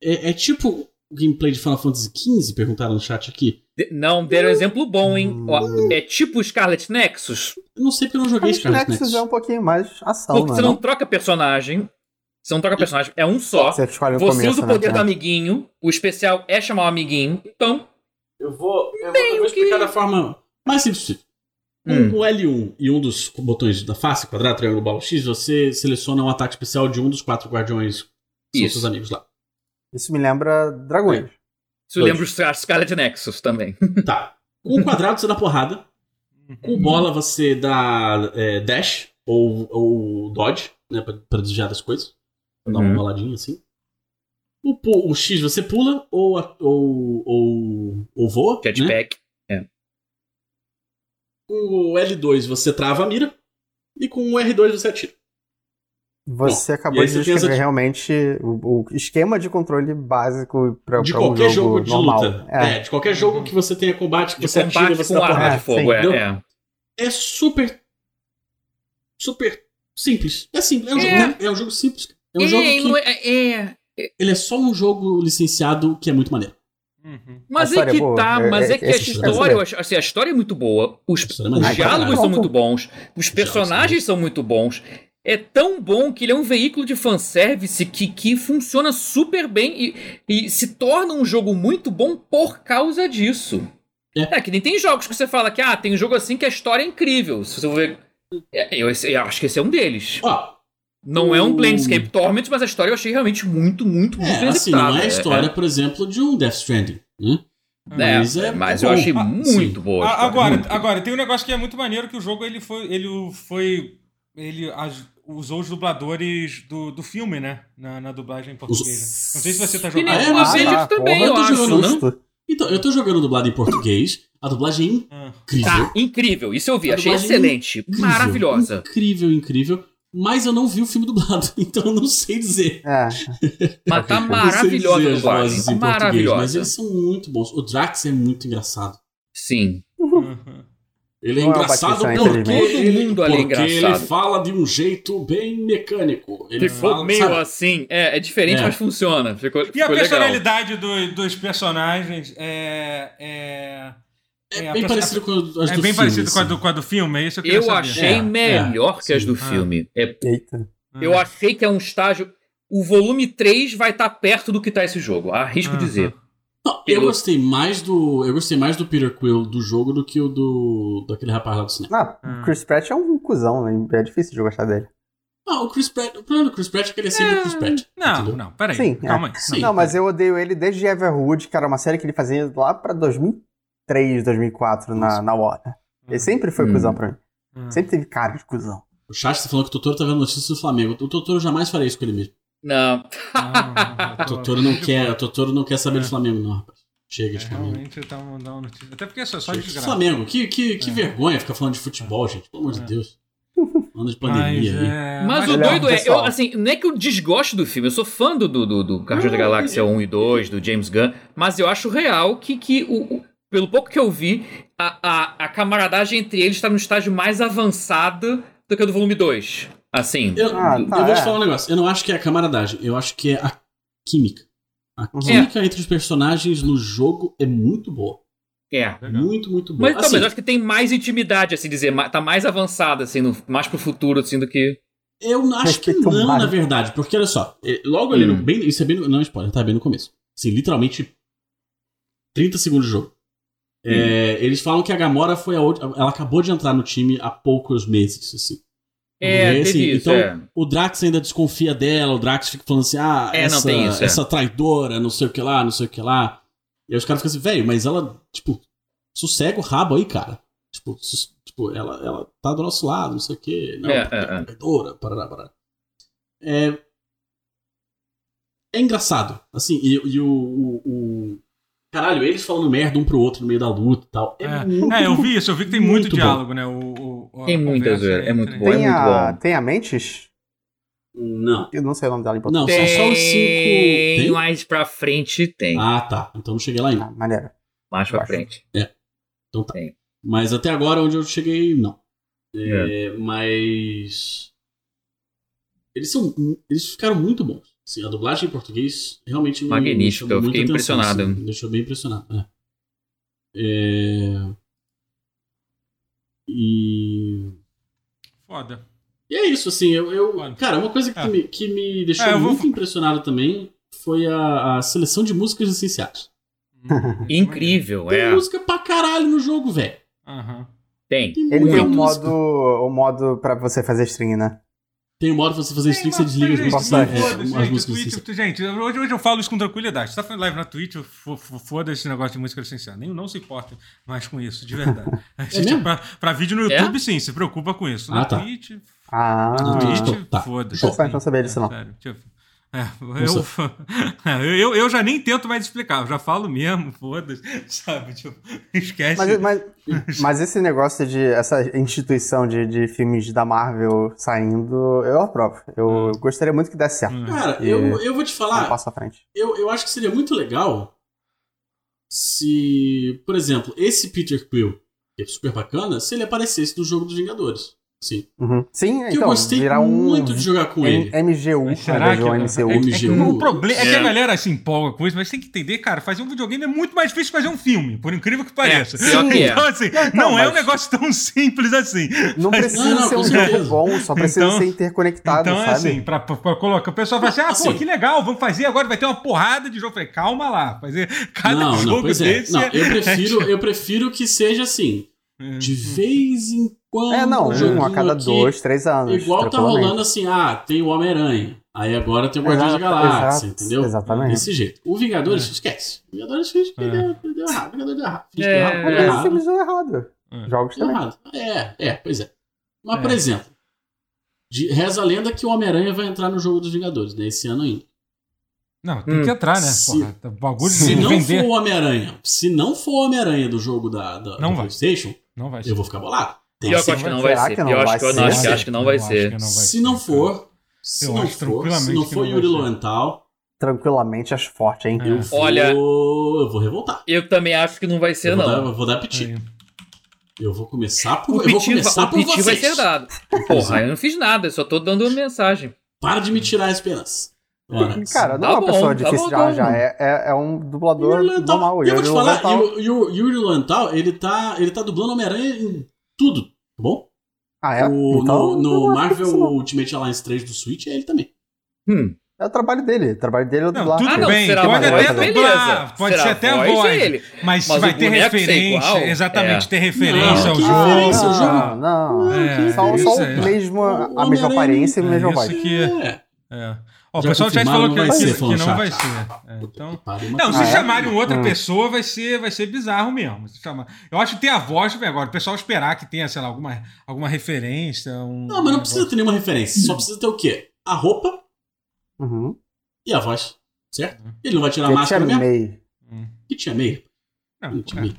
Speaker 3: É, é tipo o gameplay de Final Fantasy XV, perguntaram no chat aqui.
Speaker 4: De- Não, deram um exemplo bom, hein? Ó,
Speaker 3: Hum.
Speaker 4: é tipo Scarlet Nexus,
Speaker 3: Eu não sei porque eu não joguei
Speaker 2: Mas
Speaker 3: Scarlet
Speaker 2: Nexus
Speaker 3: Nexus.
Speaker 2: é um pouquinho mais ação,
Speaker 4: porque
Speaker 2: né?
Speaker 4: você não
Speaker 2: não?
Speaker 4: troca personagem. Você não troca personagem, é um só.
Speaker 2: Você escolhe no
Speaker 4: Você
Speaker 2: começo,
Speaker 4: usa o
Speaker 2: né?
Speaker 4: poder
Speaker 2: É.
Speaker 4: do amiguinho, o especial é chamar o amiguinho, então.
Speaker 3: Eu vou, eu vou, eu vou explicar da forma mais simples possível. Com
Speaker 4: Hum.
Speaker 3: o L1 e um dos botões da face, quadrado, triângulo, bala X, você seleciona um ataque especial de um dos quatro guardiões que são
Speaker 4: Isso.
Speaker 3: seus amigos lá.
Speaker 2: Isso me lembra Dragões.
Speaker 3: É.
Speaker 4: Isso
Speaker 3: Dois.
Speaker 4: lembra os Scar- Scarlet Nexus também.
Speaker 3: Tá. Com o quadrado você dá porrada. Com
Speaker 4: Uhum.
Speaker 3: bola você dá é, dash ou, ou dodge, né? Pra, pra desviar das coisas. Pra dar
Speaker 4: Uhum.
Speaker 3: uma boladinha assim. O, pu- o X você pula ou, a- ou, ou, ou voa. Né?
Speaker 4: Jetpack.
Speaker 3: Com o L2 você trava a mira. E com o R2 você atira.
Speaker 2: Você
Speaker 3: e
Speaker 2: acabou
Speaker 3: aí
Speaker 2: de
Speaker 3: você
Speaker 2: descrever
Speaker 3: pensa de-
Speaker 2: realmente o, o esquema de controle básico pra,
Speaker 3: De
Speaker 2: pra um
Speaker 3: qualquer jogo,
Speaker 2: jogo,
Speaker 3: de
Speaker 2: normal.
Speaker 3: luta.
Speaker 2: É.
Speaker 3: É. de qualquer jogo que você tenha combate, que
Speaker 4: De
Speaker 3: você atira e
Speaker 4: combate
Speaker 3: você tá Ah,
Speaker 4: com
Speaker 3: dá
Speaker 2: É,
Speaker 3: porrada.
Speaker 4: arma de fogo,
Speaker 2: sim.
Speaker 4: é.
Speaker 3: Deu-
Speaker 4: é.
Speaker 3: É super. Super simples. É simples. É um,
Speaker 4: É.
Speaker 3: Jogo, é um jogo simples. É um
Speaker 4: É,
Speaker 3: jogo
Speaker 4: e
Speaker 3: que
Speaker 4: não é- é,
Speaker 3: ele é só um jogo licenciado que é muito maneiro.
Speaker 1: Uhum.
Speaker 2: A
Speaker 4: Mas é
Speaker 2: história
Speaker 4: que
Speaker 2: é boa,
Speaker 4: tá,
Speaker 2: é-
Speaker 4: mas
Speaker 2: é-
Speaker 4: é que
Speaker 2: é
Speaker 4: a
Speaker 2: assustador.
Speaker 4: história, eu acho- assim, a história é muito boa, os,
Speaker 3: A
Speaker 4: os
Speaker 3: história é maneira.
Speaker 4: diálogos são
Speaker 2: Caralho.
Speaker 4: muito bons, os
Speaker 3: diálogos
Speaker 4: personagens são muito bons. É tão bom que ele é um veículo de fanservice que, que funciona super bem e, e se torna um jogo muito bom por causa disso.
Speaker 3: É.
Speaker 4: É, que nem tem jogos que você fala que, ah, tem um jogo assim que a história é incrível. Se você for ver. É, Eu, esse- eu acho que esse é um deles.
Speaker 3: Ó,
Speaker 4: Não é um
Speaker 3: o-
Speaker 4: Planescape Torment, mas a história eu achei realmente muito, muito, muito
Speaker 3: é,
Speaker 4: bem
Speaker 3: assim, não é
Speaker 4: executada.
Speaker 3: a história, por exemplo, de um Death Stranding, né?
Speaker 4: É,
Speaker 3: Mas é
Speaker 4: mas eu
Speaker 3: bom.
Speaker 4: achei
Speaker 3: Ah,
Speaker 4: muito boa. a
Speaker 1: A-
Speaker 4: história,
Speaker 1: agora,
Speaker 4: muito.
Speaker 1: agora, tem um negócio que é muito maneiro que o jogo ele foi. Ele foi. Ele as- usou os dubladores do, do filme, né? Na, na dublagem em português. Não sei se você tá
Speaker 4: E nem
Speaker 1: jogando.
Speaker 3: Ah, é?
Speaker 4: o
Speaker 3: Mas
Speaker 4: Avengers
Speaker 2: tá,
Speaker 4: também,
Speaker 2: porra,
Speaker 4: eu
Speaker 3: tô
Speaker 4: acho,
Speaker 3: jogando
Speaker 4: não?
Speaker 2: Justo.
Speaker 3: Então, eu tô jogando dublado em português, a dublagem é
Speaker 1: Ah.
Speaker 3: incrível.
Speaker 4: Tá, incrível. Isso eu vi,
Speaker 3: A
Speaker 4: achei
Speaker 3: dublagem
Speaker 4: excelente.
Speaker 3: é incrível,
Speaker 4: Maravilhosa.
Speaker 3: Incrível, incrível. Mas eu não vi o filme dublado, [laughs] então eu não sei dizer.
Speaker 2: É.
Speaker 4: Mas tá
Speaker 3: Eu não sei
Speaker 4: maravilhosa
Speaker 3: dizer
Speaker 4: a
Speaker 3: as vozes em português, Mas
Speaker 4: dublagem.
Speaker 3: é
Speaker 4: Maravilhosa.
Speaker 3: eles são muito bons. O Drax é muito engraçado.
Speaker 4: Sim.
Speaker 1: Uhum.
Speaker 3: Ele é
Speaker 2: Não é o
Speaker 3: engraçado
Speaker 2: Batista,
Speaker 3: porque,
Speaker 4: infelizmente.
Speaker 3: ele,
Speaker 4: Todo mundo ali é
Speaker 3: porque ele
Speaker 4: engraçado.
Speaker 3: fala de um jeito bem mecânico. Ele
Speaker 4: Ficou
Speaker 3: fala,
Speaker 4: meio
Speaker 3: sabe?
Speaker 4: assim. É, é diferente,
Speaker 3: É.
Speaker 4: mas funciona. Ficou,
Speaker 1: E a
Speaker 4: ficou legal.
Speaker 1: personalidade do- dos personagens é. É,
Speaker 3: É,
Speaker 1: é a
Speaker 3: bem
Speaker 1: perso-
Speaker 3: parecido com as do
Speaker 1: é bem
Speaker 3: filme,
Speaker 1: parecido com a,
Speaker 3: assim.
Speaker 1: do, com a do filme, é isso que eu queria
Speaker 4: Eu
Speaker 1: saber.
Speaker 4: achei
Speaker 3: É,
Speaker 4: melhor
Speaker 3: é,
Speaker 4: que as
Speaker 3: sim. Ah.
Speaker 4: do
Speaker 1: Ah.
Speaker 4: filme. É,
Speaker 2: Eita.
Speaker 1: É.
Speaker 4: eu achei que é um estágio. O volume 3 vai estar perto do que tá esse jogo. Arrisco
Speaker 1: Aham.
Speaker 4: dizer.
Speaker 3: Não, eu
Speaker 4: Pelo-
Speaker 3: gostei mais do. Eu gostei mais do Peter Quill do jogo do que o do. daquele rapaz lá do cinema.
Speaker 2: Ah,
Speaker 1: Hum.
Speaker 2: Chris Pratt é um cuzão, né? É difícil de gostar dele.
Speaker 3: Ah, o Chris Pratt. O problema do Chris Pratt é que ele é sempre o Chris Pratt.
Speaker 1: Não,
Speaker 3: entendeu?
Speaker 1: não, peraí.
Speaker 2: Sim, é.
Speaker 1: calma aí.
Speaker 3: Sim.
Speaker 2: Não, mas eu odeio ele desde Everwood, cara, uma série que ele fazia lá pra 2003, 2004, na, na hora. Ele sempre foi
Speaker 4: Hum.
Speaker 2: cuzão pra mim.
Speaker 1: Hum.
Speaker 2: Sempre teve cara de cuzão.
Speaker 3: O chat tá falando que o Totoro tá vendo notícias do Flamengo. O Totoro jamais faria isso com ele mesmo.
Speaker 4: Não.
Speaker 1: Não, não,
Speaker 3: O
Speaker 1: não,
Speaker 3: Totoro não
Speaker 1: tô-
Speaker 3: quer, o Totoro não quer saber
Speaker 1: Ah. É.
Speaker 3: do Flamengo, não, rapaz. Chega
Speaker 1: É,
Speaker 3: de Flamengo.
Speaker 1: realmente tá uma, dá uma notícia. Até porque é só, só
Speaker 4: Tá
Speaker 3: Chega
Speaker 1: de
Speaker 3: de Flamengo, que, que, que
Speaker 1: É.
Speaker 3: vergonha ficar falando de futebol, gente. Pelo amor de
Speaker 1: É.
Speaker 4: [laughs]
Speaker 3: Deus. Ano de pandemia aí.
Speaker 4: Mas o
Speaker 2: ele é um
Speaker 4: doido é, eu,
Speaker 2: pessoal.
Speaker 4: assim, não é que eu desgosto do filme, eu sou fã do, do, do, do Guardiões da Galáxia 1 e 2, do James Gunn, mas eu acho real que, que o, o- pelo pouco que eu vi, a, a, a camaradagem entre eles está num estágio mais avançado do que a do volume 2. Assim.
Speaker 3: Eu,
Speaker 2: Ah, tá,
Speaker 3: eu vou te
Speaker 2: é.
Speaker 3: falar um negócio. Eu não acho que é a camaradagem, eu acho que é a química. A
Speaker 2: Uhum.
Speaker 3: química entre os personagens no jogo é muito boa.
Speaker 4: É.
Speaker 1: Legal.
Speaker 3: Muito, muito boa. Assim,
Speaker 4: Mas talvez eu acho que tem mais intimidade, assim dizer, ma- tá mais avançada, assim, no, mais pro futuro, assim, do que.
Speaker 3: Eu não- acho que
Speaker 2: Respeito
Speaker 3: não,
Speaker 2: mais.
Speaker 3: na verdade, porque olha só, eh, logo ali no
Speaker 4: Hum.
Speaker 3: bem, isso é bem no, não é spoiler, tá bem no começo. Assim, literalmente 30 segundos de jogo.
Speaker 4: Hum.
Speaker 3: Eh, eles falam que a Gamora foi a outra, ela acabou de entrar no time há poucos meses, assim.
Speaker 4: É,
Speaker 3: E,
Speaker 4: teve
Speaker 3: assim,
Speaker 4: isso.
Speaker 3: então,
Speaker 4: é.
Speaker 3: O Drax ainda desconfia dela, o Drax fica falando assim: "Ah,
Speaker 4: É, não,
Speaker 3: essa,
Speaker 4: tem isso, é.
Speaker 3: essa traidora, não sei o que lá, não sei o que lá". E aí os caras ficam assim: "Velho, mas ela, tipo, sossega o rabo aí, cara". Tipo, sus- tipo ela, ela tá do nosso lado, não sei o que. Não,
Speaker 4: É, é, é.
Speaker 3: traidora, parará, parará. É, é engraçado, assim, e, e o, o- o- Caralho, eles falando merda um pro outro no meio da luta e tal. É, muito-
Speaker 1: É, eu vi isso, eu vi que tem muito,
Speaker 3: Muito bom.
Speaker 1: diálogo, né? O, o- a
Speaker 4: Tem muita
Speaker 1: conversa
Speaker 4: zoeira, é
Speaker 1: entre-
Speaker 4: muito bom.
Speaker 2: Tem, a,
Speaker 4: bom.
Speaker 2: tem a Mentes?
Speaker 3: Não.
Speaker 2: Eu não sei o nome dela em português.
Speaker 3: Não, são só os cinco.
Speaker 4: é. Tem,
Speaker 3: Tem?
Speaker 4: mais pra frente tem.
Speaker 3: Ah, tá. Então não cheguei lá ainda.
Speaker 2: Ah, maneiro.
Speaker 4: mais pra
Speaker 3: Ah,
Speaker 2: acho.
Speaker 4: frente.
Speaker 3: Então tá.
Speaker 4: Tem.
Speaker 3: Mas até agora, onde eu cheguei, não. É, Mas. Eles, são, eles ficaram muito bons. Assim, a dublagem em português realmente me
Speaker 4: Magnífica,
Speaker 3: me chamou
Speaker 4: eu fiquei
Speaker 3: muita
Speaker 4: impressionado.
Speaker 3: assim, me deixou bem impressionado. é. É. E...
Speaker 1: Foda.
Speaker 3: e é isso, assim. Eu, eu-
Speaker 1: Olha.
Speaker 3: cara, uma coisa que,
Speaker 1: É.
Speaker 3: me, que me deixou
Speaker 1: É, eu vou-
Speaker 3: muito impressionado também foi a, a seleção de músicas licenciadas.
Speaker 1: Hum,
Speaker 4: Incrível,
Speaker 3: Tem
Speaker 4: é.
Speaker 3: música pra caralho no jogo, velho.
Speaker 1: Aham.
Speaker 4: Tem.
Speaker 3: Tem
Speaker 2: Ele tem
Speaker 3: muita
Speaker 2: um
Speaker 3: música.
Speaker 2: modo, um modo pra você fazer string, né?
Speaker 3: Tem um modo pra você fazer
Speaker 1: Tem
Speaker 3: stream que você
Speaker 1: uma
Speaker 3: desliga as
Speaker 1: playlist,
Speaker 3: músicas.
Speaker 2: bastante.
Speaker 1: foda-se,
Speaker 3: é, as
Speaker 1: gente,
Speaker 3: músicas
Speaker 1: Twitch,
Speaker 3: licenciadas.
Speaker 1: tu- gente, hoje, hoje eu falo isso com tranquilidade. Você tá fazendo live na Twitch, fo- fo- foda esse negócio de música licenciada. Nem não se importa mais com isso, de verdade. A gente, é
Speaker 3: mesmo?
Speaker 1: pra, pra vídeo no
Speaker 4: É?
Speaker 1: YouTube, sim, se preocupa com isso. Na
Speaker 3: Ah, tá.
Speaker 1: Twitch,
Speaker 2: Ah,
Speaker 1: na
Speaker 3: Twitch.
Speaker 1: Twitch,
Speaker 3: tá.
Speaker 1: foda-se.
Speaker 2: Interessante não saber disso, não.
Speaker 1: sério, tipo, é, [laughs] eu, eu, eu já nem tento mais explicar, eu já falo mesmo, foda-se, [laughs] sabe? Tipo, esquece.
Speaker 2: Mas,
Speaker 3: [laughs]
Speaker 2: mas, mas esse negócio de. essa instituição de, de filmes da Marvel saindo, eu aprovo. Eu
Speaker 3: Hum.
Speaker 2: gostaria muito que desse certo.
Speaker 1: Hum.
Speaker 3: Cara,
Speaker 2: E-
Speaker 3: eu, eu vou te
Speaker 2: Um
Speaker 3: falar,
Speaker 2: passo à frente.
Speaker 3: eu, eu acho que seria muito legal se, por exemplo, esse Peter Quill, que é super bacana, se ele aparecesse no jogo dos Vingadores. Sim.
Speaker 2: Uhum. Sim,
Speaker 3: que
Speaker 2: então,
Speaker 3: eu gostei
Speaker 2: virar um é,
Speaker 3: muito de jogar com ele.
Speaker 2: MGU,
Speaker 1: Mas
Speaker 2: na
Speaker 1: será
Speaker 2: verdade,
Speaker 1: que,
Speaker 2: ou
Speaker 1: é,
Speaker 2: MCU.
Speaker 1: é que o
Speaker 3: MGU?
Speaker 1: problema é que a
Speaker 4: É.
Speaker 1: galera se empolga com isso, mas tem que entender, cara, fazer um videogame é muito mais difícil que fazer um filme, por incrível que pareça.
Speaker 4: pior que é.
Speaker 1: Então, assim,
Speaker 2: Não, então,
Speaker 1: não é um
Speaker 2: mas-
Speaker 1: negócio tão simples assim.
Speaker 2: Não precisa
Speaker 3: Não, não,
Speaker 2: ser
Speaker 3: com
Speaker 2: um jogo
Speaker 3: certeza.
Speaker 2: bom, só precisa
Speaker 1: Então-
Speaker 2: ser interconectado,
Speaker 1: então, é
Speaker 2: sabe?
Speaker 1: assim, pra, pra- pra colocar. O pessoal fala assim: ah, pô,
Speaker 3: Assim.
Speaker 1: que legal, vamos fazer agora, vai ter uma porrada de jogo. Eu falei, calma lá, fazer cada
Speaker 3: não,
Speaker 1: jogo
Speaker 3: não, pois é.
Speaker 1: desse.
Speaker 3: Não, eu prefiro, eu prefiro que seja assim,
Speaker 1: É.
Speaker 3: de vez em quando.
Speaker 2: Uhum. É, não,
Speaker 3: um
Speaker 2: um
Speaker 3: joguinho
Speaker 2: a cada
Speaker 3: aqui,
Speaker 2: dois, três anos.
Speaker 3: Igual tá
Speaker 2: tranquilamente.
Speaker 3: rolando assim, ah, tem o Homem-Aranha. Aí agora tem o Guardiões da
Speaker 2: Exato,
Speaker 3: Galáxia,
Speaker 2: exato,
Speaker 3: entendeu?
Speaker 2: Exatamente.
Speaker 3: Desse jeito. O Vingadores,
Speaker 1: É.
Speaker 3: esquece. O Vingadores fez que
Speaker 1: É.
Speaker 3: deu, deu errado. O Vingadores deu errado. Fez
Speaker 4: É.
Speaker 3: que deu
Speaker 2: Mas
Speaker 3: errado. Deu
Speaker 4: É.
Speaker 2: esses
Speaker 3: errado.
Speaker 2: filmes dão errado.
Speaker 1: É.
Speaker 2: Jogos
Speaker 3: Deu
Speaker 2: também.
Speaker 3: errado. É, é, pois é. Mas,
Speaker 1: É.
Speaker 3: por exemplo, de- reza a lenda que o Homem-Aranha vai entrar no jogo dos Vingadores, né? Esse ano ainda.
Speaker 1: Não, tem que
Speaker 4: Hum,
Speaker 1: entrar, né?
Speaker 3: Se-
Speaker 1: Porra, o bagulho
Speaker 3: Se
Speaker 1: de
Speaker 3: não
Speaker 1: vender.
Speaker 3: for o Homem-Aranha, se não for o Homem-Aranha do jogo da, da,
Speaker 1: Não
Speaker 3: do
Speaker 1: vai.
Speaker 3: PlayStation,
Speaker 1: Não vai
Speaker 3: eu vou ficar bolado. Tem
Speaker 4: Pior
Speaker 3: que
Speaker 4: que eu
Speaker 3: ser.
Speaker 4: acho que não vai
Speaker 2: Será
Speaker 4: ser.
Speaker 2: que não
Speaker 4: Pior
Speaker 2: vai
Speaker 4: acho que eu
Speaker 2: ser?
Speaker 4: não acho que- acho que não vai
Speaker 1: é
Speaker 4: ser.
Speaker 3: Se não for, se
Speaker 1: Eu
Speaker 3: não
Speaker 1: acho
Speaker 3: for,
Speaker 1: tranquilamente
Speaker 3: se não
Speaker 1: que
Speaker 3: for
Speaker 1: não vai
Speaker 3: Yuri
Speaker 1: ser.
Speaker 3: Lowenthal,
Speaker 2: Tranquilamente, acho forte, hein?
Speaker 1: É.
Speaker 3: eu vou,
Speaker 4: Olha-
Speaker 3: eu vou revoltar.
Speaker 4: Eu também acho que não vai ser,
Speaker 1: É.
Speaker 3: Eu vou, dar,
Speaker 4: não.
Speaker 3: eu vou dar piti. Eu vou começar
Speaker 4: O
Speaker 3: por. Eu vou
Speaker 4: piti,
Speaker 3: começar
Speaker 4: o
Speaker 3: por
Speaker 4: piti
Speaker 3: vocês.
Speaker 4: vai ser dado. Porra, eu não fiz nada, eu só tô dando uma mensagem.
Speaker 3: Para de me tirar a esperança. Ora,
Speaker 2: [laughs] Cara, não
Speaker 4: Tá
Speaker 2: é uma
Speaker 4: bom,
Speaker 2: pessoa
Speaker 4: tá
Speaker 2: difícil
Speaker 4: bom,
Speaker 2: de
Speaker 4: tá
Speaker 2: arranjar,
Speaker 4: bom.
Speaker 2: é, é, é um dublador
Speaker 3: Yuri Lantal.
Speaker 2: normal.
Speaker 3: E tá- eu vou
Speaker 2: Yuri
Speaker 3: te falar,
Speaker 2: Lantal.
Speaker 3: e o- e o Yuri Lantal, ele tá, ele tá dublando Homem-Aranha em tudo, tá bom?
Speaker 2: Ah, é?
Speaker 3: O-
Speaker 2: Então,
Speaker 3: no no
Speaker 2: não,
Speaker 3: Marvel
Speaker 2: isso não.
Speaker 3: Ultimate Alliance 3 do Switch é ele também.
Speaker 4: Hum.
Speaker 2: É o trabalho dele, o trabalho dele é o
Speaker 1: Não,
Speaker 2: dublar.
Speaker 1: tudo
Speaker 4: Ah, não,
Speaker 1: bem,
Speaker 4: será
Speaker 1: pode
Speaker 4: a voz,
Speaker 1: até
Speaker 4: beleza.
Speaker 1: dublar, pode
Speaker 4: será
Speaker 1: ser até a
Speaker 4: voz,
Speaker 1: voz,
Speaker 4: é ele.
Speaker 1: mas,
Speaker 4: Mas
Speaker 1: vai
Speaker 4: o
Speaker 1: ter
Speaker 4: boneco ser
Speaker 1: referência,
Speaker 4: igual?
Speaker 1: exatamente,
Speaker 4: É.
Speaker 1: ter referência ao
Speaker 3: que
Speaker 1: jogo.
Speaker 3: referência ao jogo?
Speaker 2: Não, Ah, não.
Speaker 1: É,
Speaker 2: Só, só
Speaker 1: isso
Speaker 2: o
Speaker 1: aí.
Speaker 2: mesmo,
Speaker 3: O
Speaker 2: a mesma
Speaker 3: Homem-Aranha.
Speaker 2: aparência e a
Speaker 1: É
Speaker 2: mesma
Speaker 1: isso
Speaker 2: voz.
Speaker 1: que-
Speaker 3: É.
Speaker 1: é. Ó, o
Speaker 3: Já
Speaker 1: pessoal do chat
Speaker 3: confirmaram,
Speaker 1: falou
Speaker 3: não
Speaker 1: que
Speaker 3: vai
Speaker 1: que-
Speaker 3: ser,
Speaker 1: que
Speaker 3: falou no
Speaker 1: não
Speaker 3: chat.
Speaker 1: vai ser. É,
Speaker 3: Puta
Speaker 1: Então,
Speaker 3: que pariu, mas-
Speaker 1: Não,
Speaker 2: Ah,
Speaker 1: se
Speaker 2: é?
Speaker 1: chamarem um outra
Speaker 2: Hum.
Speaker 1: pessoa, vai ser, vai ser bizarro mesmo. Se chamar. Eu acho que ter a voz, velho, agora, o pessoal esperar que tenha, sei lá, alguma, alguma referência. Um,
Speaker 3: Não, mas não precisa ter nenhuma referência. Só precisa ter o quê? A roupa
Speaker 2: Uhum.
Speaker 3: e a voz. Certo? Ele não vai tirar a
Speaker 2: Eu te
Speaker 3: máscara mesmo.
Speaker 2: amei.
Speaker 1: Hum.
Speaker 3: Que tinha meio?
Speaker 1: Não,
Speaker 3: Não,
Speaker 1: é.
Speaker 3: tinha meio.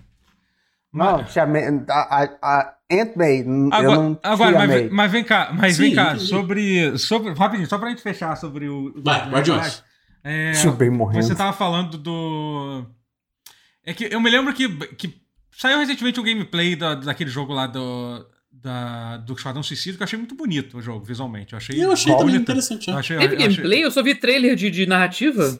Speaker 2: Não,
Speaker 1: Mas-
Speaker 2: te amei. A, a, a Aunt May, n- eu
Speaker 1: Agora,
Speaker 2: não te
Speaker 1: agora mas,
Speaker 2: amei.
Speaker 1: vem- mas vem cá, mas vem
Speaker 3: Sim,
Speaker 1: cá,
Speaker 3: entendi.
Speaker 1: sobre, sobre. Rapidinho, só pra gente fechar sobre o.
Speaker 3: Vai, Guardiões.
Speaker 1: É,
Speaker 2: Tio Ben morrendo.
Speaker 1: Você tava falando do. É que eu me lembro que, que saiu recentemente o gameplay da, daquele jogo lá do. Da, do Esquadrão Suicida, que eu achei muito bonito o jogo, visualmente. Eu achei,
Speaker 3: Eu achei
Speaker 1: muito
Speaker 3: também
Speaker 1: bonito.
Speaker 3: interessante.
Speaker 1: Eu
Speaker 3: né?
Speaker 1: achei-
Speaker 4: Teve
Speaker 1: eu achei-
Speaker 4: gameplay? Eu só vi trailer de, de narrativa.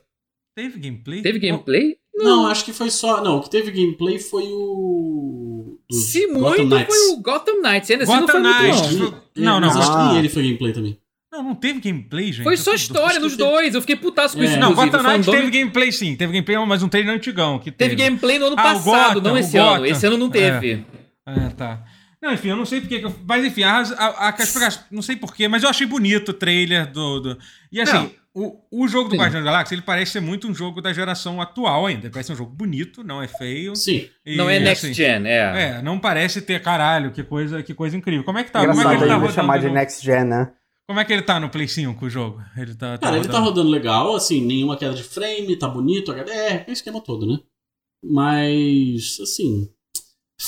Speaker 1: Teve gameplay?
Speaker 4: Teve gameplay?
Speaker 3: Não, acho que foi só. Não, o que teve gameplay foi o. do
Speaker 4: Se
Speaker 3: Gotham
Speaker 4: muito,
Speaker 3: Knights.
Speaker 4: foi o Gotham Knights. Ainda assim, não
Speaker 1: Gotham
Speaker 4: foi muito,
Speaker 1: Knights.
Speaker 4: não.
Speaker 3: Acho que-
Speaker 1: Não, não.
Speaker 3: mas Acho que
Speaker 2: Ah.
Speaker 3: nem ele foi gameplay também.
Speaker 1: Não, não teve gameplay, gente.
Speaker 4: Foi
Speaker 1: Eu
Speaker 4: só
Speaker 1: tô-
Speaker 4: história
Speaker 3: acho que
Speaker 4: nos dois. Eu fiquei putaço com
Speaker 3: É.
Speaker 4: isso,
Speaker 1: Não,
Speaker 4: inclusive.
Speaker 1: Gotham
Speaker 4: O
Speaker 1: Knight
Speaker 4: fandom-
Speaker 1: teve gameplay sim. Teve gameplay, mas um trailer antigão. Que teve,
Speaker 4: teve gameplay no ano
Speaker 1: Ah, o
Speaker 4: passado,
Speaker 1: Gotham,
Speaker 4: não
Speaker 1: o
Speaker 4: esse ano.
Speaker 1: Gotham.
Speaker 4: Esse ano não teve.
Speaker 1: Ah, tá. Não, enfim, eu não sei porque. que eu- Mas enfim, a, a, a, a explicação- não sei porquê, mas eu achei bonito o trailer do. do- E assim, o, o jogo do
Speaker 4: Sim.
Speaker 1: Guardião da Galáxia, ele parece ser muito um jogo da geração atual ainda. Parece um jogo bonito, não é feio.
Speaker 3: Sim.
Speaker 1: E,
Speaker 4: Não é Next
Speaker 1: assim,
Speaker 4: Gen, é.
Speaker 1: É, não parece ter caralho, que coisa, que coisa incrível. Como é que tá? Como é que
Speaker 2: Engraçado
Speaker 1: ele tá
Speaker 2: ainda
Speaker 1: rodando
Speaker 2: chamar de
Speaker 1: no-
Speaker 2: Next Gen, né?
Speaker 1: Como é que ele tá no Play 5 o jogo? Ele tá, tá
Speaker 3: Cara, ele tá
Speaker 1: rodando-
Speaker 3: rodando legal, assim, nenhuma queda de frame, tá bonito, HDR, o esquema todo, né? Mas, assim. [laughs]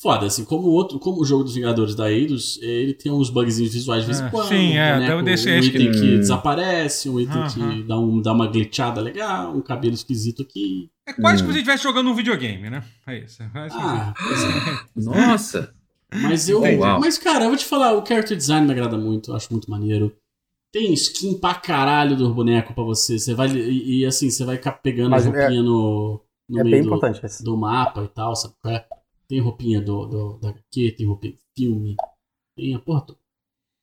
Speaker 3: Foda, assim, como o outro, como o jogo dos Vingadores da Eidos, ele tem uns bugzinhos visuais de vez
Speaker 1: É,
Speaker 3: em quando.
Speaker 1: sim, é,
Speaker 3: boneco,
Speaker 1: deu desse-
Speaker 3: um
Speaker 1: acho que-
Speaker 3: item que
Speaker 4: Hum.
Speaker 3: desaparece, um item que
Speaker 1: Aham.
Speaker 3: dá, um, dá uma glitchada legal, um cabelo esquisito aqui.
Speaker 1: É quase como se ele estivesse jogando um videogame, né? É isso. É quase como se-
Speaker 3: Ah, pois é.
Speaker 4: Nossa.
Speaker 3: Mas eu.
Speaker 4: Entendi. Uau.
Speaker 3: Mas, cara, eu vou te falar, o character design me agrada muito, eu acho muito maneiro. Tem skin pra caralho do boneco pra você. Você vai. E, e, assim, você vai ca- pegando a
Speaker 2: Mas é-
Speaker 3: roupinha no, no
Speaker 2: É
Speaker 3: meio
Speaker 2: bem
Speaker 3: do,
Speaker 2: importante isso.
Speaker 3: do mapa e tal, sabe? qual é? Tem roupinha do, do, da HQ, tem roupinha do filme, tem a porra toda.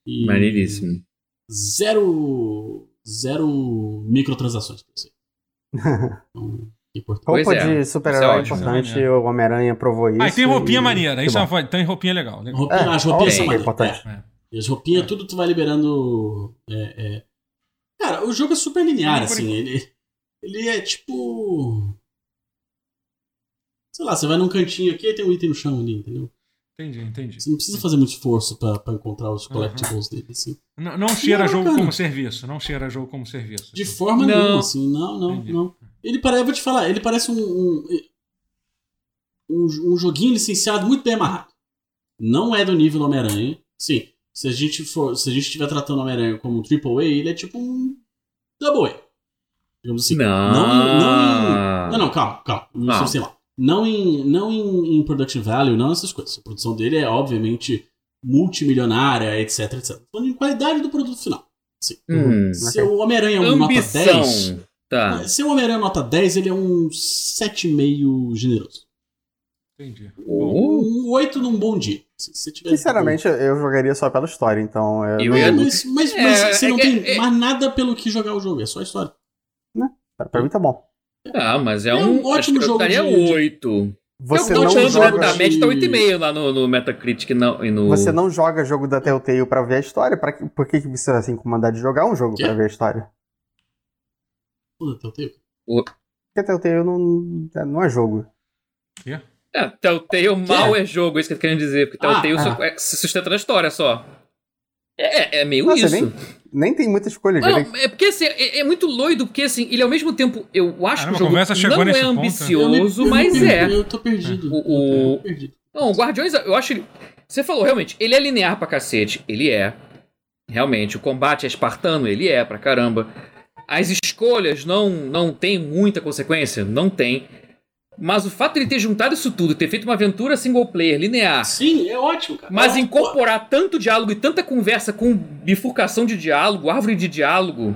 Speaker 3: E
Speaker 4: Maneiríssimo.
Speaker 3: Zero. Zero microtransações pra
Speaker 2: [laughs]
Speaker 3: você. Então, que importante.
Speaker 4: Pois
Speaker 2: Roupa
Speaker 4: é,
Speaker 2: de
Speaker 4: isso é
Speaker 2: super-herói
Speaker 4: ótimo.
Speaker 2: importante, o Homem-Aranha provou isso.
Speaker 1: Ah, e tem roupinha
Speaker 2: e-
Speaker 1: maneira.
Speaker 2: que
Speaker 1: Isso é
Speaker 2: bom.
Speaker 1: uma foto. Tem roupinha legal. legal.
Speaker 3: Roupinha,
Speaker 2: É,
Speaker 3: as roupinhas
Speaker 4: olha
Speaker 3: são
Speaker 4: aí,
Speaker 3: maneiras,
Speaker 2: importante.
Speaker 3: é.
Speaker 1: É.
Speaker 3: E as roupinhas,
Speaker 1: É.
Speaker 3: tudo tu vai liberando. é, é. Cara, o jogo é super linear,
Speaker 1: Não, por
Speaker 3: assim. Ele, ele é tipo. Sei lá, você vai num cantinho aqui e tem um item no chão ali, entendeu?
Speaker 1: Entendi, entendi.
Speaker 3: Você não precisa fazer muito esforço pra, pra encontrar os collectibles dele, assim.
Speaker 1: N- Não cheira
Speaker 3: é
Speaker 1: jogo
Speaker 3: bacana.
Speaker 1: como serviço. Não cheira jogo como serviço.
Speaker 3: De forma
Speaker 4: Não.
Speaker 3: nenhuma, assim, não, não,
Speaker 1: Entendi.
Speaker 3: não. Ele parece, eu vou te falar, ele parece um, um, um, um joguinho licenciado muito bem amarrado. Não é do nível do Homem-Aranha. Sim, se a gente for, se a gente estiver tratando o Homem-Aranha como um AAA, ele é tipo um Double A. Digamos assim. não, não, não, calma, calma. Não.
Speaker 4: Não.
Speaker 3: sei lá. Não, em, não em, em production value, não essas coisas. A produção dele é, obviamente, multimilionária, etc, etc. Falando em qualidade do produto final. Sim.
Speaker 4: Hum.
Speaker 3: Se o Homem-Aranha é um nota 10,
Speaker 4: Ambição. Tá.
Speaker 3: se o Homem-Aranha é nota 10, ele é um 7,5 generoso.
Speaker 1: Entendi.
Speaker 4: Oh.
Speaker 3: Um 8 num bom dia. Se você
Speaker 1: É.
Speaker 3: tiver-
Speaker 2: Sinceramente, eu jogaria só pela história, então... Eu,
Speaker 4: Eu
Speaker 3: É,
Speaker 4: ia-
Speaker 3: mas, mas,
Speaker 4: É,
Speaker 3: mas você
Speaker 4: é
Speaker 3: não
Speaker 4: que-
Speaker 3: tem
Speaker 4: é-
Speaker 3: mais nada pelo que jogar o jogo, é só a história.
Speaker 2: Pra mim tá bom.
Speaker 4: Ah, mas é,
Speaker 3: É um
Speaker 4: um.
Speaker 3: ótimo
Speaker 4: acho que eu
Speaker 3: jogo
Speaker 4: Daria
Speaker 3: de- de-
Speaker 4: 8.
Speaker 2: Você
Speaker 4: eu
Speaker 3: tô
Speaker 2: não
Speaker 3: achando joga
Speaker 4: continuo da
Speaker 2: joga...
Speaker 3: de-
Speaker 4: média tá 8,5 lá no, no Metacritic não, e no.
Speaker 2: Você não joga jogo da Telltale pra ver a história? Pra que, por que que você vai se incomodar de jogar um jogo
Speaker 3: Quê?
Speaker 2: pra ver a história?
Speaker 3: Pô, Telltale.
Speaker 2: Porque a Telltale não, não é jogo.
Speaker 4: É, Telltale mal é jogo, é isso que eu tô querendo dizer, porque Telltale
Speaker 3: Ah,
Speaker 4: só- é, se sustenta na história só. É, é meio
Speaker 2: Nossa,
Speaker 4: isso.
Speaker 2: nem- Nem tem muita escolha. já tem-
Speaker 4: Não, é porque assim, é, é muito loido, porque assim, ele ao mesmo tempo, eu acho
Speaker 1: Caramba,
Speaker 4: que o
Speaker 1: a
Speaker 4: jogo
Speaker 1: conversa chegou
Speaker 4: não
Speaker 1: nesse
Speaker 4: é
Speaker 1: ponto. né?
Speaker 3: Eu me-
Speaker 4: ambicioso,
Speaker 3: eu me
Speaker 4: mas
Speaker 3: perdi,
Speaker 4: é.
Speaker 3: Eu tô perdido.
Speaker 4: O- o-
Speaker 3: Eu tô perdido.
Speaker 4: Não, o Guardiões, eu acho ele. Você falou, realmente, ele é linear pra cacete. Ele é. Realmente, o combate é espartano, ele é pra caramba. As escolhas não, não tem muita consequência? Não tem. Mas o fato de ele ter juntado isso tudo, ter feito uma aventura single player, linear,
Speaker 3: Sim, é ótimo, cara.
Speaker 4: Ah. mas
Speaker 3: Ó,
Speaker 4: incorporar tanto diálogo e tanta conversa com bifurcação de diálogo, árvore de diálogo,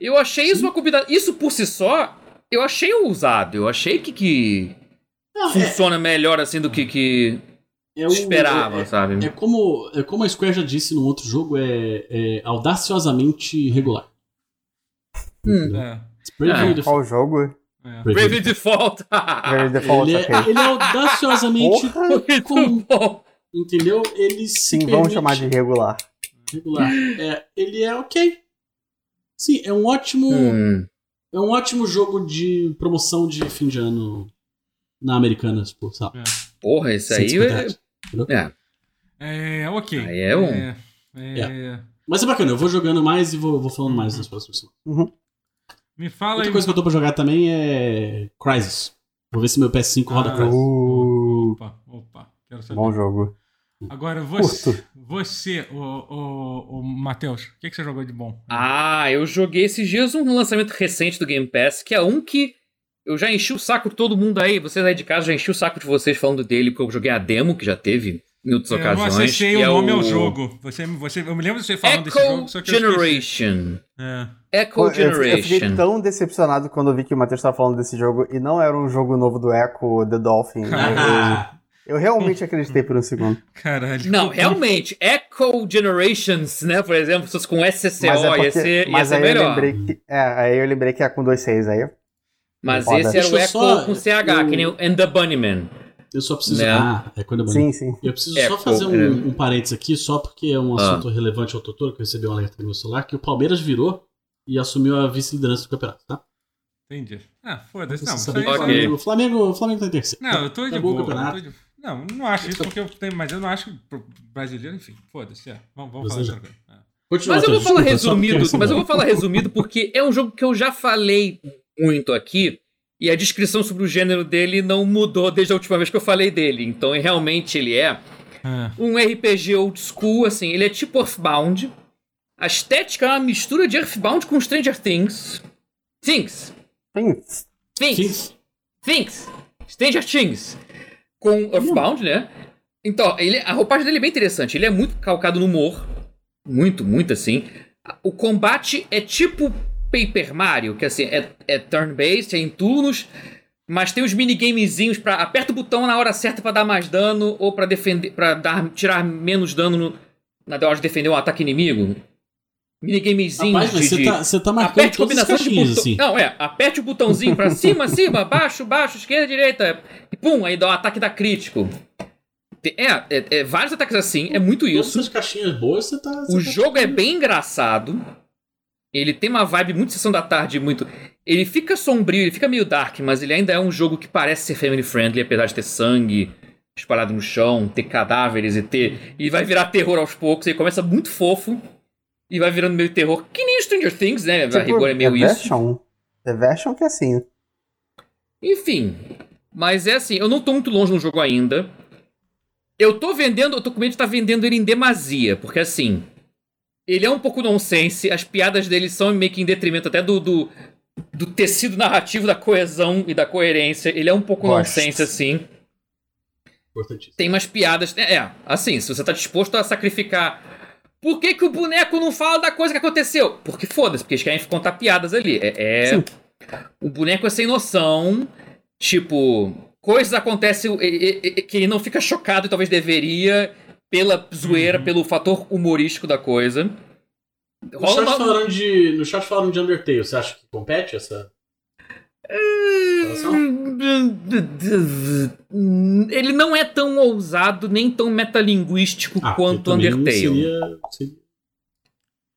Speaker 4: eu achei isso uma combinação. Isso por si só, eu achei ousado. Eu achei que, que
Speaker 3: ó, não, é-
Speaker 4: funciona melhor assim do que, que
Speaker 3: é o-
Speaker 4: esperava,
Speaker 3: é-
Speaker 4: sabe?
Speaker 3: É como, é como a Square já disse no outro jogo, é, é audaciosamente regular.
Speaker 4: Hum.
Speaker 1: É,
Speaker 3: It's Bravely
Speaker 4: Ah,
Speaker 3: Default.
Speaker 2: Qual jogo?
Speaker 1: é.
Speaker 2: [laughs]
Speaker 4: Brave Default! Ah,
Speaker 2: Very Default,
Speaker 3: Ele é,
Speaker 2: ok.
Speaker 3: ele é audaciosamente
Speaker 2: Porra,
Speaker 4: Muito
Speaker 3: comum,
Speaker 4: bom!
Speaker 3: entendeu? Ele se
Speaker 2: sim, vamos
Speaker 3: permite
Speaker 2: chamar de regular.
Speaker 3: regular. É, ele é ok. Sim, é um ótimo,
Speaker 4: Hum.
Speaker 3: é um ótimo jogo de promoção de fim de ano na Americanas, por sabe?
Speaker 4: Porra, isso
Speaker 3: Sem
Speaker 4: aí.
Speaker 3: dificuldade.
Speaker 4: É, é,
Speaker 1: É, ok.
Speaker 4: Aí é um.
Speaker 1: É, é.
Speaker 3: Mas é bacana, eu vou jogando mais e vou, vou falando mais nas próximas semanas.
Speaker 1: Me fala
Speaker 3: Outra
Speaker 1: aí.
Speaker 3: coisa que eu tô pra jogar também é Crysis. Vou ver se meu PS5 roda
Speaker 1: Ah, [laughs]
Speaker 3: Crysis.
Speaker 2: Uh,
Speaker 1: Opa, opa. Quero saber.
Speaker 2: bom jogo.
Speaker 1: Agora você,
Speaker 2: Curto.
Speaker 1: você o, o, o Matheus, o que, que você jogou de bom?
Speaker 4: Ah, eu joguei esses dias um lançamento recente do Game Pass, que é um que eu já enchi o saco de todo mundo aí. Vocês aí de casa já enchi o saco de vocês falando dele, porque eu joguei a demo que já teve em outras
Speaker 1: eu não
Speaker 4: ocasiões.
Speaker 1: acessei
Speaker 4: que
Speaker 1: o
Speaker 4: é
Speaker 1: nome ao jogo. Você, você, eu me lembro de você falando
Speaker 4: Echo
Speaker 1: desse jogo, só que eu esqueci.
Speaker 4: Generation.
Speaker 1: É.
Speaker 4: Echo
Speaker 2: Eu, eu
Speaker 4: Generation.
Speaker 2: fiquei tão decepcionado quando eu vi que o Matheus tava falando desse jogo e não era um jogo novo do Echo, The Dolphin.
Speaker 4: [laughs]
Speaker 2: Eu,
Speaker 1: Ah.
Speaker 2: eu realmente acreditei por um segundo.
Speaker 1: Caralho.
Speaker 4: Não, é um realmente, Echo Generations, né? Por exemplo, se fosse com SCO
Speaker 2: Mas é
Speaker 4: ia
Speaker 2: porque-
Speaker 4: ser, ia
Speaker 2: mas
Speaker 4: ser
Speaker 2: aí eu
Speaker 4: melhor.
Speaker 2: lembrei que. É, aí eu lembrei que é com 2.6 aí.
Speaker 4: Mas
Speaker 2: Foda.
Speaker 4: esse era o
Speaker 3: Deixa eu
Speaker 4: Echo
Speaker 3: só-
Speaker 4: com CH,
Speaker 3: eu-
Speaker 4: que nem o And the Bunnyman.
Speaker 3: Eu só preciso.
Speaker 4: Né?
Speaker 3: Ah, é quando eu
Speaker 2: Sim, sim.
Speaker 3: Eu preciso
Speaker 4: É,
Speaker 3: só fazer
Speaker 4: pô,
Speaker 3: um,
Speaker 4: é.
Speaker 3: um parênteses aqui, só porque é um
Speaker 4: Ah.
Speaker 3: assunto relevante ao Totoro, que eu recebi um alerta no meu celular, que o Palmeiras virou e assumiu a vice-liderança do campeonato, tá?
Speaker 1: Entendi. Ah, foda-se.
Speaker 3: Vocês
Speaker 1: Não, isso
Speaker 3: sabem
Speaker 1: aí,
Speaker 3: que o
Speaker 4: Ok.
Speaker 1: isso aí-
Speaker 3: Flamengo, o Flamengo, o Flamengo tá em terceiro.
Speaker 1: Não, eu tô de
Speaker 3: Acabou o
Speaker 1: boa. eu tô
Speaker 3: campeonato.
Speaker 1: de- Não, não acho isso porque eu tenho, mas eu não acho que pro brasileiro, enfim, foda-se. é. Vamos, vamos falar
Speaker 3: Você
Speaker 1: de
Speaker 3: já-
Speaker 1: outra coisa. É.
Speaker 3: Continua,
Speaker 4: Mas eu vou
Speaker 3: Matheus, desculpa,
Speaker 4: falar
Speaker 3: só porque
Speaker 4: resumido,
Speaker 3: assim,
Speaker 4: mas eu vou falar resumido porque é um jogo que eu já falei muito aqui e a descrição sobre o gênero dele não mudou desde a última vez que eu falei dele. Então, e realmente ele é
Speaker 1: Ah,
Speaker 4: um RPG old school, assim, ele é tipo Earthbound. A estética é uma mistura de Earthbound com Stranger Things. Things.
Speaker 2: Sim.
Speaker 4: Things.
Speaker 3: Sim,
Speaker 4: Things, Stranger Things, com Earthbound, né? Então, ele- a roupagem dele é bem interessante. Ele é muito calcado no humor. Muito, muito assim. A- O combate é tipo Paper Mario, que assim, é, é turn-based, é em turnos, mas tem os minigamezinhos pra. Aperta o botão na hora certa pra dar mais dano ou pra defender. para dar tirar menos dano no- na hora de defender um ataque inimigo. Minigamezinhos
Speaker 3: rapaz, mas
Speaker 4: de,
Speaker 3: você
Speaker 4: de-
Speaker 3: tá, você tá marcando
Speaker 4: Aperte
Speaker 3: todas as
Speaker 4: combinações de
Speaker 3: caixinhas,
Speaker 4: botão.
Speaker 3: assim.
Speaker 4: Não, é, aperte o botãozinho pra cima, [laughs] cima, baixo, baixo, esquerda, direita. E pum, aí dá o ataque da crítico. Te- É, é, é, vários ataques assim, é muito
Speaker 3: Todas
Speaker 4: isso.
Speaker 3: as caixinhas boas, você tá... você
Speaker 4: O
Speaker 3: tá-
Speaker 4: jogo é bem engraçado. Ele tem uma vibe muito sessão da tarde, muito. Ele fica sombrio, ele fica meio dark, mas ele ainda é um jogo que parece ser family friendly, apesar de ter sangue espalhado no chão, ter cadáveres e ter. E vai virar terror aos poucos. Ele começa muito fofo e vai virando meio terror. Que nem Stranger Things, né?
Speaker 2: Tipo,
Speaker 4: a rigor é meio
Speaker 2: The
Speaker 4: isso.
Speaker 2: Version. The Version que é
Speaker 4: [laughs]
Speaker 2: assim.
Speaker 4: Enfim. Mas é assim, eu não tô muito longe no jogo ainda. Eu tô vendendo, eu tô com medo de estar vendendo ele em demasia, porque assim. Ele é um pouco nonsense, as piadas dele são meio que em detrimento até do, do, do tecido narrativo, da coesão e da coerência. Ele é um pouco
Speaker 2: Gosto.
Speaker 4: nonsense, assim
Speaker 3: Importantíssimo.
Speaker 4: tem umas piadas. É, é, assim, se você tá disposto a sacrificar. Por que, que o boneco não fala da coisa que aconteceu? Porque foda-se, porque eles querem contar piadas ali. É. é-
Speaker 2: Sim.
Speaker 4: O boneco é sem noção. Tipo, coisas acontecem e- e- e- que ele não fica chocado e talvez deveria pela zoeira,
Speaker 1: Uhum.
Speaker 4: pelo fator humorístico da coisa.
Speaker 3: No
Speaker 4: Rola
Speaker 3: chat,
Speaker 4: uma-
Speaker 3: falaram de, no chat falaram de Undertale, você acha que compete essa... relação?
Speaker 4: Ele não é tão ousado nem tão metalinguístico
Speaker 3: Ah,
Speaker 4: quanto
Speaker 3: eu também
Speaker 4: Undertale.
Speaker 3: Seria, seria...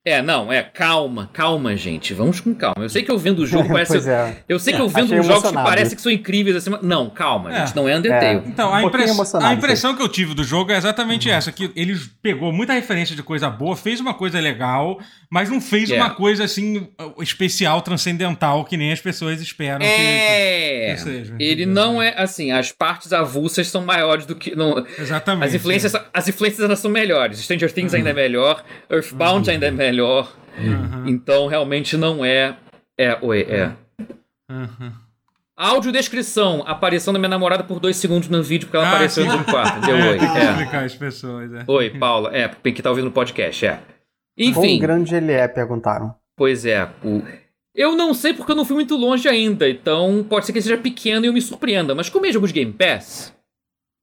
Speaker 4: É, não, é, calma, calma, gente. Vamos com calma. Eu sei que eu vendo
Speaker 2: [laughs]
Speaker 4: o jogo, parece.
Speaker 2: pois é.
Speaker 4: Eu sei que
Speaker 3: É,
Speaker 4: eu vendo
Speaker 2: achei
Speaker 4: jogos
Speaker 2: emocionado.
Speaker 4: que parece que são incríveis assim. mas- Não, calma,
Speaker 1: É.
Speaker 4: gente, não é Undertale.
Speaker 1: Então, a,
Speaker 2: Um pouquinho
Speaker 1: impress-
Speaker 2: emocionado,
Speaker 1: a impressão que eu tive do jogo é exatamente essa: que ele pegou muita referência de coisa boa, fez uma coisa legal, mas não fez
Speaker 4: É.
Speaker 1: uma coisa assim especial, transcendental, que nem as pessoas esperam que- que,
Speaker 4: É.
Speaker 1: seja.
Speaker 4: Ele
Speaker 1: entendeu?
Speaker 4: não é assim, as partes avulsas são maiores do que. não,
Speaker 1: Exatamente.
Speaker 4: as, influências, as influências ainda são melhores. Stranger Things ainda é melhor, Earthbound ainda é melhor.
Speaker 1: Aham,
Speaker 4: Uhum. Então realmente não é. É, oi, é.
Speaker 1: aham.
Speaker 4: Audiodescrição, aparição da minha namorada por dois segundos no vídeo, porque ela
Speaker 1: Ah,
Speaker 4: apareceu
Speaker 1: sim.
Speaker 4: no quarto.
Speaker 1: [laughs]
Speaker 4: Deu
Speaker 1: é,
Speaker 4: oi.
Speaker 1: tem que
Speaker 4: É.
Speaker 1: explicar as pessoas, é.
Speaker 4: Oi, Paula. É, porque que tá ouvindo o podcast, é.
Speaker 2: Quão
Speaker 4: Enfim,
Speaker 2: grande ele é, perguntaram.
Speaker 4: pois é. o- Eu não sei porque eu não fui muito longe ainda, então pode ser que ele seja pequeno e eu me surpreenda. Mas como é jogo de Game Pass,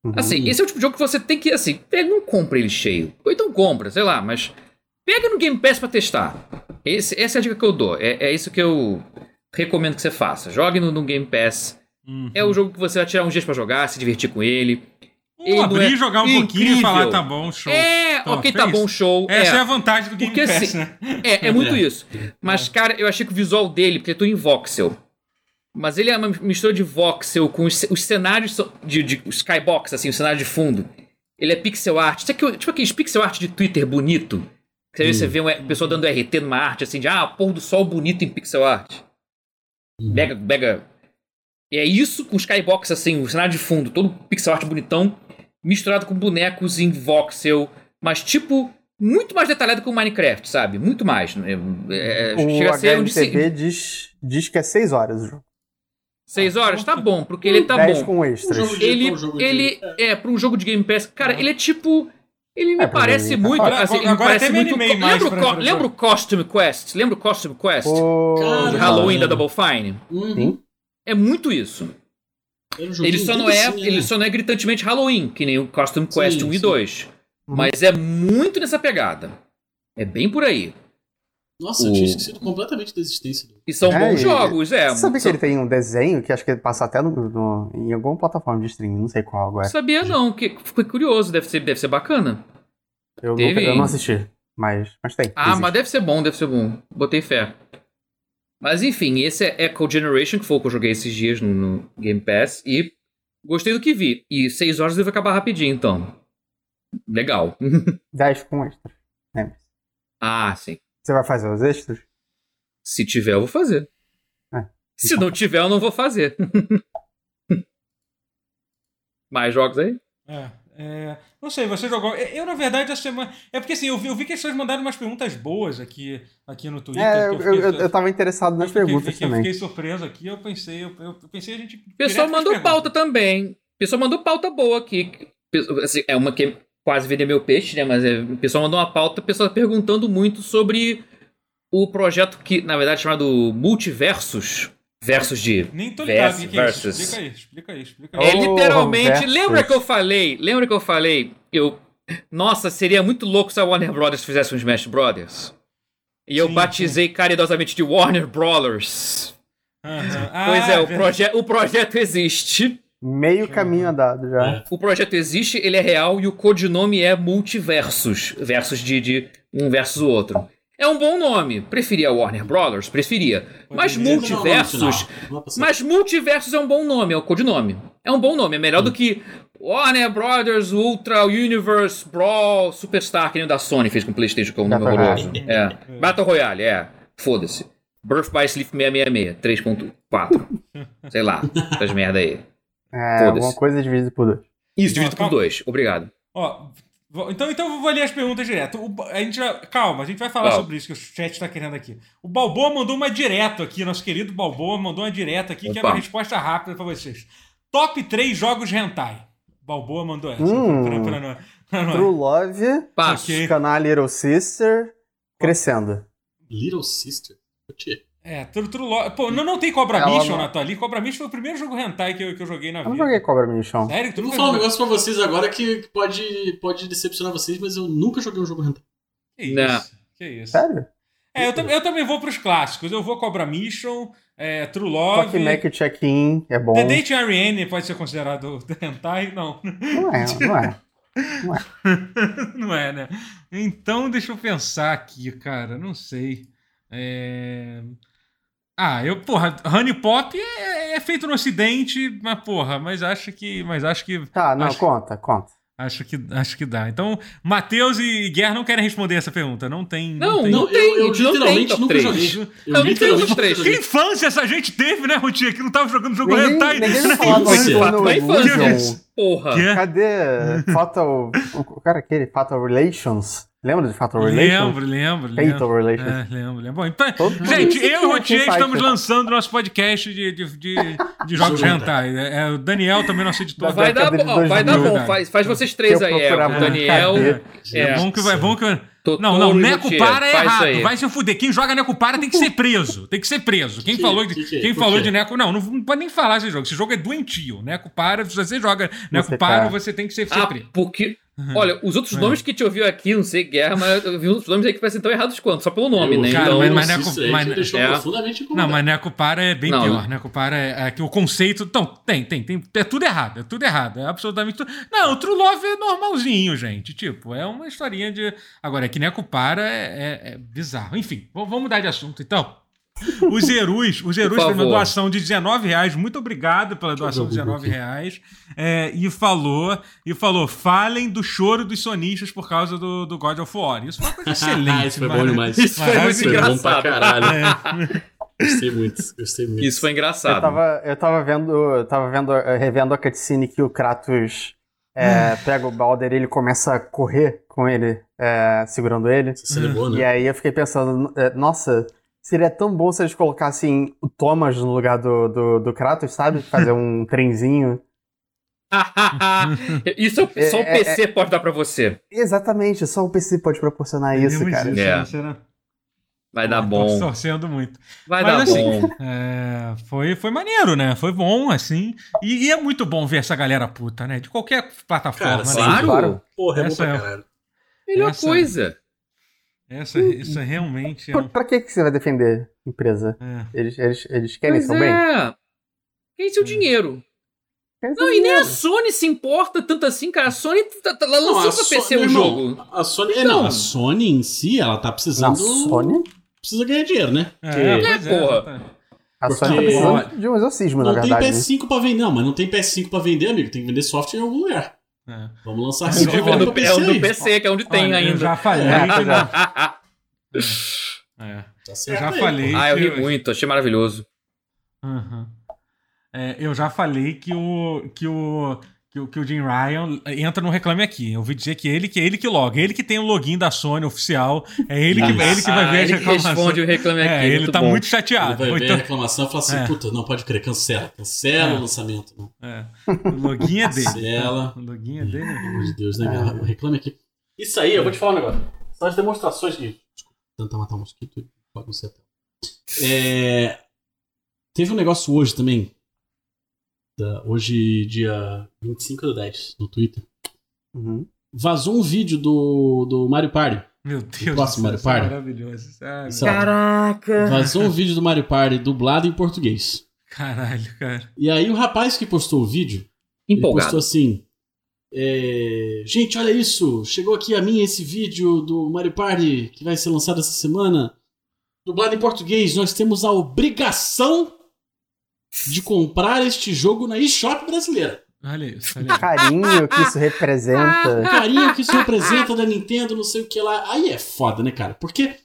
Speaker 2: Uhum.
Speaker 4: assim, esse é o tipo de jogo que você tem que, assim, pega, não compra ele cheio. Ou então compra, sei lá, mas pega no Game Pass pra testar. Esse- essa é a dica que eu dou. É, é isso que eu recomendo que você faça. Jogue no, no Game Pass.
Speaker 1: Uhum.
Speaker 4: É o jogo que você vai tirar uns dias pra jogar, se divertir com ele. Ele
Speaker 1: Ou abrir,
Speaker 4: é
Speaker 1: jogar um pouquinho e
Speaker 4: incrível.
Speaker 1: falar, tá bom, show.
Speaker 4: É,
Speaker 1: Top,
Speaker 4: ok,
Speaker 1: é
Speaker 4: tá
Speaker 1: isso.
Speaker 4: bom, show.
Speaker 1: Essa é.
Speaker 4: é.
Speaker 1: a vantagem do Game
Speaker 4: Porque,
Speaker 1: Pass,
Speaker 4: assim,
Speaker 1: né?
Speaker 4: É, é muito
Speaker 3: É.
Speaker 4: isso. Mas, cara, eu achei que o visual dele, porque ele tudo em voxel. Mas ele é uma mistura de voxel com os, ce- os cenários são- de, de skybox, assim, o cenário de fundo. Ele é pixel art. Sabe que- tipo aqueles pixel art de Twitter bonito? Que às vezes você vê uma pessoa dando RT numa arte, assim, de ah, pôr do sol bonito em pixel art. Mega, mega. E é isso com skybox, assim, o cenário de fundo, todo pixel art bonitão, misturado com bonecos em voxel, mas tipo, muito mais detalhado que o Minecraft, sabe? Muito mais. né? É, é,
Speaker 2: O
Speaker 4: chega a ser um de
Speaker 2: HMTV diz, diz que é 6 horas o jogo.
Speaker 4: 6 horas? Tá bom, porque ele tá
Speaker 2: 10
Speaker 4: bom.
Speaker 2: É, com
Speaker 3: Um
Speaker 2: extras.
Speaker 3: jogo de-
Speaker 4: Ele,
Speaker 3: um jogo de-
Speaker 4: ele é, pra um jogo de Game Pass, cara, ele é tipo. Ele me
Speaker 2: É, pra
Speaker 4: parece
Speaker 2: mim,
Speaker 4: muito.
Speaker 1: agora-
Speaker 4: assim, ele me
Speaker 1: agora
Speaker 4: parece
Speaker 1: até me
Speaker 4: muito.
Speaker 1: animei mais
Speaker 4: Lembra, o
Speaker 1: pra-
Speaker 4: co-
Speaker 1: pra
Speaker 4: lembra o Costume Quest? Lembra o Costume Quest?
Speaker 2: Pô,
Speaker 4: de
Speaker 3: Cara,
Speaker 4: Halloween da Double Fine?
Speaker 3: Uhum.
Speaker 4: É muito isso.
Speaker 3: Era um joguinho
Speaker 4: Ele só,
Speaker 3: bem
Speaker 4: não é,
Speaker 3: assim, né?
Speaker 4: ele só não é gritantemente Halloween, que nem o Costume Quest
Speaker 3: Sim,
Speaker 4: 1 e
Speaker 3: sim.
Speaker 4: 2.
Speaker 2: Uhum.
Speaker 4: Mas é muito nessa pegada. É bem por aí.
Speaker 3: Nossa, eu tinha
Speaker 4: O-
Speaker 3: esquecido completamente da existência dele.
Speaker 4: E são
Speaker 2: É,
Speaker 4: bons
Speaker 2: e-
Speaker 4: jogos, é.
Speaker 2: Você sabia que
Speaker 4: São-
Speaker 2: ele tem um desenho que acho que ele passa até no, no- em alguma plataforma de streaming, não sei qual agora.
Speaker 4: Sabia não, que fiquei curioso, deve ser, deve ser bacana.
Speaker 2: Eu,
Speaker 4: Teve,
Speaker 2: não, eu
Speaker 4: hein?
Speaker 2: não assisti, mas, mas tem.
Speaker 4: Ah,
Speaker 2: existe.
Speaker 4: mas deve ser bom, deve ser bom. Botei fé. Mas enfim, esse é Echo Generation, que foi o que eu joguei esses dias no, no Game Pass, e gostei do que vi. E seis horas deve acabar rapidinho, então. Legal.
Speaker 2: 10 com extras. né?
Speaker 4: ah, sim.
Speaker 2: Você vai fazer os extras?
Speaker 4: Se tiver, eu vou fazer.
Speaker 2: É.
Speaker 4: Se não tiver, eu não vou fazer. [laughs] Mais jogos aí?
Speaker 1: É, é, não sei, você jogou. é, Eu, eu, na verdade, essa semana. É porque assim, eu vi, eu vi que as pessoas mandaram umas perguntas boas aqui, aqui no Twitter.
Speaker 2: É,
Speaker 1: que
Speaker 2: eu,
Speaker 1: fiquei-
Speaker 2: eu, eu tava interessado nas
Speaker 1: fiquei-
Speaker 2: perguntas
Speaker 1: fiquei-
Speaker 2: também.
Speaker 1: fiquei surpreso aqui, eu pensei, eu, eu pensei a gente.
Speaker 4: O pessoal
Speaker 1: direto nas
Speaker 4: mandou
Speaker 1: perguntas.
Speaker 4: pauta também. O pessoal mandou pauta boa aqui. Pe- assim, É uma que quase vender meu peixe, né? Mas é, o pessoal mandou uma pauta, o pessoal tá perguntando muito sobre o projeto que, na verdade, é chamado Multiversos. Versos de.
Speaker 1: Nem tô ligado
Speaker 4: Versus,
Speaker 1: o que que é isso.
Speaker 4: versus.
Speaker 1: Explica aí, explica aí, explica aí.
Speaker 4: É
Speaker 2: Oh,
Speaker 4: literalmente.
Speaker 2: versus.
Speaker 4: Lembra que eu falei? Lembra que eu falei? Eu. Nossa, seria muito louco se a Warner Brothers fizesse um Smash Brothers. E eu
Speaker 1: Sim,
Speaker 4: batizei caridosamente de Warner Brawlers.
Speaker 1: Aham.
Speaker 4: pois
Speaker 1: Ah,
Speaker 4: é, o,
Speaker 1: verdade.
Speaker 4: proje o projeto existe.
Speaker 2: Meio caminho andado já.
Speaker 3: É.
Speaker 4: O projeto existe, ele é real e o codinome é Multiversos. Versos de, de um versus o outro. É um bom nome. Preferia Warner Brothers? Preferia. Mas
Speaker 1: dizer
Speaker 3: Não, não, não, não,
Speaker 4: Multiversos.
Speaker 3: não, não, não.
Speaker 4: Mas Multiversos é um bom nome, é o codinome. É um bom nome, é melhor do que Warner Brothers, Ultra, Universe, Brawl, Superstar, que nem o da Sony fez com o PlayStation, que é um nome
Speaker 2: Battle
Speaker 4: horroroso.
Speaker 1: Royale.
Speaker 4: É. Battle Royale, é. Foda-se. Birth by Sleep 666, 3.4.
Speaker 3: [laughs]
Speaker 4: Sei lá, essas merda aí.
Speaker 2: É,
Speaker 4: Foda-se.
Speaker 2: alguma coisa dividida por dois.
Speaker 4: Isso, dividido por
Speaker 1: calma.
Speaker 4: dois. Obrigado.
Speaker 1: Ó, vo- então, então eu vou ler as perguntas direto. O Ba- a gente vai- calma, a gente vai falar
Speaker 4: Calma.
Speaker 1: sobre isso que o chat está querendo aqui. O Balboa mandou uma direto aqui, nosso querido Balboa mandou uma direta aqui, que é
Speaker 4: Opa.
Speaker 1: uma resposta rápida para vocês. Top 3 jogos hentai. Balboa mandou essa.
Speaker 2: Hum.
Speaker 1: Pra- pra- pra- pra- pra-
Speaker 2: True Love,
Speaker 4: Passo.
Speaker 1: Ok.
Speaker 2: canal Little Sister, crescendo.
Speaker 3: Little Sister? O quê?
Speaker 1: É, True, true Lo- Pô, não, não tem Cobra
Speaker 2: Ela
Speaker 1: Mission
Speaker 2: não-
Speaker 1: na tua lista. Cobra Mission foi o primeiro jogo hentai que eu, que eu joguei na
Speaker 2: Eu
Speaker 1: vida.
Speaker 2: não joguei Cobra no chão.
Speaker 1: Sério? Tu
Speaker 3: Eu vou
Speaker 1: nunca
Speaker 3: falar um
Speaker 1: jogou?
Speaker 3: negócio pra vocês agora que que pode, pode decepcionar vocês, mas eu nunca joguei um jogo hentai.
Speaker 1: Que isso?
Speaker 4: Não.
Speaker 1: Que isso?
Speaker 2: Sério?
Speaker 1: É, eu, tam- eu também vou pros clássicos. Eu vou Cobra Mission, é, True
Speaker 2: Só
Speaker 1: Love.
Speaker 2: que Mac Check-in é bom.
Speaker 1: The Date Ariane pode ser considerado [laughs] hentai? Não,
Speaker 2: Não é, não é.
Speaker 1: não é, né? Então, deixa eu pensar aqui, cara. Não sei. É... Ah, eu, porra, Honey Pop é, é feito no Ocidente, mas porra, mas acho que, mas acho que,
Speaker 2: Tá, não,
Speaker 1: Acho-
Speaker 2: conta, conta.
Speaker 1: acho que, acho que dá. Então, Matheus e Guerra não querem responder essa pergunta. Não tem,
Speaker 4: Não,
Speaker 1: tem.
Speaker 4: não tem,
Speaker 3: eu, eu
Speaker 4: gente, não tem
Speaker 3: literalmente
Speaker 4: top
Speaker 3: nunca
Speaker 4: três.
Speaker 3: joguei. Eu,
Speaker 4: Eu não
Speaker 3: literalmente
Speaker 4: tenho top
Speaker 3: nunca
Speaker 4: três.
Speaker 3: joguei.
Speaker 1: Que infância essa gente teve, né, Rutinha? Que não tava jogando jogo
Speaker 2: Ninguém,
Speaker 1: hentai.
Speaker 2: ninguém
Speaker 1: né?
Speaker 2: vai falar do
Speaker 3: Pois é.
Speaker 2: Antonio
Speaker 4: Vai
Speaker 2: Illusion.
Speaker 4: fazer. Porra.
Speaker 1: Que é? [laughs]
Speaker 2: eh, Cadê Fatal. O cara aquele, Fatal Relations? Lembra de Fatal Relation?
Speaker 1: Lembro, lembro,
Speaker 2: Fatal
Speaker 1: lembro.
Speaker 2: Relation.
Speaker 1: É, lembro, lembro. Bom, então,
Speaker 2: Todo mundo
Speaker 1: gente,
Speaker 2: isso é
Speaker 1: eu e o Rotier
Speaker 2: insight,
Speaker 1: estamos
Speaker 2: né?
Speaker 1: lançando nosso podcast de, de, de, de jogos de hentai. É, é, o Daniel também, nosso editor.
Speaker 4: Vai dar,
Speaker 2: década de
Speaker 4: bom, vai dar
Speaker 1: 2000,
Speaker 4: bom,
Speaker 1: cara.
Speaker 4: faz, faz vocês três
Speaker 2: Eu
Speaker 4: aí, é,
Speaker 2: procurava
Speaker 4: o Daniel,
Speaker 2: cadê?
Speaker 1: É,
Speaker 4: é,
Speaker 1: bom que vai, bom que
Speaker 4: Totoro
Speaker 1: Não, não,
Speaker 4: e
Speaker 1: Neco
Speaker 4: Luthier,
Speaker 1: para é
Speaker 4: faz isso
Speaker 1: errado.
Speaker 4: aí.
Speaker 1: Vai se fuder. Quem joga Neco para tem que ser preso. Tem que ser preso. Quem
Speaker 3: Que-
Speaker 1: falou, de,
Speaker 3: que- é? que-
Speaker 1: quem
Speaker 3: por
Speaker 1: falou
Speaker 3: quê?
Speaker 1: de Neco. Não, não, pode nem falar esse jogo. Esse jogo é doentio. Neco para, se você joga Neco
Speaker 2: Você
Speaker 1: para,
Speaker 2: para.
Speaker 1: você tá- tem que ser, ser
Speaker 4: Ah,
Speaker 1: preso.
Speaker 4: porque. Olha, os outros nomes que te ouviu aqui, não sei, Guerra, mas eu vi uns nomes aí que parecem tão errados quanto, só pelo nome,
Speaker 3: Eu-
Speaker 4: né?
Speaker 1: Cara,
Speaker 4: então,
Speaker 1: mas-
Speaker 3: eu
Speaker 1: mas
Speaker 3: não
Speaker 1: não é
Speaker 3: sei, isso
Speaker 1: com-
Speaker 3: aí
Speaker 1: mas-
Speaker 3: me deixou
Speaker 4: é.
Speaker 3: profundamente
Speaker 1: Não,
Speaker 3: incomodado.
Speaker 1: mas Neco para é bem
Speaker 4: Não.
Speaker 1: pior. Neco para é, é que o conceito. Então, tem, tem, tem. É tudo errado. É tudo errado. É absolutamente tudo. Não, o True Love é normalzinho, gente. Tipo, é uma historinha de. Agora, é que Neco para é, é- é bizarro. Enfim, v- vamos mudar de assunto então. Os Zerus, os Zerus fez uma
Speaker 4: favor.
Speaker 1: doação de 19 reais. Muito obrigado pela doação de
Speaker 3: Deixa eu ver o
Speaker 1: 19 reais. É, e falou, e falou, falem do choro dos sonistas por causa do, do God of War. Ah, Isso foi uma
Speaker 3: [laughs]
Speaker 1: coisa excelente.
Speaker 3: Ah, isso foi É. bom
Speaker 1: maravilhoso.
Speaker 3: demais.
Speaker 4: Isso foi
Speaker 1: muito
Speaker 3: é bom pra
Speaker 4: engraçado.
Speaker 3: caralho. Gostei muito, gostei muito.
Speaker 4: Isso foi
Speaker 2: Eu
Speaker 4: engraçado.
Speaker 2: tava, eu tava vendo, eu tava vendo, eh, revendo a cutscene que o Kratos eh,
Speaker 1: Ah.
Speaker 2: pega o Balder e ele começa a correr com ele, eh, segurando ele.
Speaker 3: Essa cena é boa,
Speaker 2: E
Speaker 3: né?
Speaker 2: aí eu fiquei pensando, eh, nossa, seria tão bom se eles colocassem o Thomas no lugar do, do, do Kratos, sabe? Fazer um [laughs] trenzinho.
Speaker 4: [laughs] Isso é, só o
Speaker 2: É, é,
Speaker 4: PC pode dar pra você.
Speaker 2: Exatamente, só o PC pode proporcionar isso,
Speaker 1: Temos
Speaker 2: cara.
Speaker 4: isso. É.
Speaker 1: né? Será?
Speaker 4: Vai dar
Speaker 1: Tô
Speaker 4: bom.
Speaker 1: torcendo muito.
Speaker 4: Vai
Speaker 1: Mas
Speaker 4: dar
Speaker 1: assim,
Speaker 4: bom.
Speaker 1: É, foi, foi maneiro, né? Foi bom, assim. E, e é muito bom ver essa galera puta, né? De qualquer plataforma. né?
Speaker 3: Cara, sim,
Speaker 4: Claro.
Speaker 2: claro.
Speaker 3: Porra, é bom
Speaker 1: Essa
Speaker 3: pra
Speaker 1: é-
Speaker 3: caralho.
Speaker 4: Melhor
Speaker 1: essa-
Speaker 4: coisa.
Speaker 1: Essa, essa realmente é,
Speaker 2: Pra,
Speaker 1: um-
Speaker 2: pra que, que você vai defender a empresa?
Speaker 1: é.
Speaker 2: Eles, eles, eles querem
Speaker 4: Pois
Speaker 2: seu bem?
Speaker 4: é. Quem seu dinheiro?
Speaker 2: Querem seu
Speaker 4: Hum. Não, e nem a
Speaker 2: dinheiro.
Speaker 4: Sony se importa tanto assim, cara. A Sony tá, tá, ela
Speaker 3: Não,
Speaker 4: lançou
Speaker 3: a
Speaker 4: pra
Speaker 3: So-
Speaker 4: PC
Speaker 3: meu
Speaker 4: o
Speaker 3: irmão,
Speaker 4: jogo.
Speaker 3: A Sony, é,
Speaker 4: Então.
Speaker 3: não, a Sony em si, ela tá
Speaker 2: Não, a
Speaker 3: precisando.
Speaker 2: Sony?
Speaker 3: Precisa ganhar dinheiro, né?
Speaker 1: É,
Speaker 3: Porque
Speaker 1: pois
Speaker 4: É, porra.
Speaker 1: tá.
Speaker 2: A Sony tá
Speaker 3: Porque-
Speaker 2: precisando de um exorcismo, na
Speaker 3: não tem
Speaker 2: verdade. né?
Speaker 3: PS5 pra vender, não, mas não tem PS5 pra vender, amigo. Tem que vender software em algum lugar.
Speaker 1: É.
Speaker 3: Vamos lançar
Speaker 1: Se
Speaker 3: esse
Speaker 1: tiver
Speaker 3: jogo
Speaker 4: É
Speaker 1: olha,
Speaker 3: pra
Speaker 4: do, é
Speaker 3: PC.
Speaker 4: o do
Speaker 3: aí.
Speaker 4: PC, que é onde tem
Speaker 1: Olha, Eu
Speaker 4: ainda. [laughs]
Speaker 1: já falei.
Speaker 3: É,
Speaker 1: que não- é.
Speaker 3: Tá
Speaker 1: Eu
Speaker 3: certo
Speaker 1: já
Speaker 3: aí,
Speaker 1: falei.
Speaker 4: ah, eu
Speaker 1: que-
Speaker 4: ri muito, achei maravilhoso.
Speaker 1: Aham. É, eu já falei que o, que o que o que o Jim Ryan entra no reclame aqui. Eu ouvi dizer que ele que ele que loga, ele que tem o login da Sony oficial, é ele que
Speaker 3: Isso.
Speaker 1: é ele que vai
Speaker 4: Ah,
Speaker 1: ver
Speaker 4: ele
Speaker 1: as
Speaker 4: que responde
Speaker 1: reclamações.
Speaker 4: o reclame aqui.
Speaker 1: É, ele
Speaker 4: muito
Speaker 1: tá
Speaker 4: bom.
Speaker 1: muito
Speaker 3: Ele
Speaker 1: chateado.
Speaker 3: vai
Speaker 1: Ou
Speaker 3: ver
Speaker 1: então-
Speaker 3: a reclamação e falar assim:
Speaker 1: É.
Speaker 3: puta, não pode crer, cancela. Cancela
Speaker 1: É.
Speaker 3: o lançamento. Não.
Speaker 1: é, o login é dele.
Speaker 3: Cancela.
Speaker 1: O login é dele.
Speaker 3: Pelo amor de Deus, né, minha? Reclame aqui. Isso aí, eu vou te falar um negócio. São as demonstrações. Ih, desculpa, tentar matar um mosquito e bagunçar a tela. É, Teve um negócio hoje também. da- Hoje, dia 25 do 10, no Twitter.
Speaker 2: Uhum.
Speaker 3: Vazou um vídeo do, do Mario Party.
Speaker 1: Meu Deus,
Speaker 3: Próximo
Speaker 1: do céu,
Speaker 3: Mario
Speaker 1: isso é
Speaker 3: Party.
Speaker 1: maravilhoso. isso é-
Speaker 3: Isso é-
Speaker 4: Caraca!
Speaker 3: Vazou um vídeo do Mario Party dublado em português.
Speaker 1: Caralho, cara.
Speaker 3: E aí o rapaz que postou o vídeo Ele
Speaker 4: Empolgado.
Speaker 3: postou assim: é, Gente, olha isso! Chegou aqui a mim esse vídeo do Mario Party que vai ser lançado essa semana. Dublado em português, nós temos a obrigação de comprar este jogo na eShop brasileira.
Speaker 1: Olha isso, olha isso.
Speaker 2: Carinho que isso representa.
Speaker 3: O carinho que isso representa da Nintendo, não sei o que lá. Aí é foda, né, cara? Porque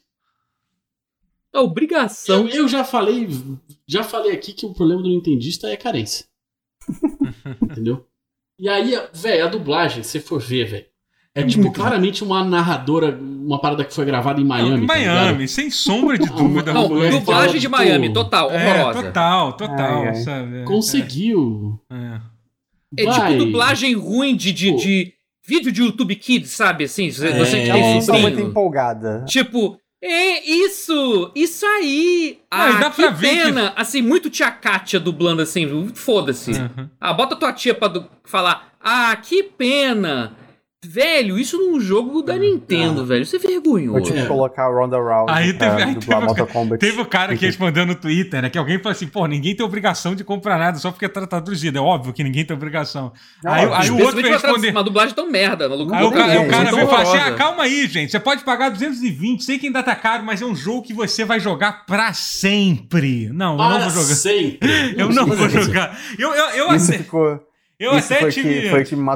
Speaker 4: A obrigação.
Speaker 3: eu, eu já falei, já falei aqui que o problema do nintendista
Speaker 1: [laughs]
Speaker 3: é carência. Entendeu? E aí, velho, a dublagem, se você for ver, velho, é,
Speaker 1: É
Speaker 3: tipo
Speaker 1: muito.
Speaker 3: claramente uma narradora, uma parada que foi gravada em Miami.
Speaker 1: Não,
Speaker 3: tá ligado?
Speaker 1: Miami, sem sombra de dúvida.
Speaker 4: Não,
Speaker 1: rolou.
Speaker 3: eu-
Speaker 4: dublagem de Miami, total,
Speaker 1: é,
Speaker 4: horrorosa.
Speaker 1: total, total,
Speaker 2: Ai, ai.
Speaker 1: sabe? É,
Speaker 3: Conseguiu.
Speaker 1: é.
Speaker 4: É
Speaker 3: Vai.
Speaker 4: tipo dublagem ruim de, de,
Speaker 3: Pô.
Speaker 4: de vídeo de YouTube Kids, sabe? Assim, você
Speaker 3: É,
Speaker 4: você que
Speaker 2: Ela
Speaker 4: tem
Speaker 2: não tá
Speaker 3: Sim.
Speaker 2: muito
Speaker 4: sobrinho.
Speaker 2: empolgada.
Speaker 4: Tipo, é isso! Isso aí! Ah,
Speaker 1: e dá
Speaker 4: que
Speaker 1: pra ver que-
Speaker 4: pena! Assim, muito tia Kátia dublando assim, foda-se.
Speaker 1: Uhum.
Speaker 4: Ah, bota tua tia pra du- falar, ah, que pena! Velho, isso num jogo da Nintendo, velho. Isso é
Speaker 2: Vou
Speaker 4: vergonhoso.
Speaker 2: te
Speaker 3: É.
Speaker 2: colocar Ronda Rousey
Speaker 1: Aí
Speaker 2: pra
Speaker 1: teve- aí
Speaker 2: dublar
Speaker 1: teve-
Speaker 2: Mortal Kombat.
Speaker 1: Teve o cara que respondeu no Twitter, né? Que alguém falou assim, pô, ninguém tem obrigação de comprar nada só porque tá traduzido. É óbvio que ninguém tem obrigação.
Speaker 2: Não,
Speaker 1: aí, aí o outro foi
Speaker 4: Especialmente uma, tradu-
Speaker 1: responder.
Speaker 4: uma dublagem tão merda, maluco.
Speaker 1: Aí o, cara,
Speaker 2: Não,
Speaker 1: o cara
Speaker 2: é
Speaker 1: veio falar assim: ah,
Speaker 4: horrorosa.
Speaker 1: calma aí, gente. Você pode pagar 220, sei que ainda tá caro, mas é um jogo que você vai jogar pra sempre. Não, eu não
Speaker 3: Para
Speaker 1: vou jogar.
Speaker 3: sempre.
Speaker 1: [laughs] Eu não vou
Speaker 3: sei.
Speaker 1: jogar. Eu, eu, eu
Speaker 2: Isso
Speaker 1: até,
Speaker 2: ficou.
Speaker 1: eu
Speaker 2: isso
Speaker 1: até
Speaker 2: foi,
Speaker 1: tive.
Speaker 2: que, foi o que me matou.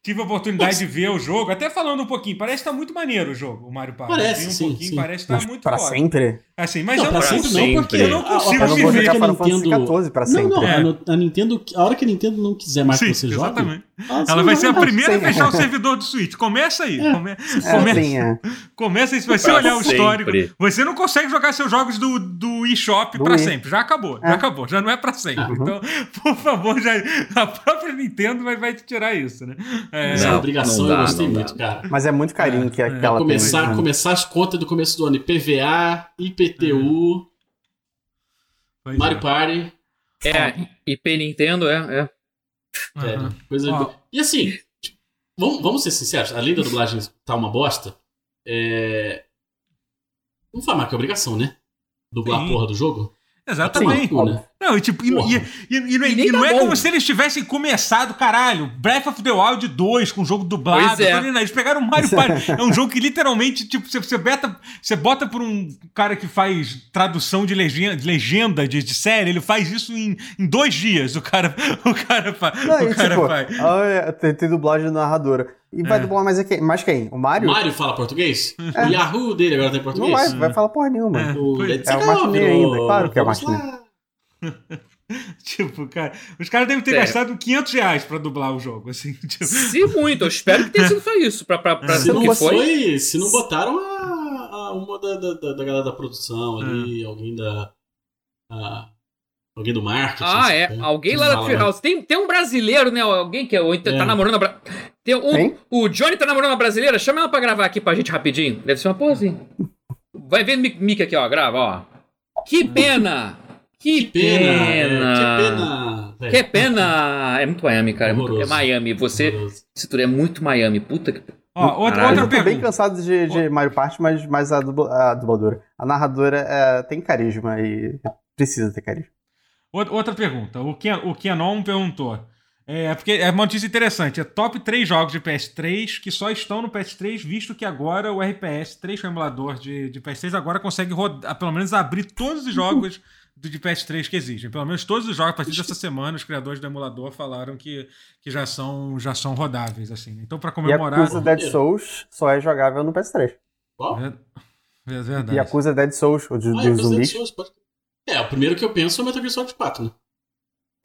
Speaker 1: Tive a oportunidade de ver o jogo, até falando um pouquinho, parece que tá muito maneiro o jogo, o Mario Party.
Speaker 3: Parece,
Speaker 1: Vi um
Speaker 3: sim,
Speaker 1: pouquinho,
Speaker 3: sim.
Speaker 1: parece que tá
Speaker 2: Mas
Speaker 1: muito
Speaker 2: pra
Speaker 1: foda.
Speaker 2: sempre?
Speaker 1: Assim, mas
Speaker 3: Não,
Speaker 1: eu,
Speaker 3: pra
Speaker 1: não
Speaker 3: sempre
Speaker 1: consigo,
Speaker 4: não,
Speaker 1: porque
Speaker 4: porque
Speaker 1: eu não
Speaker 3: a- a-
Speaker 1: consigo
Speaker 2: Eu não
Speaker 1: me
Speaker 2: vou
Speaker 1: ver.
Speaker 2: jogar
Speaker 3: que a
Speaker 2: Final Fantasy
Speaker 3: Nintendo-
Speaker 2: XIV pra
Speaker 3: Não,
Speaker 2: sempre.
Speaker 3: não,
Speaker 1: É.
Speaker 3: a, no- a Nintendo, a hora que a Nintendo não quiser mais
Speaker 1: Sim,
Speaker 3: que você jogue,
Speaker 1: exatamente.
Speaker 3: Nossa,
Speaker 1: Ela vai ser a
Speaker 2: não,
Speaker 1: primeira a
Speaker 2: sim.
Speaker 1: fechar o servidor do Switch. Começa aí. Come-
Speaker 2: É,
Speaker 1: começa,
Speaker 2: assim, é.
Speaker 1: começa aí. Se você
Speaker 4: Pra
Speaker 1: olhar o histórico,
Speaker 4: sempre.
Speaker 1: você não consegue jogar seus jogos do, do eShop
Speaker 2: Do
Speaker 1: pra
Speaker 2: e.
Speaker 1: sempre. Já acabou.
Speaker 2: É.
Speaker 1: Já acabou. Já não é pra sempre.
Speaker 2: Uhum.
Speaker 1: Então, [laughs] por favor, já, a própria Nintendo vai, vai te tirar isso, né? É,
Speaker 3: Essa
Speaker 4: Não,
Speaker 3: obrigação
Speaker 4: não dá,
Speaker 3: eu gostei
Speaker 4: não dá.
Speaker 3: muito, cara.
Speaker 2: Mas é muito carinho
Speaker 1: É,
Speaker 2: que,
Speaker 1: é.
Speaker 2: que ela
Speaker 3: começar,
Speaker 2: tem. né?
Speaker 3: começar as contas do começo do ano. IPVA, IPTU,
Speaker 1: É. pois é.
Speaker 3: Mario Party.
Speaker 4: É, IP Nintendo, é, é.
Speaker 3: é,
Speaker 1: Aham.
Speaker 3: coisa
Speaker 1: Ó.
Speaker 3: boa. E assim, tipo, vamos, vamos ser sinceros, além da dublagem tá uma bosta, é... Não falar que é obrigação, né? Dublar a
Speaker 1: Sim.
Speaker 3: porra do jogo?
Speaker 1: É. Exatamente.
Speaker 3: Pô, né?
Speaker 1: Não, e tipo, e,
Speaker 3: Porra.
Speaker 1: e- e- e não é-
Speaker 4: E nem
Speaker 1: e não
Speaker 4: tá
Speaker 1: é
Speaker 4: bom.
Speaker 1: como se eles tivessem começado, caralho, Breath of the Wild 2 com o jogo dublado.
Speaker 4: Pois é.
Speaker 1: tudo, né? Eles pegaram o Mario Party. É um jogo que literalmente, tipo, você, você, beta, você bota por um cara que faz tradução de legenda, de, legenda de, de série, ele faz isso em, em dois dias. O cara, o cara, fa,
Speaker 2: Não,
Speaker 1: [laughs] o
Speaker 2: e,
Speaker 1: cara
Speaker 2: tipo,
Speaker 1: faz.
Speaker 2: olha, tem, tem dublagem de narradora. E vai dublar mais, quem? mais quem? O Mario?
Speaker 3: Mario fala português? O Yahoo dele agora tem
Speaker 2: É. Não vai,
Speaker 3: português?
Speaker 2: vai falar porra nenhuma.
Speaker 1: É.
Speaker 3: O
Speaker 1: Pois é.
Speaker 3: Let's
Speaker 2: É o
Speaker 3: Go
Speaker 2: matinê
Speaker 3: virou-
Speaker 2: ainda, claro que é o
Speaker 3: Vamos
Speaker 2: matinê.
Speaker 3: lá.
Speaker 1: Tipo, cara, os caras devem ter
Speaker 4: Sério.
Speaker 1: gastado 500 reais pra dublar o jogo, assim. Tipo,
Speaker 4: Se muito, eu espero que tenha sido só isso. Pra, pra, pra
Speaker 3: Se
Speaker 4: o
Speaker 3: não,
Speaker 4: que
Speaker 3: foi,
Speaker 4: foi.
Speaker 3: se não botaram a, a- uma da, da, da- da galera da produção ali, alguém da. a- alguém do marketing.
Speaker 4: Ah,
Speaker 3: assim,
Speaker 4: é.
Speaker 3: né?
Speaker 4: Alguém lá da
Speaker 3: Fala,
Speaker 4: Treehouse. Tem, tem um brasileiro, né? Alguém que é, ou tá
Speaker 3: É.
Speaker 4: namorando a bra... Tem um,
Speaker 2: Tem?
Speaker 4: O Johnny tá namorando uma brasileira. Chama ela pra gravar aqui pra gente rapidinho. Deve ser uma pose. Vai vendo Mick Mick aqui, ó. Grava, ó. Que pena! Que,
Speaker 3: Que pena!
Speaker 4: pena!
Speaker 3: é, Que pena! velho.
Speaker 4: Que pena! É muito Miami, cara. É, muito-
Speaker 3: Horroroso.
Speaker 4: é Miami. Você,
Speaker 3: Maravilhoso.
Speaker 4: se tu é muito Miami. Puta que.
Speaker 1: ó, outra,
Speaker 4: Caralho.
Speaker 1: outra
Speaker 2: Eu tô bem
Speaker 1: pergunta.
Speaker 2: cansado de, de Mario Party, mas, mas a, dubla- a dubladora, a narradora é, tem carisma e precisa ter carisma.
Speaker 1: Outra outra pergunta. O, Ken, o Kenon perguntou. É, porque é uma notícia interessante. É top 3 jogos de PS3 que só estão no PS3, visto que agora o RPS 3, o emulador de, de PS3, agora consegue rodar, pelo menos abrir todos os jogos
Speaker 2: Uhum.
Speaker 1: do- de PS3 que existem. Pelo menos todos os jogos, a partir dessa semana, os criadores do emulador falaram que, que já, são, já são rodáveis, assim. Então, pra
Speaker 2: E
Speaker 1: comemorar.
Speaker 2: Yakuza Dead Souls só é jogável no PS3.
Speaker 3: Qual?
Speaker 1: Ver- ver- é Verdade.
Speaker 2: E Yakuza Dead Souls, o de,
Speaker 3: Ah,
Speaker 2: dos
Speaker 3: Deus
Speaker 2: zumbis.
Speaker 3: Deus, pode- É, o primeiro que eu penso é o Metal Gear Solid 4, né?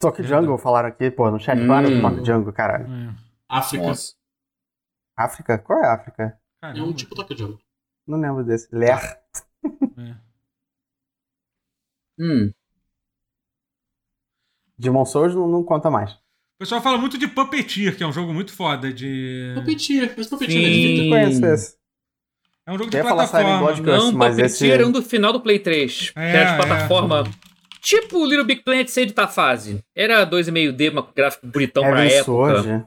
Speaker 2: Só que
Speaker 1: Verdade.
Speaker 2: Jungle falaram aqui, pô, no chat,
Speaker 4: Hum.
Speaker 2: claro que toca Jungle, caralho.
Speaker 1: É.
Speaker 3: África.
Speaker 4: Nossa.
Speaker 2: África? Qual é a África?
Speaker 3: É
Speaker 1: Caramba.
Speaker 3: um tipo toque de jogo.
Speaker 2: Não lembro desse. Ler.
Speaker 1: É.
Speaker 4: Hum.
Speaker 2: Demon Souls não, não conta mais.
Speaker 1: O pessoal fala muito de Puppeteer, que é um jogo muito foda de.
Speaker 3: Puppeteer, mas Puppeteer é de
Speaker 4: Sim.
Speaker 3: Vita.
Speaker 2: Conheço esse.
Speaker 1: É um jogo
Speaker 2: Eu
Speaker 1: de
Speaker 2: ia falar Silent
Speaker 1: plataforma.
Speaker 2: God, cara.
Speaker 4: Não,
Speaker 2: mas esse-
Speaker 4: Puppeteer é um do final do Play 3.
Speaker 1: assim, É,
Speaker 4: que
Speaker 1: é.
Speaker 4: era de plataforma. Tipo o Little Big Planet sei de tá fase. Era 2,5D, uma gráfico bonitão Então, pra
Speaker 2: Heaven
Speaker 4: época.
Speaker 2: Sword. Heaven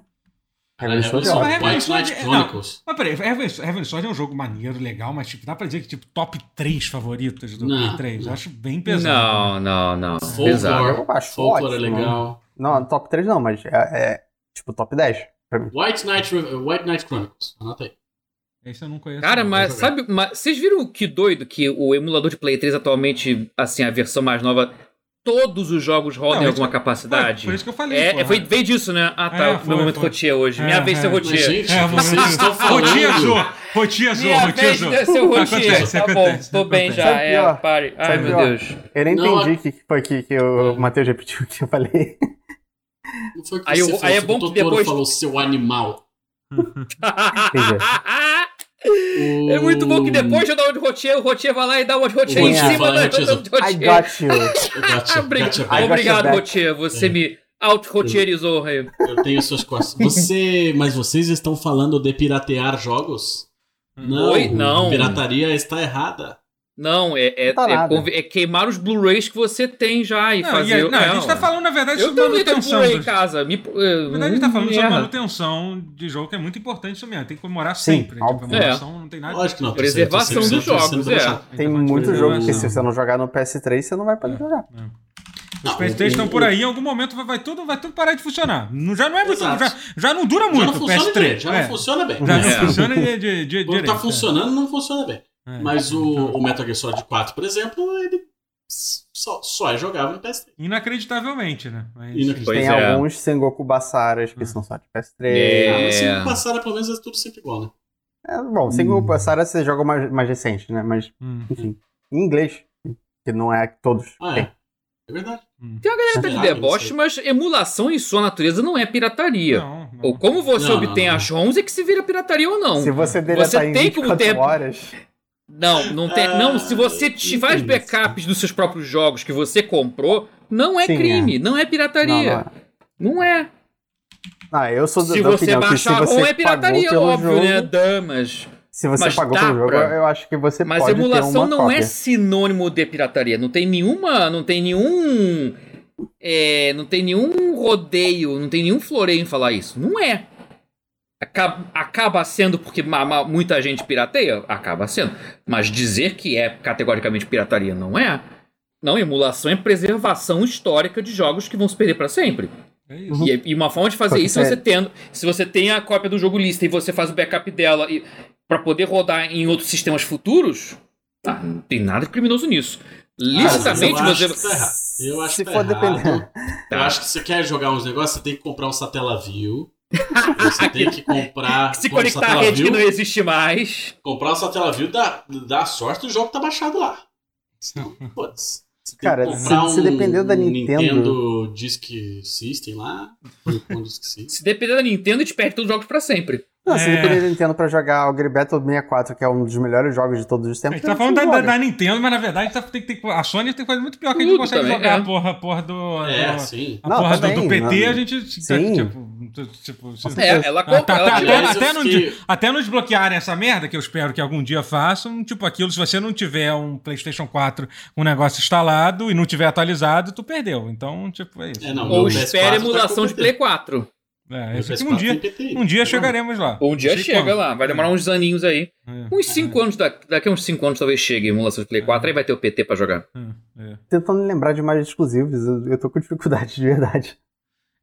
Speaker 3: Caralho,
Speaker 2: Sword
Speaker 1: Sword.
Speaker 2: é ótimo.
Speaker 1: Heaven
Speaker 3: White
Speaker 1: Sword
Speaker 3: Knight
Speaker 1: é-
Speaker 3: Chronicles.
Speaker 1: Mas peraí, Heaven, Heaven Sword é um jogo maneiro, legal, mas tipo, dá pra dizer que tipo top 3 favoritos do
Speaker 3: Não,
Speaker 1: Play 3. Eu
Speaker 3: não.
Speaker 1: acho bem pesado.
Speaker 4: Não, não, não. Pesado.
Speaker 2: Eu
Speaker 3: Folklore.
Speaker 2: acho
Speaker 3: Folklore é
Speaker 2: ótimo.
Speaker 3: legal.
Speaker 2: Não, top 3 não, mas é, é, tipo top 10 pra mim.
Speaker 3: White Knight, White Knight Chronicles. Anota aí.
Speaker 1: Esse eu não conheço.
Speaker 4: Cara,
Speaker 1: não.
Speaker 4: mas
Speaker 3: vou jogar.
Speaker 4: sabe, mas vocês viram que doido que o emulador de Play 3 atualmente, assim, a versão mais nova, todos os jogos
Speaker 1: Não,
Speaker 4: rodam em
Speaker 1: isso-
Speaker 4: alguma
Speaker 1: Foi,
Speaker 4: capacidade?
Speaker 1: por isso que eu falei.
Speaker 4: É,
Speaker 1: porra.
Speaker 4: é, foi, veio disso, né? Ah, tá.
Speaker 1: É,
Speaker 4: o
Speaker 1: foi,
Speaker 4: meu momento
Speaker 1: foi.
Speaker 4: rotier hoje.
Speaker 1: É,
Speaker 4: Minha vez, seu
Speaker 1: é.
Speaker 3: Mas,
Speaker 4: rotier.
Speaker 3: gente,
Speaker 1: É,
Speaker 4: [laughs]
Speaker 3: vocês
Speaker 1: você-
Speaker 3: estão falando.
Speaker 1: Rotinha azul! Rotinha azul,
Speaker 4: Minha
Speaker 1: rotinha
Speaker 4: vez,
Speaker 1: azul.
Speaker 4: né, seu rotier.
Speaker 1: Acontece,
Speaker 4: Tá bom,
Speaker 1: acontece,
Speaker 4: tô bem
Speaker 1: acontece.
Speaker 4: já.
Speaker 2: Sabe
Speaker 4: É,
Speaker 2: pior?
Speaker 4: pare. Ai,
Speaker 2: Sabe
Speaker 4: meu
Speaker 2: pior?
Speaker 4: Deus. Hum.
Speaker 2: Eu nem
Speaker 3: Não,
Speaker 2: entendi o que que foi que, que o Matheus repetiu o que eu
Speaker 4: [laughs]
Speaker 2: falei.
Speaker 3: Não foi o que
Speaker 4: Aí
Speaker 3: você
Speaker 4: eu-
Speaker 3: falou,
Speaker 4: aí é
Speaker 3: foi
Speaker 4: bom
Speaker 3: o
Speaker 4: que
Speaker 3: doutor
Speaker 4: depois-
Speaker 3: falou seu animal. O-
Speaker 4: [laughs] É muito bom que depois de eu dar o de rotier, o rotier vai lá e dá o de rotier
Speaker 2: O
Speaker 4: em
Speaker 2: rotier
Speaker 4: cima
Speaker 3: vai lá
Speaker 4: da
Speaker 3: e te
Speaker 4: do de
Speaker 2: I
Speaker 4: rotier.
Speaker 2: got you.
Speaker 4: [laughs]
Speaker 3: Eu gotcha,
Speaker 4: Obri-
Speaker 3: gotcha,
Speaker 2: I got your
Speaker 4: Obrigado,
Speaker 2: back.
Speaker 4: rotier. Você
Speaker 3: É.
Speaker 4: me out-rotierizou. rei.
Speaker 3: Eu tenho suas costas. Você, mas vocês estão falando de piratear jogos? Não,
Speaker 4: Oi? Não.
Speaker 3: Pirataria está errada.
Speaker 4: Não, é, é,
Speaker 2: Não tá
Speaker 4: é
Speaker 2: nada.
Speaker 4: conv- é queimar os Blu-rays que você tem já e
Speaker 1: Não, e
Speaker 4: fazer. é,
Speaker 1: a, não, a gente tá falando, na verdade,
Speaker 4: Eu
Speaker 1: sobre
Speaker 4: também tenho
Speaker 1: manutenção.
Speaker 4: Blu-ray em
Speaker 1: Dos...
Speaker 4: casa. Me,
Speaker 1: Na verdade, a gente tá falando sobre manutenção de jogo, que é muito importante isso mesmo. Tem que comemorar
Speaker 2: Sim,
Speaker 1: sempre. Tipo,
Speaker 2: óbvio.
Speaker 1: a
Speaker 4: É.
Speaker 1: manutenção não tem nada.
Speaker 3: Lógico que não. tá
Speaker 4: Preservação
Speaker 3: certo, tá
Speaker 4: dos
Speaker 3: certo, tá
Speaker 4: jogos,
Speaker 3: certo, tá
Speaker 4: é.
Speaker 3: certo.
Speaker 2: Tem
Speaker 1: Então,
Speaker 2: muito
Speaker 1: tipo,
Speaker 2: jogo que
Speaker 1: não.
Speaker 2: se você não jogar no PS3, você não vai poder jogar.
Speaker 1: Os
Speaker 3: Não,
Speaker 1: PS3 estão
Speaker 3: o-
Speaker 1: por aí, em algum momento vai, vai tudo, vai tudo parar de funcionar. Não- já não é muito.
Speaker 3: Exato.
Speaker 1: Já, já não dura
Speaker 3: Já
Speaker 1: muito
Speaker 3: não
Speaker 1: o
Speaker 3: funciona
Speaker 1: PS3.
Speaker 3: bem. Já
Speaker 1: é.
Speaker 3: não funciona bem.
Speaker 1: Já não
Speaker 4: É.
Speaker 1: funciona de, de, de
Speaker 3: Quando
Speaker 1: direito,
Speaker 3: tá
Speaker 1: é.
Speaker 3: funcionando, não funciona bem.
Speaker 1: É.
Speaker 3: Mas o, o Metal Gear Solid 4, por exemplo, ele só, só é jogável no PS3.
Speaker 1: Inacreditavelmente, né? Mas-
Speaker 4: Pois
Speaker 3: Inacreditável.
Speaker 2: Tem
Speaker 4: é.
Speaker 2: alguns Sengoku Bassaras que
Speaker 1: Hum.
Speaker 2: são só de
Speaker 4: É.
Speaker 2: PS3.
Speaker 3: Ah, mas se não passar, pelo menos é tudo sempre igual, né?
Speaker 2: É, bom,
Speaker 4: Hum.
Speaker 2: Sengoku Bassara você joga mais, mais recente, né? Mas,
Speaker 1: Hum.
Speaker 2: enfim. Em inglês, que não é que todos.
Speaker 3: Ah,
Speaker 2: têm.
Speaker 3: é. É verdade.
Speaker 1: hum.
Speaker 4: Tem uma galera que tá de
Speaker 3: Pirata,
Speaker 4: deboche,
Speaker 3: não
Speaker 4: mas emulação em sua natureza não é pirataria.
Speaker 1: Não, não.
Speaker 3: Uhum.
Speaker 4: Ou como você
Speaker 3: Não,
Speaker 4: obtém
Speaker 3: não, não.
Speaker 4: as ROMs é que se vira pirataria ou é. não.
Speaker 2: Se você deletar
Speaker 4: Você
Speaker 2: em
Speaker 4: tem como
Speaker 2: 24
Speaker 4: ter-
Speaker 2: horas.
Speaker 4: Não, não tem.
Speaker 3: Ah,
Speaker 4: não, se você te faz
Speaker 3: entendi.
Speaker 4: backups dos seus próprios jogos que você comprou, não é
Speaker 2: Sim,
Speaker 4: crime, não é pirataria.
Speaker 2: Não,
Speaker 4: Não, é.
Speaker 2: não. Ah, eu sou do,
Speaker 4: Se
Speaker 2: da
Speaker 4: você
Speaker 2: opinião que se
Speaker 4: baixar a ROM
Speaker 2: você
Speaker 4: é pirataria,
Speaker 2: pagou pelo
Speaker 4: óbvio,
Speaker 2: jogo,
Speaker 4: né? Damas.
Speaker 2: Se você
Speaker 4: Mas
Speaker 2: pagou
Speaker 4: dá
Speaker 2: pelo jogo,
Speaker 4: pra-
Speaker 2: eu acho que você
Speaker 4: Mas
Speaker 2: pode ter
Speaker 4: emulação
Speaker 2: uma
Speaker 4: não
Speaker 2: cópia.
Speaker 4: é sinônimo de pirataria. Não tem nenhuma. Não tem nenhum. é, não tem nenhum rodeio, não tem nenhum floreio em falar isso. Não é. Acaba, acaba sendo porque ma- ma- muita gente pirateia? Acaba sendo. Mas dizer que é categoricamente pirataria não é. Não, emulação é preservação histórica de jogos que vão se perder para sempre.
Speaker 1: É isso.
Speaker 4: E, e uma forma de fazer
Speaker 2: Só que
Speaker 4: isso é
Speaker 2: é-
Speaker 4: você tendo. Se você tem a cópia do jogo lista e você faz o backup dela e, para poder rodar em outros sistemas futuros, tá, não tem nada de criminoso nisso. Licitamente
Speaker 3: Cara, mas eu
Speaker 4: você.
Speaker 3: acho que tá errado. Eu acho
Speaker 2: Se
Speaker 3: que tá
Speaker 2: for
Speaker 3: errado.
Speaker 2: depender-
Speaker 4: Tá.
Speaker 3: Eu acho que você quer jogar uns negócios, você tem que comprar um Satellaview. Você tem que comprar.
Speaker 4: [laughs] Se
Speaker 3: quando o
Speaker 4: conectar à rede que
Speaker 3: Satellaview-
Speaker 4: não existe mais.
Speaker 3: Comprar um Satellaview dá, dá sorte do jogo tá baixado lá.
Speaker 1: [laughs]
Speaker 3: Senão, putz. você tem
Speaker 2: Cara,
Speaker 3: que
Speaker 2: se-
Speaker 3: comprar um
Speaker 2: se depender da Nintendo-
Speaker 3: Nintendo Disk System lá. Nintendo Disk System.
Speaker 4: Se depender da Nintendo, te perde todos os jogos para sempre.
Speaker 2: Não, se
Speaker 1: É.
Speaker 2: depender da Nintendo pra jogar Ogre Battle 64, que é um dos melhores jogos de todos os
Speaker 1: A
Speaker 2: tempos.
Speaker 1: gente tá
Speaker 2: não
Speaker 1: falando da,
Speaker 2: joga.
Speaker 1: da- da Nintendo, mas na verdade tá- tem que ter- a Sony tem coisa muito pior que a gente
Speaker 4: Tudo
Speaker 1: não consegue
Speaker 4: também,
Speaker 1: jogar
Speaker 4: é.
Speaker 1: a porra, a porra do.
Speaker 3: [laughs] É,
Speaker 1: do-
Speaker 3: sim.
Speaker 1: a
Speaker 2: Não,
Speaker 1: porra do-
Speaker 2: também,
Speaker 1: do, PT,
Speaker 2: não.
Speaker 1: a gente.
Speaker 2: Sim.
Speaker 1: Tipo, tu- tipo, se-
Speaker 4: É, ela
Speaker 1: Ah, tá,
Speaker 4: ela
Speaker 1: tá,
Speaker 4: tirou-
Speaker 1: até,
Speaker 3: Aliás, eu
Speaker 1: até não,
Speaker 3: fiquei-
Speaker 1: de- até não desbloquearem essa merda, que eu espero que algum dia façam, tipo aquilo, se você não tiver um PlayStation 4 com um negócio instalado e não tiver atualizado, tu perdeu. Então, tipo, é isso.
Speaker 3: É, não,
Speaker 4: Ou
Speaker 3: meu PS4
Speaker 4: espera
Speaker 3: tá
Speaker 4: emulação de
Speaker 3: competindo.
Speaker 4: Play 4.
Speaker 1: É,
Speaker 3: Meu
Speaker 1: isso aqui
Speaker 3: PS4
Speaker 1: um dia,
Speaker 3: tem PT.
Speaker 1: um dia
Speaker 3: Tá bom.
Speaker 1: chegaremos lá.
Speaker 4: Um dia
Speaker 1: Não sei
Speaker 4: chega
Speaker 1: quando.
Speaker 4: lá, vai demorar uns aninhos aí.
Speaker 1: É,
Speaker 4: Uns 5 anos, da- daqui a uns 5 anos talvez chegue a emulação de Play 4, aí vai ter o PT para jogar.
Speaker 1: é, é.
Speaker 2: Tentando lembrar de mais exclusivos, eu, eu tô com dificuldade, de verdade.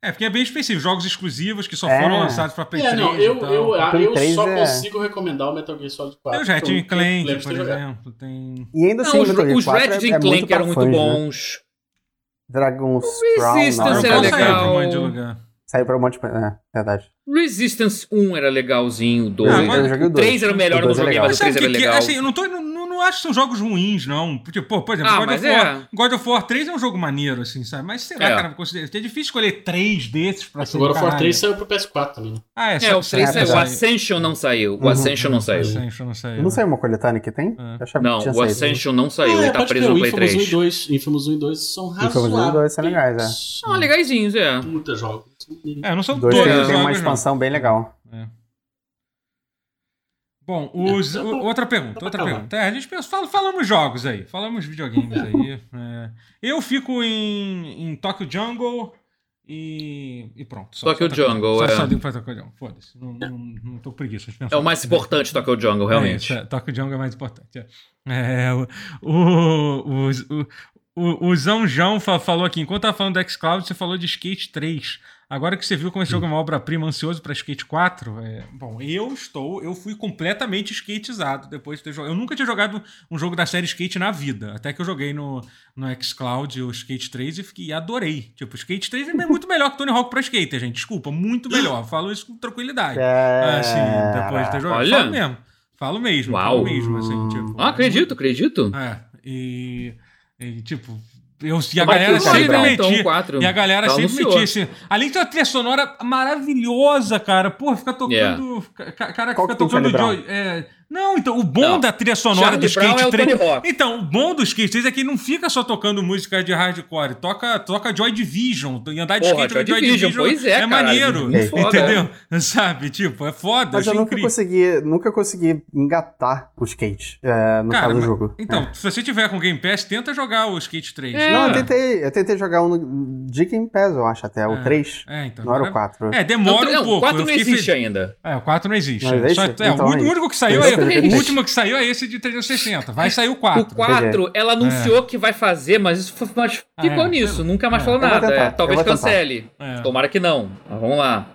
Speaker 1: É, porque é bem específico. Jogos exclusivos que só
Speaker 2: É.
Speaker 1: foram lançados pra Play
Speaker 3: É,
Speaker 1: 3
Speaker 3: não,
Speaker 1: e
Speaker 3: eu,
Speaker 1: tal.
Speaker 3: eu, eu,
Speaker 2: Play três
Speaker 3: só
Speaker 2: é-
Speaker 3: consigo recomendar o Metal Gear Solid
Speaker 1: Tem
Speaker 3: 4.
Speaker 1: o
Speaker 4: um
Speaker 1: Ratchet and
Speaker 3: porque eu
Speaker 1: Clank,
Speaker 3: lembro de
Speaker 1: por
Speaker 3: ter jogado.
Speaker 1: exemplo. Tem...
Speaker 2: E ainda assim,
Speaker 4: Não, os,
Speaker 2: Metal Gear
Speaker 4: os
Speaker 2: 4
Speaker 4: Ratchet
Speaker 2: é,
Speaker 4: and
Speaker 2: é
Speaker 4: Clank
Speaker 2: muito pra
Speaker 4: eram muito
Speaker 2: fãs, né?
Speaker 4: bons.
Speaker 2: Dragon's
Speaker 4: O
Speaker 2: Crown,
Speaker 4: Resistance
Speaker 2: não,
Speaker 4: era
Speaker 1: Dragon Ball
Speaker 2: não,
Speaker 1: saiu pra um
Speaker 4: legal.
Speaker 1: monte de lugar.
Speaker 2: Saiu pra um monte de... É, verdade.
Speaker 4: Resistance 1 era legalzinho, o 2.
Speaker 1: Ah, mas
Speaker 2: eu joguei o
Speaker 4: o 3
Speaker 2: dois.
Speaker 4: era o melhor,
Speaker 2: O
Speaker 4: eu não
Speaker 2: dois é
Speaker 4: joguei,
Speaker 2: legal.
Speaker 4: mas
Speaker 1: Mas sabe
Speaker 4: o 3
Speaker 1: o
Speaker 4: era
Speaker 1: que, que
Speaker 4: legal.
Speaker 1: assim, eu não, tô, não, não, não acho que são jogos ruins, não. Tipo, pô, por exemplo,
Speaker 4: Ah,
Speaker 1: God,
Speaker 4: mas
Speaker 1: of War,
Speaker 4: é.
Speaker 1: God of War 3 é um jogo maneiro, assim, sabe? Mas sei lá,
Speaker 4: É.
Speaker 1: cara, eu considero- é difícil escolher três desses pra ser
Speaker 3: Agora
Speaker 1: do
Speaker 3: o
Speaker 1: caralho.
Speaker 3: For 3 saiu pro PS4 também. né?
Speaker 1: Ah, é,
Speaker 4: É, o 3
Speaker 2: saiu.
Speaker 4: saiu. O Ascension não saiu. O
Speaker 2: Uhum.
Speaker 4: Ascension não
Speaker 1: O
Speaker 4: saiu.
Speaker 1: Ascension não saiu.
Speaker 2: Não saiu uma coletânea que tem?
Speaker 1: É.
Speaker 2: Eu achava
Speaker 4: É.
Speaker 2: que Tá tinha
Speaker 4: Não, o
Speaker 2: saído. né?
Speaker 4: Ascension não saiu. Ele
Speaker 3: é,
Speaker 4: tá
Speaker 3: pode
Speaker 4: preso
Speaker 3: crer,
Speaker 4: no
Speaker 3: o
Speaker 4: Play
Speaker 3: Infamous 1 e
Speaker 4: 3.
Speaker 3: 2. Infamous 1 e 2 são
Speaker 2: Infamous 1 e
Speaker 3: razoáveis.
Speaker 2: 2 são legais, é.
Speaker 4: Ah, legalzinhos, é.
Speaker 3: Puta jogo.
Speaker 1: É, não são
Speaker 2: O dois
Speaker 1: todos.
Speaker 2: tem-
Speaker 1: os
Speaker 2: tem uma
Speaker 1: jogos, não.
Speaker 2: expansão bem legal.
Speaker 4: [laughs]
Speaker 1: Bom, os-
Speaker 3: É, só pra-
Speaker 1: o- outra pergunta,
Speaker 3: pra
Speaker 1: outra
Speaker 3: acabar.
Speaker 1: pergunta. É, a gente pensa, fala, falamos jogos aí, falamos videogames
Speaker 4: [laughs]
Speaker 1: aí. é. Eu fico em, em Tokyo Jungle e, e pronto. Só, só
Speaker 4: Tokyo
Speaker 1: Tokyo-
Speaker 4: Jungle,
Speaker 1: só,
Speaker 4: é.
Speaker 1: Só digo pra Tokyo Jungle, foda-se. Não, não, não tô com preguiça de pensar.
Speaker 4: É o mais importante do Tokyo Jungle, realmente.
Speaker 1: É isso, é. Toca o Django é mais importante. é. É, o, o, o, o, o Zão João fa- falou aqui, enquanto tava falando do xCloud, você falou de Skate 3. Agora que você viu como esse jogo é uma obra-prima, ansioso pra Skate 4, é, bom, eu estou, eu fui completamente skatezado depois de ter jogado. Eu nunca tinha jogado um jogo da série Skate na vida, até que eu joguei no, no xCloud o Skate 3 e fiquei, adorei. Tipo, Skate 3 é muito melhor que Tony Hawk pra skater, gente, desculpa, muito
Speaker 4: [gasps]
Speaker 1: melhor. Falo isso com tranquilidade.
Speaker 2: É,
Speaker 1: Ah, sim, depois de ter jogado.
Speaker 4: Olha.
Speaker 1: Falo mesmo. Falo mesmo.
Speaker 4: Uau.
Speaker 1: Falo mesmo, assim, tipo.
Speaker 4: Ah, acredito, acredito.
Speaker 1: É, e, e, tipo, eu, e a
Speaker 4: Vai
Speaker 1: galera
Speaker 4: ter o
Speaker 1: sempre
Speaker 4: Calibrão,
Speaker 1: metia.
Speaker 4: então, quatro.
Speaker 1: E a galera
Speaker 4: Tá
Speaker 1: sempre
Speaker 4: anunciou.
Speaker 1: metia esse. Além da trilha sonora maravilhosa, cara. Pô, fica tocando. ca- ca- Cara,
Speaker 2: Qual
Speaker 1: fica
Speaker 2: que tem
Speaker 1: tocando.
Speaker 2: Charlie
Speaker 1: Jo- é, não, então, o bom
Speaker 4: Não.
Speaker 1: da trilha sonora
Speaker 4: Charlie
Speaker 1: do Skate
Speaker 4: Brown é o
Speaker 1: 3.
Speaker 4: Tony Hawk.
Speaker 1: Então, o bom do Skate 3 é que não fica só tocando música de hardcore, toca, toca Joy Division. E andar de
Speaker 4: Porra,
Speaker 1: skate
Speaker 4: Joy
Speaker 1: com Joy
Speaker 4: Division,
Speaker 1: Division,
Speaker 4: pois é, caralho,
Speaker 1: maneiro.
Speaker 4: muito foda,
Speaker 1: entendeu? [laughs] Sabe? Tipo, é foda.
Speaker 2: Mas
Speaker 1: achei
Speaker 2: eu nunca
Speaker 1: incrível.
Speaker 2: consegui, nunca consegui engatar o skate é, no
Speaker 1: Cara,
Speaker 2: caso do
Speaker 1: mas-
Speaker 2: jogo.
Speaker 1: Então, se você tiver com Game Pass, tenta jogar o Skate 3.
Speaker 4: É.
Speaker 2: Não, eu tentei, eu tentei jogar um no- de Game Pass, eu acho, até
Speaker 1: É,
Speaker 2: o 3.
Speaker 1: É, então.
Speaker 2: Não era o
Speaker 1: agora-
Speaker 2: 4.
Speaker 1: É,
Speaker 4: Não,
Speaker 1: demora
Speaker 4: não,
Speaker 1: um pouco.
Speaker 4: quatro
Speaker 1: eu
Speaker 4: não
Speaker 1: fiquei
Speaker 4: existe
Speaker 1: fe-
Speaker 4: ainda.
Speaker 1: É, o 4 não existe.
Speaker 2: Não existe?
Speaker 1: Só- é,
Speaker 2: Então
Speaker 1: o
Speaker 2: é
Speaker 1: único-
Speaker 2: isso.
Speaker 1: único que saiu
Speaker 2: Então
Speaker 1: é,
Speaker 2: é
Speaker 1: o
Speaker 2: isso.
Speaker 1: último que saiu é esse de 360. Vai sair o
Speaker 4: O [laughs]
Speaker 1: 4.
Speaker 4: 4, ela anunciou que vai fazer, mas isso foi- mas ficou
Speaker 1: Ah, é.
Speaker 4: nisso. Nunca mais
Speaker 1: É.
Speaker 4: falou
Speaker 2: Eu vou
Speaker 4: nada.
Speaker 2: tentar,
Speaker 4: é.
Speaker 2: eu
Speaker 4: Talvez
Speaker 2: vou tentar.
Speaker 4: cancele.
Speaker 1: É.
Speaker 4: Tomara que não. Mas vamos lá.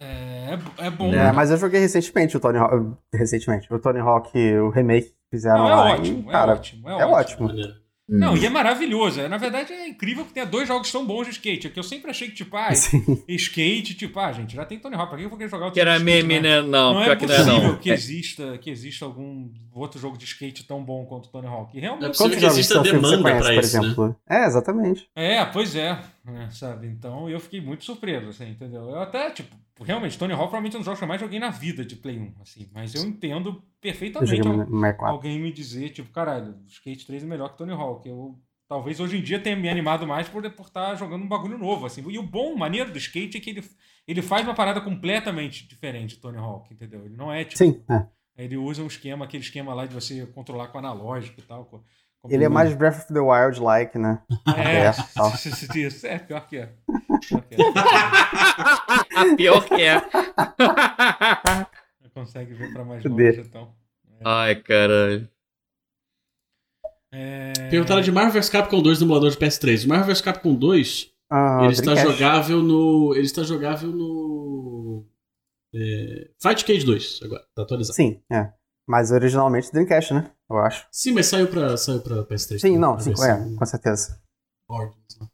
Speaker 1: É, é bom.
Speaker 4: né?
Speaker 2: É, mas eu joguei recentemente o Tony Hawk. Recentemente. O Tony Hawk, o remake que fizeram
Speaker 1: Não, é
Speaker 2: lá. e,
Speaker 1: ótimo, é
Speaker 2: cara,
Speaker 1: ótimo, é
Speaker 2: É
Speaker 1: ótimo.
Speaker 2: ótimo.
Speaker 3: Maneiro.
Speaker 4: Hum.
Speaker 1: Não, e é maravilhoso. É, Na verdade, é incrível que tenha dois jogos tão bons de skate. É que eu sempre achei que, tipo, ah,
Speaker 2: Assim,
Speaker 1: skate, tipo, ah, gente, já tem Tony Hawk. Pra que eu vou querer jogar o
Speaker 4: Que era
Speaker 1: skate,
Speaker 4: meme, né? Não,
Speaker 1: é Não,
Speaker 4: pior
Speaker 1: é
Speaker 4: que não é,
Speaker 1: possível
Speaker 4: não.
Speaker 1: que, exista, que exista algum outro jogo de skate tão bom quanto o Tony Hawk. E
Speaker 3: Não é
Speaker 1: realmente.
Speaker 3: possível. que exista
Speaker 2: Tony Hawk
Speaker 3: demanda pra isso, né?
Speaker 2: É, exatamente.
Speaker 1: É, pois é, né, sabe? Então eu fiquei muito surpreso, assim, entendeu? Eu até, tipo, realmente, Tony Hawk provavelmente é um dos jogos que eu mais joguei na vida de Play 1, assim, mas eu entendo
Speaker 2: Eu
Speaker 1: perfeitamente
Speaker 2: joguei
Speaker 1: al-
Speaker 2: no Mac 4.
Speaker 1: alguém me dizer, tipo, caralho, Skate 3 é melhor que Tony Hawk. Eu talvez hoje em dia tenha me animado mais por por estar jogando um bagulho novo, assim. E o bom, o maneiro do Skate é que ele, ele faz uma parada completamente diferente de Tony Hawk, entendeu? Ele não é, tipo,
Speaker 2: Sim, é.
Speaker 1: ele usa um esquema, aquele esquema lá de você controlar com analógico e tal. com- com-
Speaker 2: Ele é mais Breath of the Wild-like, né?
Speaker 1: É,
Speaker 2: aberto e tal.
Speaker 1: isso, [laughs] é pior que é. Pior que é.
Speaker 4: A [laughs] pior que é.
Speaker 1: Consegue ver pra mais
Speaker 2: Fudeu.
Speaker 1: longe, então.
Speaker 4: Ai, caralho.
Speaker 1: É...
Speaker 3: Perguntaram um de Marvel vs Capcom 2 no emulador de PS3. O Marvel vs Capcom 2,
Speaker 2: Ah,
Speaker 3: ele está
Speaker 2: Dreamcast.
Speaker 3: jogável no. Ele está jogável no. É, Fight Cage 2, agora, tá atualizado.
Speaker 2: Sim, é. Mas originalmente Dreamcast, né? Eu acho.
Speaker 3: Sim, mas saiu pra, saiu pra PS3.
Speaker 2: Sim,
Speaker 3: né?
Speaker 2: não,
Speaker 3: A
Speaker 2: sim,
Speaker 3: versão
Speaker 2: é, com certeza.
Speaker 3: Origins, né?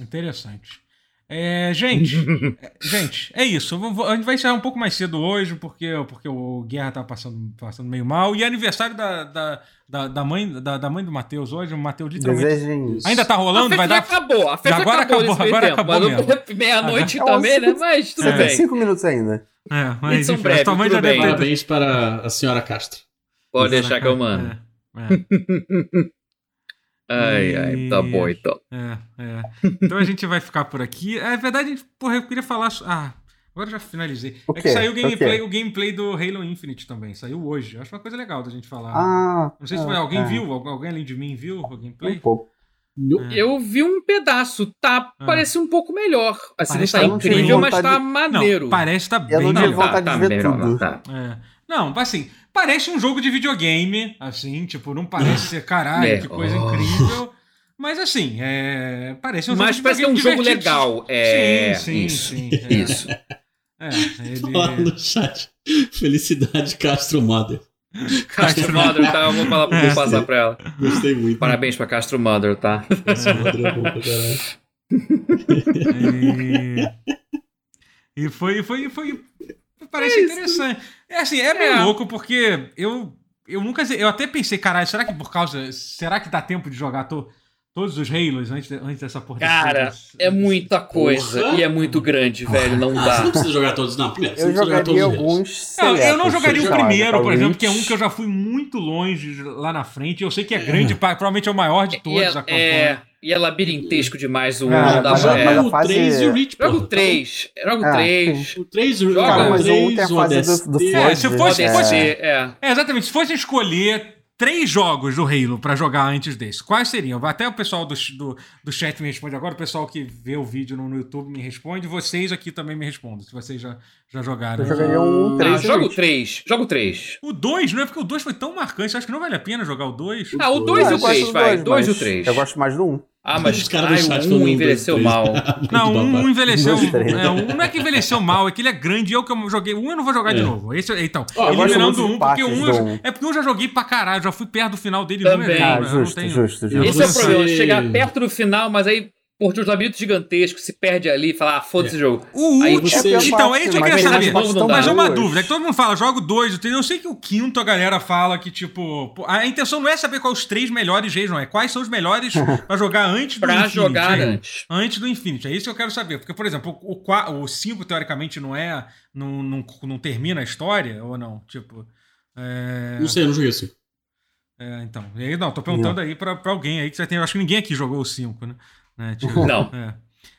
Speaker 1: Interessante. É, gente, é, gente, é isso. Eu vou- vou- a gente vai encerrar um pouco mais cedo hoje, porque, porque o Guerra tá passando, passando meio mal. E é aniversário da, da, da, da mãe, da, da mãe do Matheus hoje. O Matheus literalmente.
Speaker 2: Desejem.
Speaker 1: Ainda tá
Speaker 4: A
Speaker 1: rolando?
Speaker 4: festa
Speaker 1: Vai
Speaker 4: já
Speaker 1: dar.
Speaker 4: acabou. A festa
Speaker 1: agora
Speaker 4: acabou,
Speaker 1: acabou,
Speaker 4: nesse meio
Speaker 1: agora
Speaker 4: tempo.
Speaker 1: acabou
Speaker 4: Mas
Speaker 1: mesmo.
Speaker 4: meia-noite
Speaker 2: Agora-
Speaker 4: também, né? Mas tudo
Speaker 2: Você tem
Speaker 4: bem.
Speaker 2: cinco minutos ainda.
Speaker 1: É, mas
Speaker 4: Edição
Speaker 1: enfim,
Speaker 4: breve,
Speaker 1: a tua mãe
Speaker 4: tudo
Speaker 1: já deve
Speaker 4: bem.
Speaker 1: ter- né?
Speaker 3: Parabéns para a senhora Castro.
Speaker 4: Pode deixar que eu mando.
Speaker 1: É, é.
Speaker 4: Ai, ai, tá bom então.
Speaker 1: É, é. Então a gente vai ficar por aqui. É verdade, a gente- porra, eu queria falar. so- Ah, agora eu já finalizei.
Speaker 2: O
Speaker 1: é que
Speaker 2: quê?
Speaker 1: saiu o
Speaker 2: O
Speaker 1: gameplay,
Speaker 2: quê?
Speaker 1: o gameplay do Halo Infinite também. Saiu hoje. Eu Acho uma coisa legal da gente falar.
Speaker 2: Ah.
Speaker 1: Não sei se
Speaker 2: é,
Speaker 1: foi, alguém
Speaker 2: é.
Speaker 1: viu, Algu- alguém além de mim viu o
Speaker 2: Um
Speaker 1: gameplay?
Speaker 2: pouco.
Speaker 3: No-
Speaker 1: É.
Speaker 4: Eu vi um pedaço, tá?
Speaker 1: Ah.
Speaker 4: Parece um pouco melhor. Assim,
Speaker 1: Parece
Speaker 4: não
Speaker 1: que
Speaker 4: tá
Speaker 1: eu não tive
Speaker 4: incrível, mas
Speaker 2: vontade-
Speaker 4: tá maneiro.
Speaker 1: Não, parece estar
Speaker 2: Eu
Speaker 1: bem
Speaker 2: não tive
Speaker 1: legal.
Speaker 2: vontade de ver
Speaker 4: melhor,
Speaker 2: tudo.
Speaker 4: tá.
Speaker 1: É. Não, assim, parece um jogo de videogame, assim, tipo, não parece ser caralho,
Speaker 4: É.
Speaker 1: que coisa
Speaker 4: Oh.
Speaker 1: incrível. Mas assim, é, parece um jogo
Speaker 4: Mas
Speaker 1: de
Speaker 4: parece que é um
Speaker 1: videogame
Speaker 4: jogo
Speaker 1: divertido.
Speaker 4: legal. É,
Speaker 1: Sim, sim,
Speaker 4: isso.
Speaker 1: sim, é. [laughs]
Speaker 4: Isso. [laughs]
Speaker 1: É,
Speaker 3: Lá
Speaker 1: ele...
Speaker 3: no chat. Felicidade Castro Mother.
Speaker 4: Castro Mother, tá? Eu vou, falar, vou passar pra ela.
Speaker 3: Gostei muito.
Speaker 4: Parabéns pra Castro Mother, tá?
Speaker 3: Castro Mother é bom pra caralho.
Speaker 1: E, e foi, foi, foi. Parece interessante. É assim, é meio
Speaker 4: É.
Speaker 1: louco porque eu, eu nunca. ze- Eu até pensei, caralho, será que por causa. Será que dá tempo de jogar to- todos os Halos antes, de- antes dessa porra? desse-
Speaker 4: Cara,
Speaker 1: desse-
Speaker 4: É muita coisa
Speaker 3: Porra.
Speaker 4: e é muito grande, velho. Não
Speaker 1: Tá.
Speaker 3: Ah, você não
Speaker 4: dá.
Speaker 3: precisa jogar todos, não. Primeiro, você
Speaker 2: Eu
Speaker 3: não precisa jogar
Speaker 2: jogaria um,
Speaker 3: todos eles.
Speaker 2: alguns.
Speaker 1: Não, É, eu não
Speaker 2: seletos,
Speaker 1: jogaria o
Speaker 2: sei lá,
Speaker 1: primeiro, por
Speaker 2: talvez.
Speaker 1: exemplo, que é um que eu já fui muito longe lá na frente. Eu sei que é grande, pa- provavelmente é o maior de
Speaker 4: E
Speaker 1: todos. a
Speaker 4: é,
Speaker 1: campanha.
Speaker 4: é, e é labirintesco demais o um,
Speaker 2: Ah,
Speaker 4: não
Speaker 1: Tá,
Speaker 4: dá
Speaker 2: mas-
Speaker 4: pra.
Speaker 2: mas
Speaker 4: é.
Speaker 2: a
Speaker 3: Joga o
Speaker 2: fase-
Speaker 3: 3 e o Reach,
Speaker 4: Joga
Speaker 3: porra.
Speaker 4: o 3. Joga
Speaker 2: Ah,
Speaker 4: o 3.
Speaker 3: O 3 e o
Speaker 4: Joga,
Speaker 3: Joga o
Speaker 4: mas
Speaker 2: o um
Speaker 3: 3
Speaker 2: tem a
Speaker 3: o
Speaker 2: fase do- Odyssey.
Speaker 3: Odyssey.
Speaker 2: do
Speaker 1: É, se
Speaker 2: Floyd,
Speaker 1: fosse-
Speaker 2: né?
Speaker 1: fosse-
Speaker 4: É. é.
Speaker 1: É, exatamente. Se fosse escolher três jogos do Halo pra jogar antes desse, quais seriam? Até o pessoal do, ch- do, do chat me responde agora, o pessoal que vê o vídeo no, no YouTube me responde, vocês aqui também me respondem, se vocês já, já jogaram.
Speaker 2: Eu jogaria um
Speaker 4: Não,
Speaker 2: 3
Speaker 4: Ah, joga o 3. Joga o 3.
Speaker 1: O 2, não é porque o 2 foi tão marcante, acho que não vale a pena jogar o 2.
Speaker 4: Ah, o
Speaker 3: dois
Speaker 4: 2 e o 3, vai. 2 e o 3.
Speaker 2: Eu gosto mais do 1.
Speaker 4: Ah, mas
Speaker 3: Os caras do
Speaker 4: ai,
Speaker 3: chat
Speaker 4: o
Speaker 3: falando
Speaker 4: 1
Speaker 3: um,
Speaker 4: envelheceu
Speaker 3: dois,
Speaker 4: mal.
Speaker 3: é
Speaker 1: Não, um,
Speaker 3: tá?
Speaker 1: um envelheceu.
Speaker 2: Dois, três.
Speaker 1: é, um não é que envelheceu mal, é que ele é grande e eu que eu joguei. Um eu não vou jogar de
Speaker 3: É.
Speaker 1: novo. Esse, então,
Speaker 3: Ó, eu gosto
Speaker 1: eliminando
Speaker 2: muito de
Speaker 1: um, porque um,
Speaker 2: partes
Speaker 1: eu-
Speaker 2: do um.
Speaker 1: É porque um eu já joguei pra caralho, já fui perto do final dele
Speaker 4: Também.
Speaker 1: número,
Speaker 2: Ah,
Speaker 1: eu não
Speaker 2: justo,
Speaker 1: tenho-
Speaker 2: justo,
Speaker 1: eu não
Speaker 2: justo.
Speaker 4: Esse é o
Speaker 1: sei.
Speaker 4: problema.
Speaker 3: Você-
Speaker 1: [laughs]
Speaker 4: Chegar perto do final, mas aí, por ter uns labirintos gigantescos, se perde ali e fala, ah, foda-se
Speaker 1: É.
Speaker 4: esse jogo.
Speaker 1: O
Speaker 4: Aí
Speaker 1: último.
Speaker 2: um
Speaker 3: você-
Speaker 1: Então, é isso que eu queria
Speaker 4: mas-
Speaker 1: saber.
Speaker 4: mas-
Speaker 1: Então, mas é uma
Speaker 2: Dois.
Speaker 1: dúvida, é que todo mundo fala, joga o 2, o 3. Eu sei que o quinto a galera fala que, tipo. pô, A intenção não é saber quais os três melhores reis, não. É quais são os
Speaker 4: [laughs]
Speaker 1: melhores pra jogar antes do
Speaker 4: Pra
Speaker 1: Infinity.
Speaker 4: jogar
Speaker 1: é.
Speaker 4: né? antes.
Speaker 1: Antes do Infinity, é isso que eu quero saber. Porque, por exemplo, o 5, o cinco, teoricamente, não é. Não, não, não termina a história, ou não? Tipo. É,
Speaker 3: Não sei, eu não joguei assim.
Speaker 1: é, então. E aí, não, tô perguntando aí pra, pra alguém aí que você tem. Eu acho que ninguém aqui jogou o 5, né? Né, tipo,
Speaker 4: [laughs] Não.
Speaker 1: É.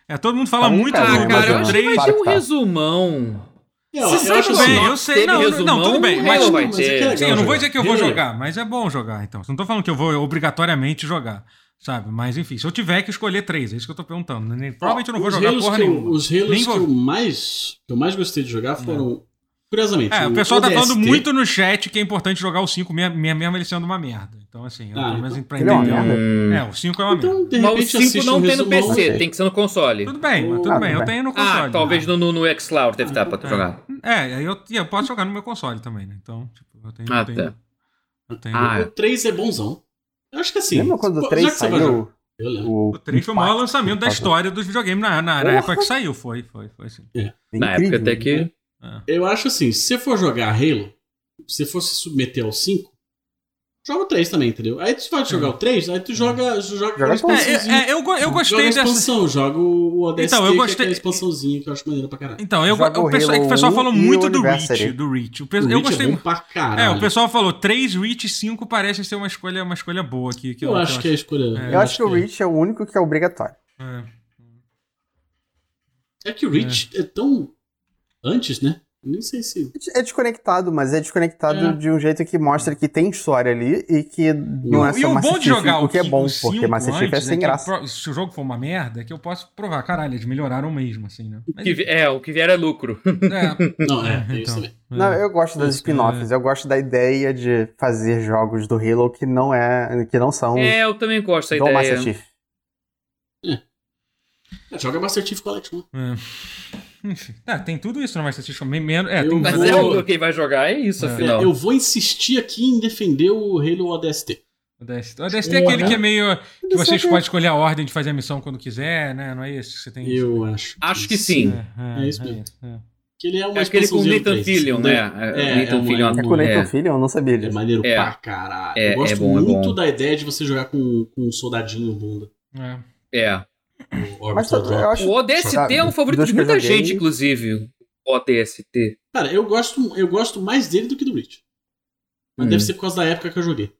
Speaker 1: É, todo mundo fala
Speaker 2: Tá
Speaker 1: muito
Speaker 2: bom,
Speaker 4: Ah,
Speaker 1: do-
Speaker 2: mas
Speaker 4: cara,
Speaker 1: do
Speaker 4: eu acho que
Speaker 1: três.
Speaker 4: vai ter um
Speaker 2: Tá.
Speaker 4: resumão.
Speaker 3: É,
Speaker 4: Você sabe
Speaker 1: acho
Speaker 4: que
Speaker 1: bem,
Speaker 4: não
Speaker 1: eu sei, não,
Speaker 4: teve
Speaker 1: não, tudo bem,
Speaker 4: resumão,
Speaker 1: mas-
Speaker 4: não vai
Speaker 3: mas é que
Speaker 4: ter.
Speaker 3: é legal.
Speaker 1: Sim, eu não vou
Speaker 3: jogar.
Speaker 1: dizer que eu vou
Speaker 3: Eu-
Speaker 1: jogar, mas é bom jogar, então. Não tô falando que eu vou obrigatoriamente jogar, sabe? Mas enfim, se eu tiver que escolher três, é isso que eu tô perguntando. Nem- Provavelmente eu não vou
Speaker 3: Os
Speaker 1: jogar
Speaker 3: Halos
Speaker 1: porra
Speaker 3: que eu-
Speaker 1: nenhuma.
Speaker 3: Os Halos
Speaker 1: Nem
Speaker 3: que
Speaker 1: vou-
Speaker 3: eu mais, que eu mais gostei de jogar foram, curiosamente,
Speaker 1: É, o pessoal tá falando
Speaker 3: ODST.
Speaker 1: muito no chat que é importante jogar o 5 mesmo, mesmo ele sendo uma merda. Então, assim, eu,
Speaker 3: Ah,
Speaker 1: pelo menos
Speaker 3: então-
Speaker 1: pra
Speaker 2: Ele é uma
Speaker 1: entender.
Speaker 2: merda.
Speaker 4: Hum.
Speaker 1: eu- É, o 5 é uma merda.
Speaker 3: Então, de
Speaker 4: Mas o
Speaker 3: repente,
Speaker 4: 5
Speaker 3: assiste
Speaker 4: não
Speaker 3: um
Speaker 4: tem no
Speaker 3: resumão.
Speaker 4: PC,
Speaker 2: ok.
Speaker 4: tem que ser no console.
Speaker 1: Tudo bem, mas tudo
Speaker 2: Ah,
Speaker 1: bem, eu
Speaker 2: tudo
Speaker 1: tenho no console. né? Ah,
Speaker 4: Ah, talvez no, no, no xCloud deve estar pra tu jogar.
Speaker 1: É, aí eu, e eu posso jogar no meu console também, né? Então, tipo, eu tenho.
Speaker 4: Ah,
Speaker 1: eu tenho,
Speaker 4: tá.
Speaker 1: eu tenho-
Speaker 4: Ah,
Speaker 3: O 3 é bonzão. Eu acho que assim.
Speaker 2: Lembra quando o
Speaker 3: já
Speaker 2: 3
Speaker 3: que você vai jogar-
Speaker 2: saiu?
Speaker 3: Eu lembro.
Speaker 2: O,
Speaker 1: O 3 foi o maior lançamento da história dos videogames na, na, na
Speaker 2: Porra.
Speaker 1: época que saiu. Foi, foi, foi sim.
Speaker 4: Na época até que.
Speaker 1: É.
Speaker 3: Eu acho assim, se você for jogar Halo, se você for se submeter ao 5, joga o 3 também, entendeu? Aí tu vai jogar o 3, aí tu
Speaker 2: É.
Speaker 3: joga, joga,
Speaker 2: Joga
Speaker 3: aquela
Speaker 2: tudo.
Speaker 3: expansãozinha.
Speaker 1: É, é, eu, go- eu
Speaker 3: joga a
Speaker 1: gostei dessa.
Speaker 3: expansão, joga o ODST,
Speaker 1: Então, eu gostei-
Speaker 3: que é aquela expansãozinha que eu acho maneira pra caralho.
Speaker 1: Então, eu,
Speaker 2: Joga
Speaker 1: o,
Speaker 2: o
Speaker 1: pessoal,
Speaker 2: Halo
Speaker 1: é que o pessoal
Speaker 2: 1
Speaker 1: falou
Speaker 2: e o
Speaker 1: muito do
Speaker 2: Anniversary.
Speaker 1: Reach. Do Reach. O pe-
Speaker 3: O
Speaker 1: eu
Speaker 3: Reach
Speaker 1: gostei
Speaker 3: é bom
Speaker 1: muito.
Speaker 3: pra
Speaker 1: É,
Speaker 3: caralho.
Speaker 1: o pessoal falou 3 Reach e 5 parece ser uma escolha, uma escolha boa aqui. Que
Speaker 3: Eu acho que é a escolha.
Speaker 1: É,
Speaker 2: Eu acho que o Reach é o único que é obrigatório.
Speaker 1: É.
Speaker 3: É que o Reach é, tão. antes, né? Eu Nem sei se.
Speaker 2: É desconectado, mas é desconectado
Speaker 3: É.
Speaker 2: de um jeito que mostra que tem história ali e que não é
Speaker 1: E o
Speaker 2: só
Speaker 1: bom
Speaker 2: Master
Speaker 1: de
Speaker 2: Chief,
Speaker 1: jogar o
Speaker 2: o que é bom,
Speaker 1: cinco
Speaker 2: porque Master Chief é
Speaker 1: antes, né,
Speaker 2: sem
Speaker 1: que
Speaker 2: graça.
Speaker 1: pro- Se o jogo for uma merda, é que eu posso provar. Caralho, eles melhoraram mesmo, assim, né? Mas,
Speaker 4: que vi- é, o que vier é lucro.
Speaker 1: é, [laughs]
Speaker 3: Não, é,
Speaker 1: Então.
Speaker 3: é isso também.
Speaker 2: Não, eu gosto das
Speaker 1: Isso,
Speaker 2: spin-offs, eu gosto da ideia de fazer jogos do Halo que não é, que não são
Speaker 4: É, eu também gosto da
Speaker 2: do Master
Speaker 4: ideia.
Speaker 2: Chief.
Speaker 3: É, joga Master Chief Collection. né?
Speaker 1: é. Enfim, tá, tem tudo isso no Master System. me- Menos, é, tem
Speaker 3: Eu vou-
Speaker 4: Mas é o quem vai jogar, é isso,
Speaker 1: É.
Speaker 4: afinal.
Speaker 3: eu vou insistir aqui em defender o Halo ODST.
Speaker 1: O DST. O DST é aquele
Speaker 3: Porra.
Speaker 1: que é meio. que
Speaker 2: Isso
Speaker 1: você
Speaker 2: aqui-
Speaker 1: pode escolher a ordem de fazer a missão quando quiser, né? Não é isso que você tem.
Speaker 3: Eu acho.
Speaker 4: Acho que sim.
Speaker 1: É,
Speaker 3: É isso mesmo.
Speaker 1: é.
Speaker 3: Que ele é uma
Speaker 4: É aquele com o
Speaker 3: expansãozinha do
Speaker 4: Nathan
Speaker 3: três,
Speaker 4: Fillion,
Speaker 3: entendeu?
Speaker 4: né? É,
Speaker 3: É, é
Speaker 4: Nathan
Speaker 3: um-
Speaker 4: Fillion
Speaker 2: É
Speaker 4: atua-
Speaker 2: com o Nathan
Speaker 4: é.
Speaker 2: Fillion, eu não sabia
Speaker 3: É
Speaker 2: disso.
Speaker 3: maneiro
Speaker 4: É.
Speaker 3: pra caralho.
Speaker 4: É,
Speaker 3: eu gosto
Speaker 4: é bom, é
Speaker 3: muito
Speaker 4: bom.
Speaker 3: da ideia de você jogar com, com um soldadinho bunda.
Speaker 1: É.
Speaker 4: É.
Speaker 3: o Orbital
Speaker 2: Mas tá-
Speaker 3: Drop.
Speaker 2: eu acho
Speaker 4: O ODST é
Speaker 2: Sabe,
Speaker 4: um favorito
Speaker 2: dos
Speaker 4: de
Speaker 2: que eu
Speaker 4: muita
Speaker 2: joguei-
Speaker 4: gente, inclusive. O ODST.
Speaker 3: Cara, eu gosto, eu gosto mais dele do que do Reach. Mas
Speaker 4: Hum.
Speaker 3: deve ser por causa da época que eu joguei.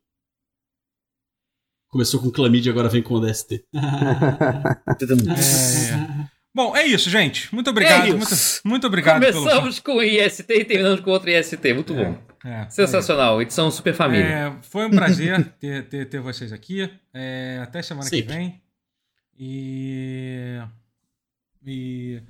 Speaker 3: Começou com Clamídia, agora vem com o DST.
Speaker 1: É,
Speaker 2: [laughs]
Speaker 1: Bom, é isso, gente. Muito obrigado.
Speaker 4: É isso.
Speaker 1: Muito, muito obrigado pelo.
Speaker 4: Começamos com o IST e terminamos com outro IST. Muito
Speaker 1: É,
Speaker 4: bom.
Speaker 1: é.
Speaker 4: Sensacional. Edição Super Família.
Speaker 1: É, foi um prazer [laughs] ter, ter, ter vocês aqui. É, até semana que
Speaker 3: Sempre.
Speaker 1: vem. E. E.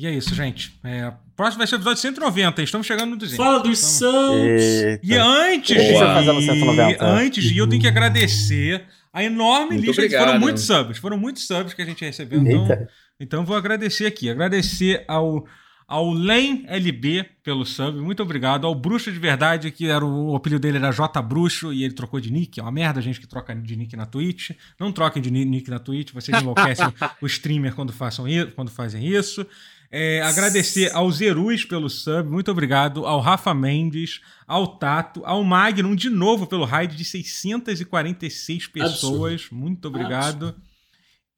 Speaker 1: E é isso, gente. É, próximo vai ser o episódio 190. Estamos chegando no 200.
Speaker 3: [laughs] Fala dos Santos!
Speaker 2: Eita.
Speaker 1: E antes de,
Speaker 4: Boa. Deixa eu
Speaker 2: fazer no 190.
Speaker 1: antes de eu tenho que agradecer a enorme
Speaker 4: é. Muito
Speaker 1: lista.
Speaker 4: obrigado.
Speaker 1: Foram muitos subs, foram muitos subs que a gente recebeu. Então,
Speaker 2: Eita.
Speaker 1: então vou agradecer aqui. Agradecer ao, ao Len LB pelo sub. Muito obrigado. Ao Bruxo de Verdade, que era o, o apelido dele era J Bruxo e ele trocou de nick. É uma merda, gente que troca de nick na Twitch. Não troquem de ni- nick na Twitch, vocês enlouquecem o streamer quando, façam i- quando fazem isso. É, agradecer ao Zerus pelo sub, muito obrigado. Ao Rafa Mendes, ao Tato, ao Magnum, de novo pelo raid de 646 pessoas. Muito obrigado.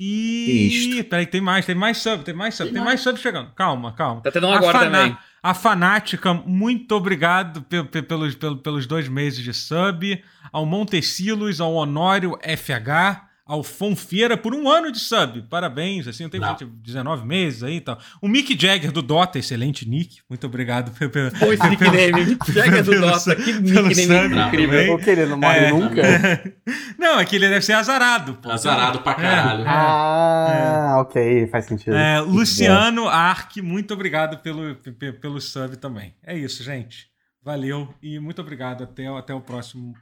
Speaker 1: E.
Speaker 4: Isto.
Speaker 1: Peraí, tem mais, tem mais sub, tem mais sub, tem,
Speaker 3: Tem
Speaker 1: mais. sub chegando. Calma, calma.
Speaker 4: Tá tendo um agora
Speaker 1: a Fana-
Speaker 4: também.
Speaker 1: A Fanática, muito obrigado pe- pe- pelos, pelo- pelos dois meses de sub. Ao Montecilos, ao Honório FH, ao Fonfeira, por um ano de sub. Parabéns, assim, tem
Speaker 3: Não.
Speaker 1: gente, 19 meses aí e tal. O Mick Jagger do Dota, excelente nick. Muito obrigado pe- pe-
Speaker 4: Pô, esse nickname. Pega do Dota. Que nickname
Speaker 1: sangue
Speaker 4: incrível.
Speaker 1: também.
Speaker 2: Ou que ele não morre
Speaker 1: [laughs] É.
Speaker 2: nunca.
Speaker 1: Não, é que ele deve ser azarado. pô.
Speaker 3: Azarado pra caralho.
Speaker 2: É. Ah, ok, faz sentido.
Speaker 1: É,
Speaker 2: Muito
Speaker 1: Luciano Arque, muito obrigado pelo, pe- pe- pelo sub também. É isso, gente. Valeu e muito obrigado. Até, até o próximo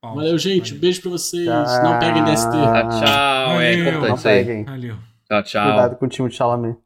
Speaker 1: pause.
Speaker 3: Valeu, gente.
Speaker 1: Valeu.
Speaker 3: Beijo pra vocês.
Speaker 2: Tchau.
Speaker 3: Não peguem DST.
Speaker 4: Ah, tchau. É
Speaker 1: Valeu.
Speaker 2: bom. Não
Speaker 4: importante isso aí.
Speaker 2: peguem.
Speaker 1: Valeu.
Speaker 4: Tchau, tchau.
Speaker 2: Cuidado com o time de Chalamet.